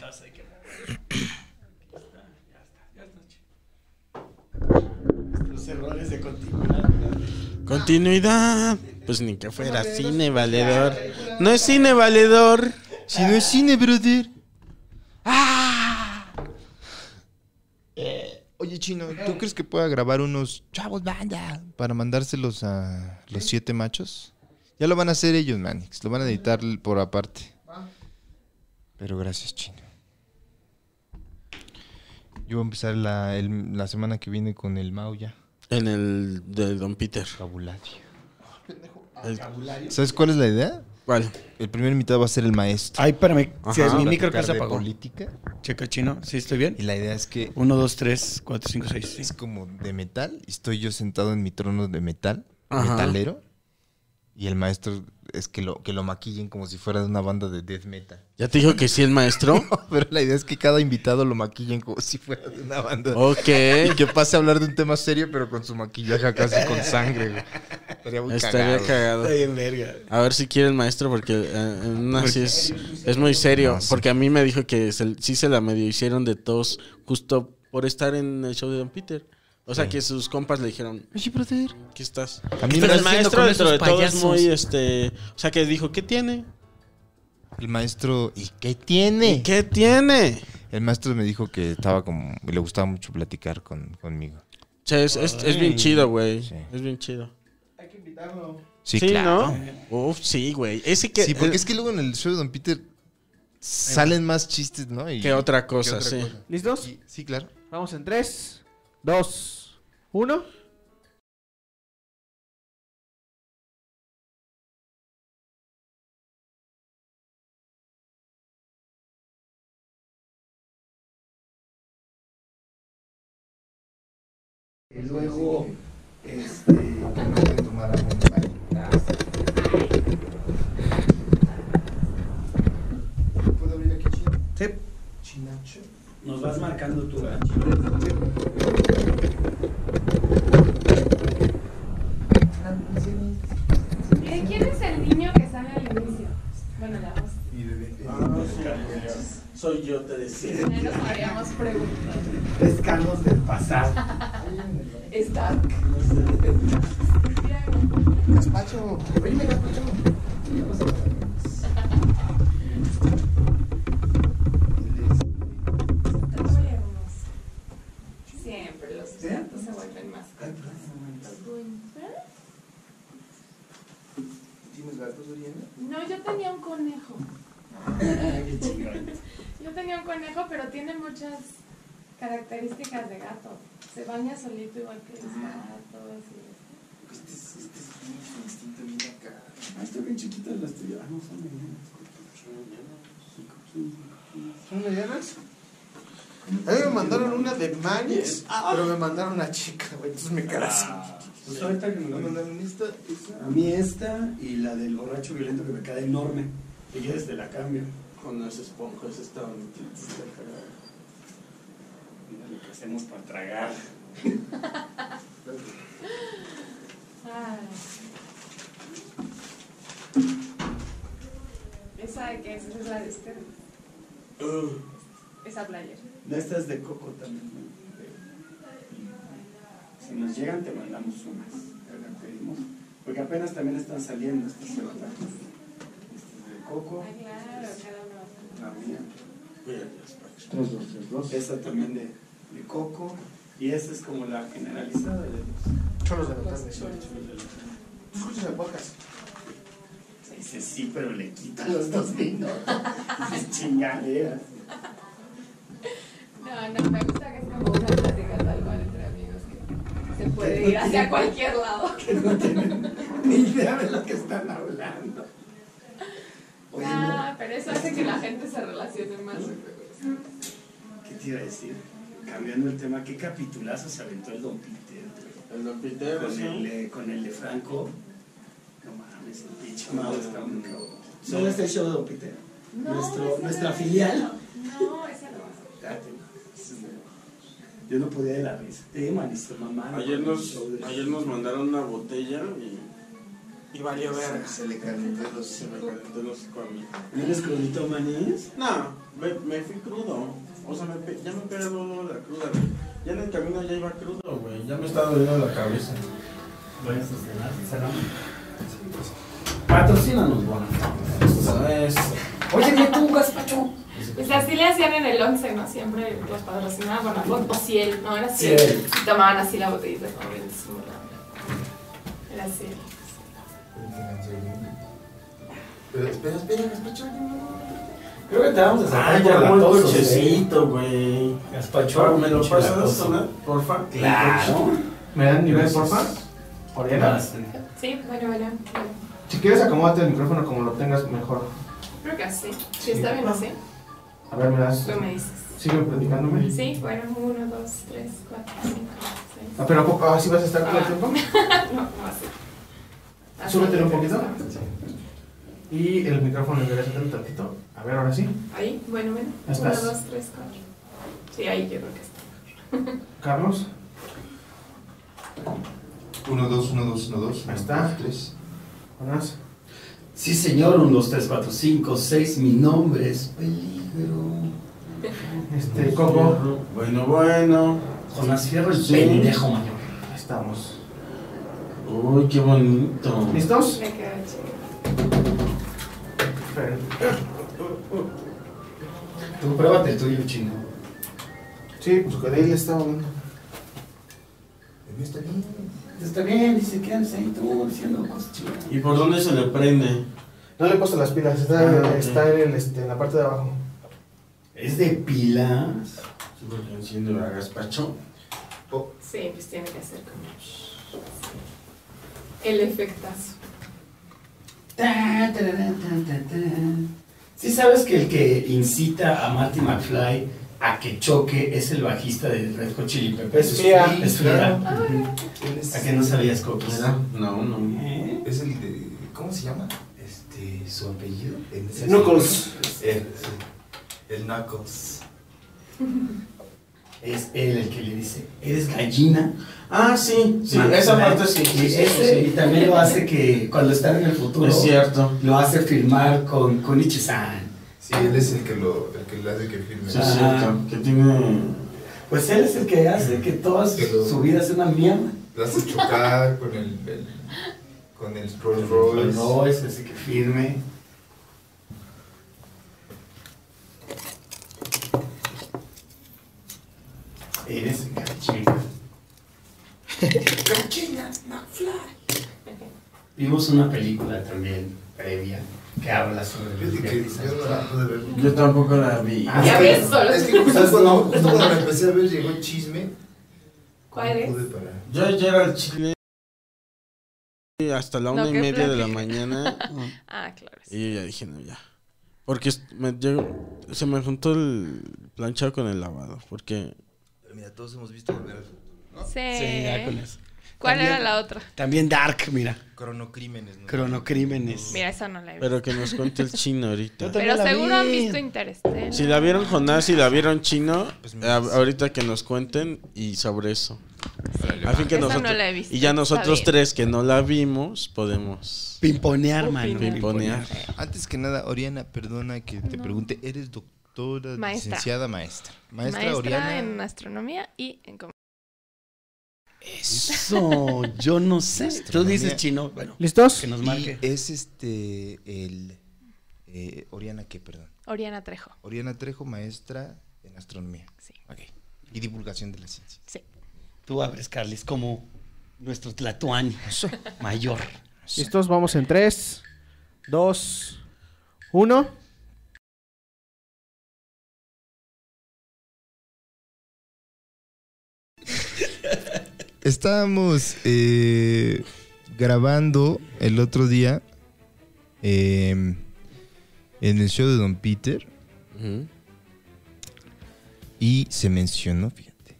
[SPEAKER 3] Continuidad. Pues ni que fuera cine valedor. No es cine valedor.
[SPEAKER 2] Si no es cine, brother. ¡Ah! Eh, oye, Chino, ¿tú crees que pueda grabar unos chavos banda para mandárselos a los siete machos? Ya lo van a hacer ellos, Manix. Lo van a editar por aparte. Pero gracias, Chino. Yo voy a empezar la, el- la semana que viene con el Mao ya.
[SPEAKER 3] En el de Don Peter.
[SPEAKER 2] Cabulario.
[SPEAKER 3] El-
[SPEAKER 2] ¿Sabes cuál es la idea?
[SPEAKER 3] ¿Cuál?
[SPEAKER 2] El primer invitado va a ser el maestro.
[SPEAKER 8] Ay, espérame. Si es mi
[SPEAKER 2] Platicar
[SPEAKER 8] micro que se
[SPEAKER 2] de
[SPEAKER 8] apagó.
[SPEAKER 2] política.
[SPEAKER 8] Checa chino. ¿Sí estoy bien?
[SPEAKER 2] Y la idea es que
[SPEAKER 8] 1, 2, 3, 4, 5, 6.
[SPEAKER 2] es como de metal. y Estoy yo sentado en mi trono de metal,
[SPEAKER 3] Ajá.
[SPEAKER 2] metalero. Y el maestro es que lo, que lo maquillen como si fuera de una banda de death metal.
[SPEAKER 3] ¿Ya te dijo que sí el maestro?
[SPEAKER 2] Pero la idea es que cada invitado lo maquillen como si fuera de una banda.
[SPEAKER 3] Ok.
[SPEAKER 2] Y que pase a hablar de un tema serio, pero con su maquillaje acá así con sangre, güey. Estaría muy
[SPEAKER 3] Estaría
[SPEAKER 2] cagado.
[SPEAKER 3] cagado.
[SPEAKER 8] bien, verga.
[SPEAKER 3] A ver si quiere el maestro, porque eh, en una sí es, es muy serio. Porque a mí me dijo que se- sí se la medio hicieron de todos justo por estar en el show de Don Peter. O sea, que sus compas le dijeron, oye, brother, ¿qué estás?
[SPEAKER 2] A mí
[SPEAKER 3] Pero
[SPEAKER 2] me-
[SPEAKER 3] el maestro, dentro
[SPEAKER 4] con
[SPEAKER 3] de
[SPEAKER 4] esos
[SPEAKER 3] todo, es
[SPEAKER 4] payasos?
[SPEAKER 3] muy, este... O sea, que dijo, ¿qué tiene?
[SPEAKER 2] el maestro, ¿y qué
[SPEAKER 3] ¿Y
[SPEAKER 2] tiene?
[SPEAKER 3] qué tiene?
[SPEAKER 2] El maestro me dijo que estaba como, le gustaba mucho platicar con, conmigo.
[SPEAKER 3] O sea, es, es- es bien chido, güey.
[SPEAKER 2] Sí.
[SPEAKER 3] Es bien chido.
[SPEAKER 2] Sí, claro.
[SPEAKER 3] ¿no? Uf, sí, güey. Ese que...
[SPEAKER 2] sí, porque es que luego en el show de Don Peter salen más chistes, ¿no? Y-
[SPEAKER 3] Que otra cosa,
[SPEAKER 2] otra
[SPEAKER 3] sí.
[SPEAKER 2] cosa?
[SPEAKER 6] ¿Listos?
[SPEAKER 2] y- sí, claro.
[SPEAKER 6] Vamos en 3, 2, 1.
[SPEAKER 8] Nos vas marcando tú,
[SPEAKER 7] Eh, ¿Quién es el niño que sale al inicio? Bueno, la voz.
[SPEAKER 3] Soy yo, te decía.
[SPEAKER 7] Ya nos habíamos preguntado.
[SPEAKER 8] Es Carlos del pasado.
[SPEAKER 7] Está. Siempre los gatos se vuelven más ¿Tienes gatos, No, yo tenía un conejo. yo tenía un conejo, pero tiene muchas características de gato. Se baña solito igual que los
[SPEAKER 10] Ah.
[SPEAKER 7] gatos. y-
[SPEAKER 9] ¿Son medianas? A mí me mandaron una de Manix, pero me mandaron una chica, güey. Entonces me quedé
[SPEAKER 6] Ah,
[SPEAKER 9] así.
[SPEAKER 8] Pues ahorita que me
[SPEAKER 9] Me
[SPEAKER 8] lo
[SPEAKER 9] mandaron esta,
[SPEAKER 8] A mí esta y la del borracho violento que me cae enorme.
[SPEAKER 6] Si quieres te la cambio. Con las esponjas está bonita. Está cagada. Mira lo que hacemos para tragar.
[SPEAKER 10] Ah.
[SPEAKER 7] Esa de que es, esa es la de usted.
[SPEAKER 10] Uh.
[SPEAKER 7] Esa player.
[SPEAKER 6] No, esta es de coco también. ¿no? De- Si nos llegan, te mandamos unas. Te la pedimos. Porque apenas también están saliendo estas sueltas. Esta es de coco.
[SPEAKER 7] Ah, claro, cada uno.
[SPEAKER 6] La mía. Esta también de, de coco. Y esta es como la generalizada de los cholos de la tarde. Escuchas el podcast. Dice sí, pero le quita los dos vinos. Dices chingaderas.
[SPEAKER 7] No, no, me gusta que es como una plática tal cual entre amigos que se puede ir hacia cualquier lado.
[SPEAKER 6] que no tienen ni idea de lo que están hablando. Oye,
[SPEAKER 7] Ah, pero eso hace que la gente se relacione más. yo creo.
[SPEAKER 6] ¿qué te iba a decir? Cambiando el tema, ¿qué capitulazo se aventó el Don Peter?
[SPEAKER 10] El Don Peter,
[SPEAKER 3] Pues
[SPEAKER 6] Con
[SPEAKER 10] ¿no?
[SPEAKER 6] el, eh, con el de Franco. No mames, el pinche mago está muy cabrón.
[SPEAKER 10] Solo este show de Don Peter.
[SPEAKER 7] No,
[SPEAKER 10] Nuestro-
[SPEAKER 7] ese no
[SPEAKER 10] nuestra
[SPEAKER 7] pues, es
[SPEAKER 10] filial.
[SPEAKER 7] eso. No, ese no.
[SPEAKER 6] Date, ese es mejor. Yo no podía de la risa. Te digo, manito, mamá.
[SPEAKER 3] Ayer
[SPEAKER 6] con el
[SPEAKER 3] nos,
[SPEAKER 6] show de-
[SPEAKER 3] ayer nos mandaron una botella y
[SPEAKER 6] Y valió ver.
[SPEAKER 3] se le calentó los, se me calentó los cuernos.
[SPEAKER 6] ¿No les crudito manís?
[SPEAKER 3] No, me, me fui crudo. O sea, me pe- ya me pegó la cruda, güey. Ya en el camino ya iba crudo, güey. Ya me estaba doliendo la cabeza.
[SPEAKER 6] Buenas cenar, pues. Patrocínanos, bueno.
[SPEAKER 3] ¿Sabes?
[SPEAKER 7] Oye, me tú, gazpacho. Pues así le hacían en el 11, ¿no? Siempre los patrocinaban con la bot- o ciel, no era ciel.
[SPEAKER 6] Ciel.
[SPEAKER 7] Y tomaban así la botellita, ¿no? Bien simulada. Era ciel.
[SPEAKER 3] Espera, espera, despacho. Creo que te vamos a sacar por la
[SPEAKER 6] dulcecito,
[SPEAKER 3] güey.
[SPEAKER 6] Gazpacho,
[SPEAKER 3] ¿Me lo pasas,
[SPEAKER 6] Gazpacho.
[SPEAKER 3] Sonar? Porfa.
[SPEAKER 6] Claro. ¿Me dan nivel, porfa? Ordenas.
[SPEAKER 7] Sí, bueno, bueno. bueno.
[SPEAKER 6] Si quieres, acomódate el micrófono como lo tengas mejor.
[SPEAKER 7] Creo que así. Sí, está bien así.
[SPEAKER 6] A ver, me das.
[SPEAKER 7] Tú me dices.
[SPEAKER 6] Sigue platicándome.
[SPEAKER 7] Sí, bueno, 1, 2, 3, 4, 5, 6.
[SPEAKER 6] Ah, pero ¿a poco así vas a estar todo el
[SPEAKER 7] Ah.
[SPEAKER 6] tiempo?
[SPEAKER 7] No, no así. Así.
[SPEAKER 6] Súbetelo un poquito. Y el micrófono enderezate un tantito. A ver, ahora sí.
[SPEAKER 7] Ahí, bueno, bueno.
[SPEAKER 6] Ya
[SPEAKER 7] 1,
[SPEAKER 6] estás.
[SPEAKER 7] 2, 3, 4. Sí, ahí yo creo que está.
[SPEAKER 6] Carlos,
[SPEAKER 2] 1, 2, 1, 2, 1, 2.
[SPEAKER 6] Ahí está.
[SPEAKER 2] 3.
[SPEAKER 6] Jonás.
[SPEAKER 4] Sí, señor, 1, 2, 3, 4, 5, 6. Mi nombre es Peligro.
[SPEAKER 6] Este, Coco.
[SPEAKER 3] Bueno, bueno.
[SPEAKER 4] Jonás Fierro, el
[SPEAKER 3] Sí.
[SPEAKER 4] pendejo mayor.
[SPEAKER 6] Ahí Estamos.
[SPEAKER 3] Uy, qué bonito.
[SPEAKER 6] ¿Listos?
[SPEAKER 7] Me quedo chido.
[SPEAKER 6] Esperen.
[SPEAKER 2] Tú pruébate el tuyo, chino.
[SPEAKER 6] Sí, pues que de ahí le estaba dando.
[SPEAKER 2] Está bien.
[SPEAKER 4] Está bien, dice, quédense ahí tú diciendo cosas chidas.
[SPEAKER 3] ¿Y por dónde se le prende?
[SPEAKER 6] No le he puesto las pilas, está,
[SPEAKER 3] Ah, ok.
[SPEAKER 6] está en, el, este, en la parte de abajo.
[SPEAKER 4] ¿Es de pilas?
[SPEAKER 3] Sí, porque enciendo la gazpacho.
[SPEAKER 7] Sí, pues tiene que hacer como. El efectazo.
[SPEAKER 4] Ta, ta, ta, ta, ta. Sí sabes que el que incita a Marty McFly a que choque es el bajista de Red Hot Chili Peppers.
[SPEAKER 6] Es Fía.
[SPEAKER 4] Es Fía.
[SPEAKER 2] ¿Quién es?
[SPEAKER 4] A que no sabías copias.
[SPEAKER 3] No, no.
[SPEAKER 2] Es el de. ¿Cómo se llama? Este. Su apellido. En ese-
[SPEAKER 6] Knuckles.
[SPEAKER 2] El, el Knuckles.
[SPEAKER 4] Es él el que le dice, eres gallina.
[SPEAKER 3] Ah, sí. Sí,
[SPEAKER 4] Marty
[SPEAKER 3] esa
[SPEAKER 4] McFly.
[SPEAKER 3] parte sí. sí,
[SPEAKER 4] Y,
[SPEAKER 3] sí,
[SPEAKER 4] ese-
[SPEAKER 3] sí.
[SPEAKER 4] y también lo hace que cuando están en el futuro,
[SPEAKER 3] Es cierto.
[SPEAKER 4] lo hace firmar con Konichi-san.
[SPEAKER 2] Sí, él es el que lo, el que le hace que firme.
[SPEAKER 3] Sí, es cierto. Ah. Que tiene.
[SPEAKER 4] Pues él es el que hace que toda su, su vida sea una mierda.
[SPEAKER 2] Lo hace chocar con el, el- con el Rolls
[SPEAKER 4] Rolls
[SPEAKER 2] Royce.
[SPEAKER 4] Royce, así que firme. Eres gallina. gallina, McFly. Vimos una película también previa que habla sobre
[SPEAKER 2] Fíjate
[SPEAKER 4] los
[SPEAKER 2] que
[SPEAKER 4] viajes
[SPEAKER 2] yo no la
[SPEAKER 4] al-
[SPEAKER 2] pude ver.
[SPEAKER 3] Yo tampoco la vi.
[SPEAKER 4] Ah,
[SPEAKER 7] Ya
[SPEAKER 4] es
[SPEAKER 7] ves,
[SPEAKER 4] que-
[SPEAKER 7] solo
[SPEAKER 2] Es que justo cuando, justo cuando la empecé a ver llegó el chisme.
[SPEAKER 7] ¿Cuál
[SPEAKER 2] No
[SPEAKER 7] es?
[SPEAKER 2] pude parar.
[SPEAKER 3] Yo ayer al chile. Hasta la
[SPEAKER 11] No,
[SPEAKER 3] una y
[SPEAKER 11] qué
[SPEAKER 3] media de la
[SPEAKER 11] flojera.
[SPEAKER 3] mañana.
[SPEAKER 11] Ah, claro. sí.
[SPEAKER 3] Y yo ya dije, no, ya. Porque es- me llegó- se me juntó el planchado con el lavado. Porque
[SPEAKER 2] Pero mira, todos hemos visto volver al futuro.
[SPEAKER 11] Sí.
[SPEAKER 4] Sí, ya con eso.
[SPEAKER 7] ¿Cuál
[SPEAKER 4] También-
[SPEAKER 7] era la otra?
[SPEAKER 4] También Dark, mira.
[SPEAKER 2] Cronocrímenes. ¿no?
[SPEAKER 4] Cronocrímenes.
[SPEAKER 7] Mira, esa no la he visto.
[SPEAKER 3] Pero que nos cuente el chino ahorita.
[SPEAKER 7] Pero,
[SPEAKER 4] también la
[SPEAKER 7] seguro han
[SPEAKER 4] vi.
[SPEAKER 7] visto Interstellar.
[SPEAKER 3] Si la vieron con Nas y la vieron chino, a- ahorita que nos cuenten y sobre eso. A fin que
[SPEAKER 7] Esa
[SPEAKER 3] nosotros,
[SPEAKER 7] no la he visto,
[SPEAKER 3] y ya
[SPEAKER 7] está
[SPEAKER 3] nosotros
[SPEAKER 7] bien.
[SPEAKER 3] tres que no la vimos, podemos
[SPEAKER 4] Pimponear, mano.
[SPEAKER 3] pimponear.
[SPEAKER 2] Antes que nada, Oriana, perdona que te pregunte, ¿eres doctora,
[SPEAKER 7] Maestra.
[SPEAKER 2] licenciada, maestra? Maestra,
[SPEAKER 7] Maestra
[SPEAKER 2] Oriana.
[SPEAKER 7] en astronomía y en com-
[SPEAKER 4] Eso, yo no sé. Tú dices chino, bueno,
[SPEAKER 6] ¿Listos?
[SPEAKER 4] que nos
[SPEAKER 2] y
[SPEAKER 4] marque.
[SPEAKER 2] es este, el, eh, Oriana, ¿qué, perdón?
[SPEAKER 7] Oriana Trejo.
[SPEAKER 2] Oriana Trejo, maestra en astronomía.
[SPEAKER 7] Sí.
[SPEAKER 2] Ok. Y divulgación de la ciencia.
[SPEAKER 7] Sí.
[SPEAKER 4] Tú abres, Carles, como nuestro Tlatuani mayor.
[SPEAKER 6] ¿Listos? Vamos en 3, 2, 1.
[SPEAKER 2] Estábamos eh, grabando el otro día eh, en el show de Don Peter y se mencionó, fíjate,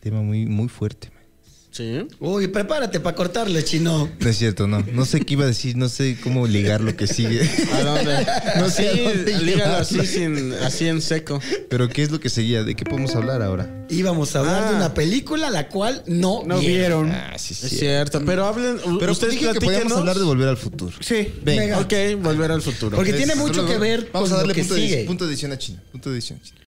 [SPEAKER 2] tema muy, muy fuerte. man.
[SPEAKER 3] ¿Sí?
[SPEAKER 4] Uy, prepárate para cortarle, chino.
[SPEAKER 2] No es cierto, no. No sé qué iba a decir, no sé cómo ligar lo que sigue.
[SPEAKER 3] ¿A dónde?
[SPEAKER 2] No sé a dónde
[SPEAKER 3] Sí, lígalo
[SPEAKER 2] llevarlo.
[SPEAKER 3] así, sin, así en seco.
[SPEAKER 2] Pero ¿qué es lo que seguía? ¿De qué podemos hablar ahora?
[SPEAKER 4] Íbamos a hablar
[SPEAKER 3] Ah.
[SPEAKER 4] de una película la cual no,
[SPEAKER 6] No vieron.
[SPEAKER 2] Ah, sí,
[SPEAKER 3] Es cierto, pero hablen.
[SPEAKER 2] Pero
[SPEAKER 3] ustedes
[SPEAKER 2] dije que podíamos
[SPEAKER 3] platíquenos.
[SPEAKER 2] hablar de volver al futuro.
[SPEAKER 6] Sí.
[SPEAKER 2] Venga.
[SPEAKER 3] Ok, volver al futuro.
[SPEAKER 4] Porque
[SPEAKER 2] Es-
[SPEAKER 4] tiene mucho
[SPEAKER 2] solo-
[SPEAKER 4] que ver
[SPEAKER 2] Vamos
[SPEAKER 4] con
[SPEAKER 2] a darle
[SPEAKER 4] lo que
[SPEAKER 2] punto,
[SPEAKER 4] sigue.
[SPEAKER 2] De, punto de edición a China. Punto de edición a China.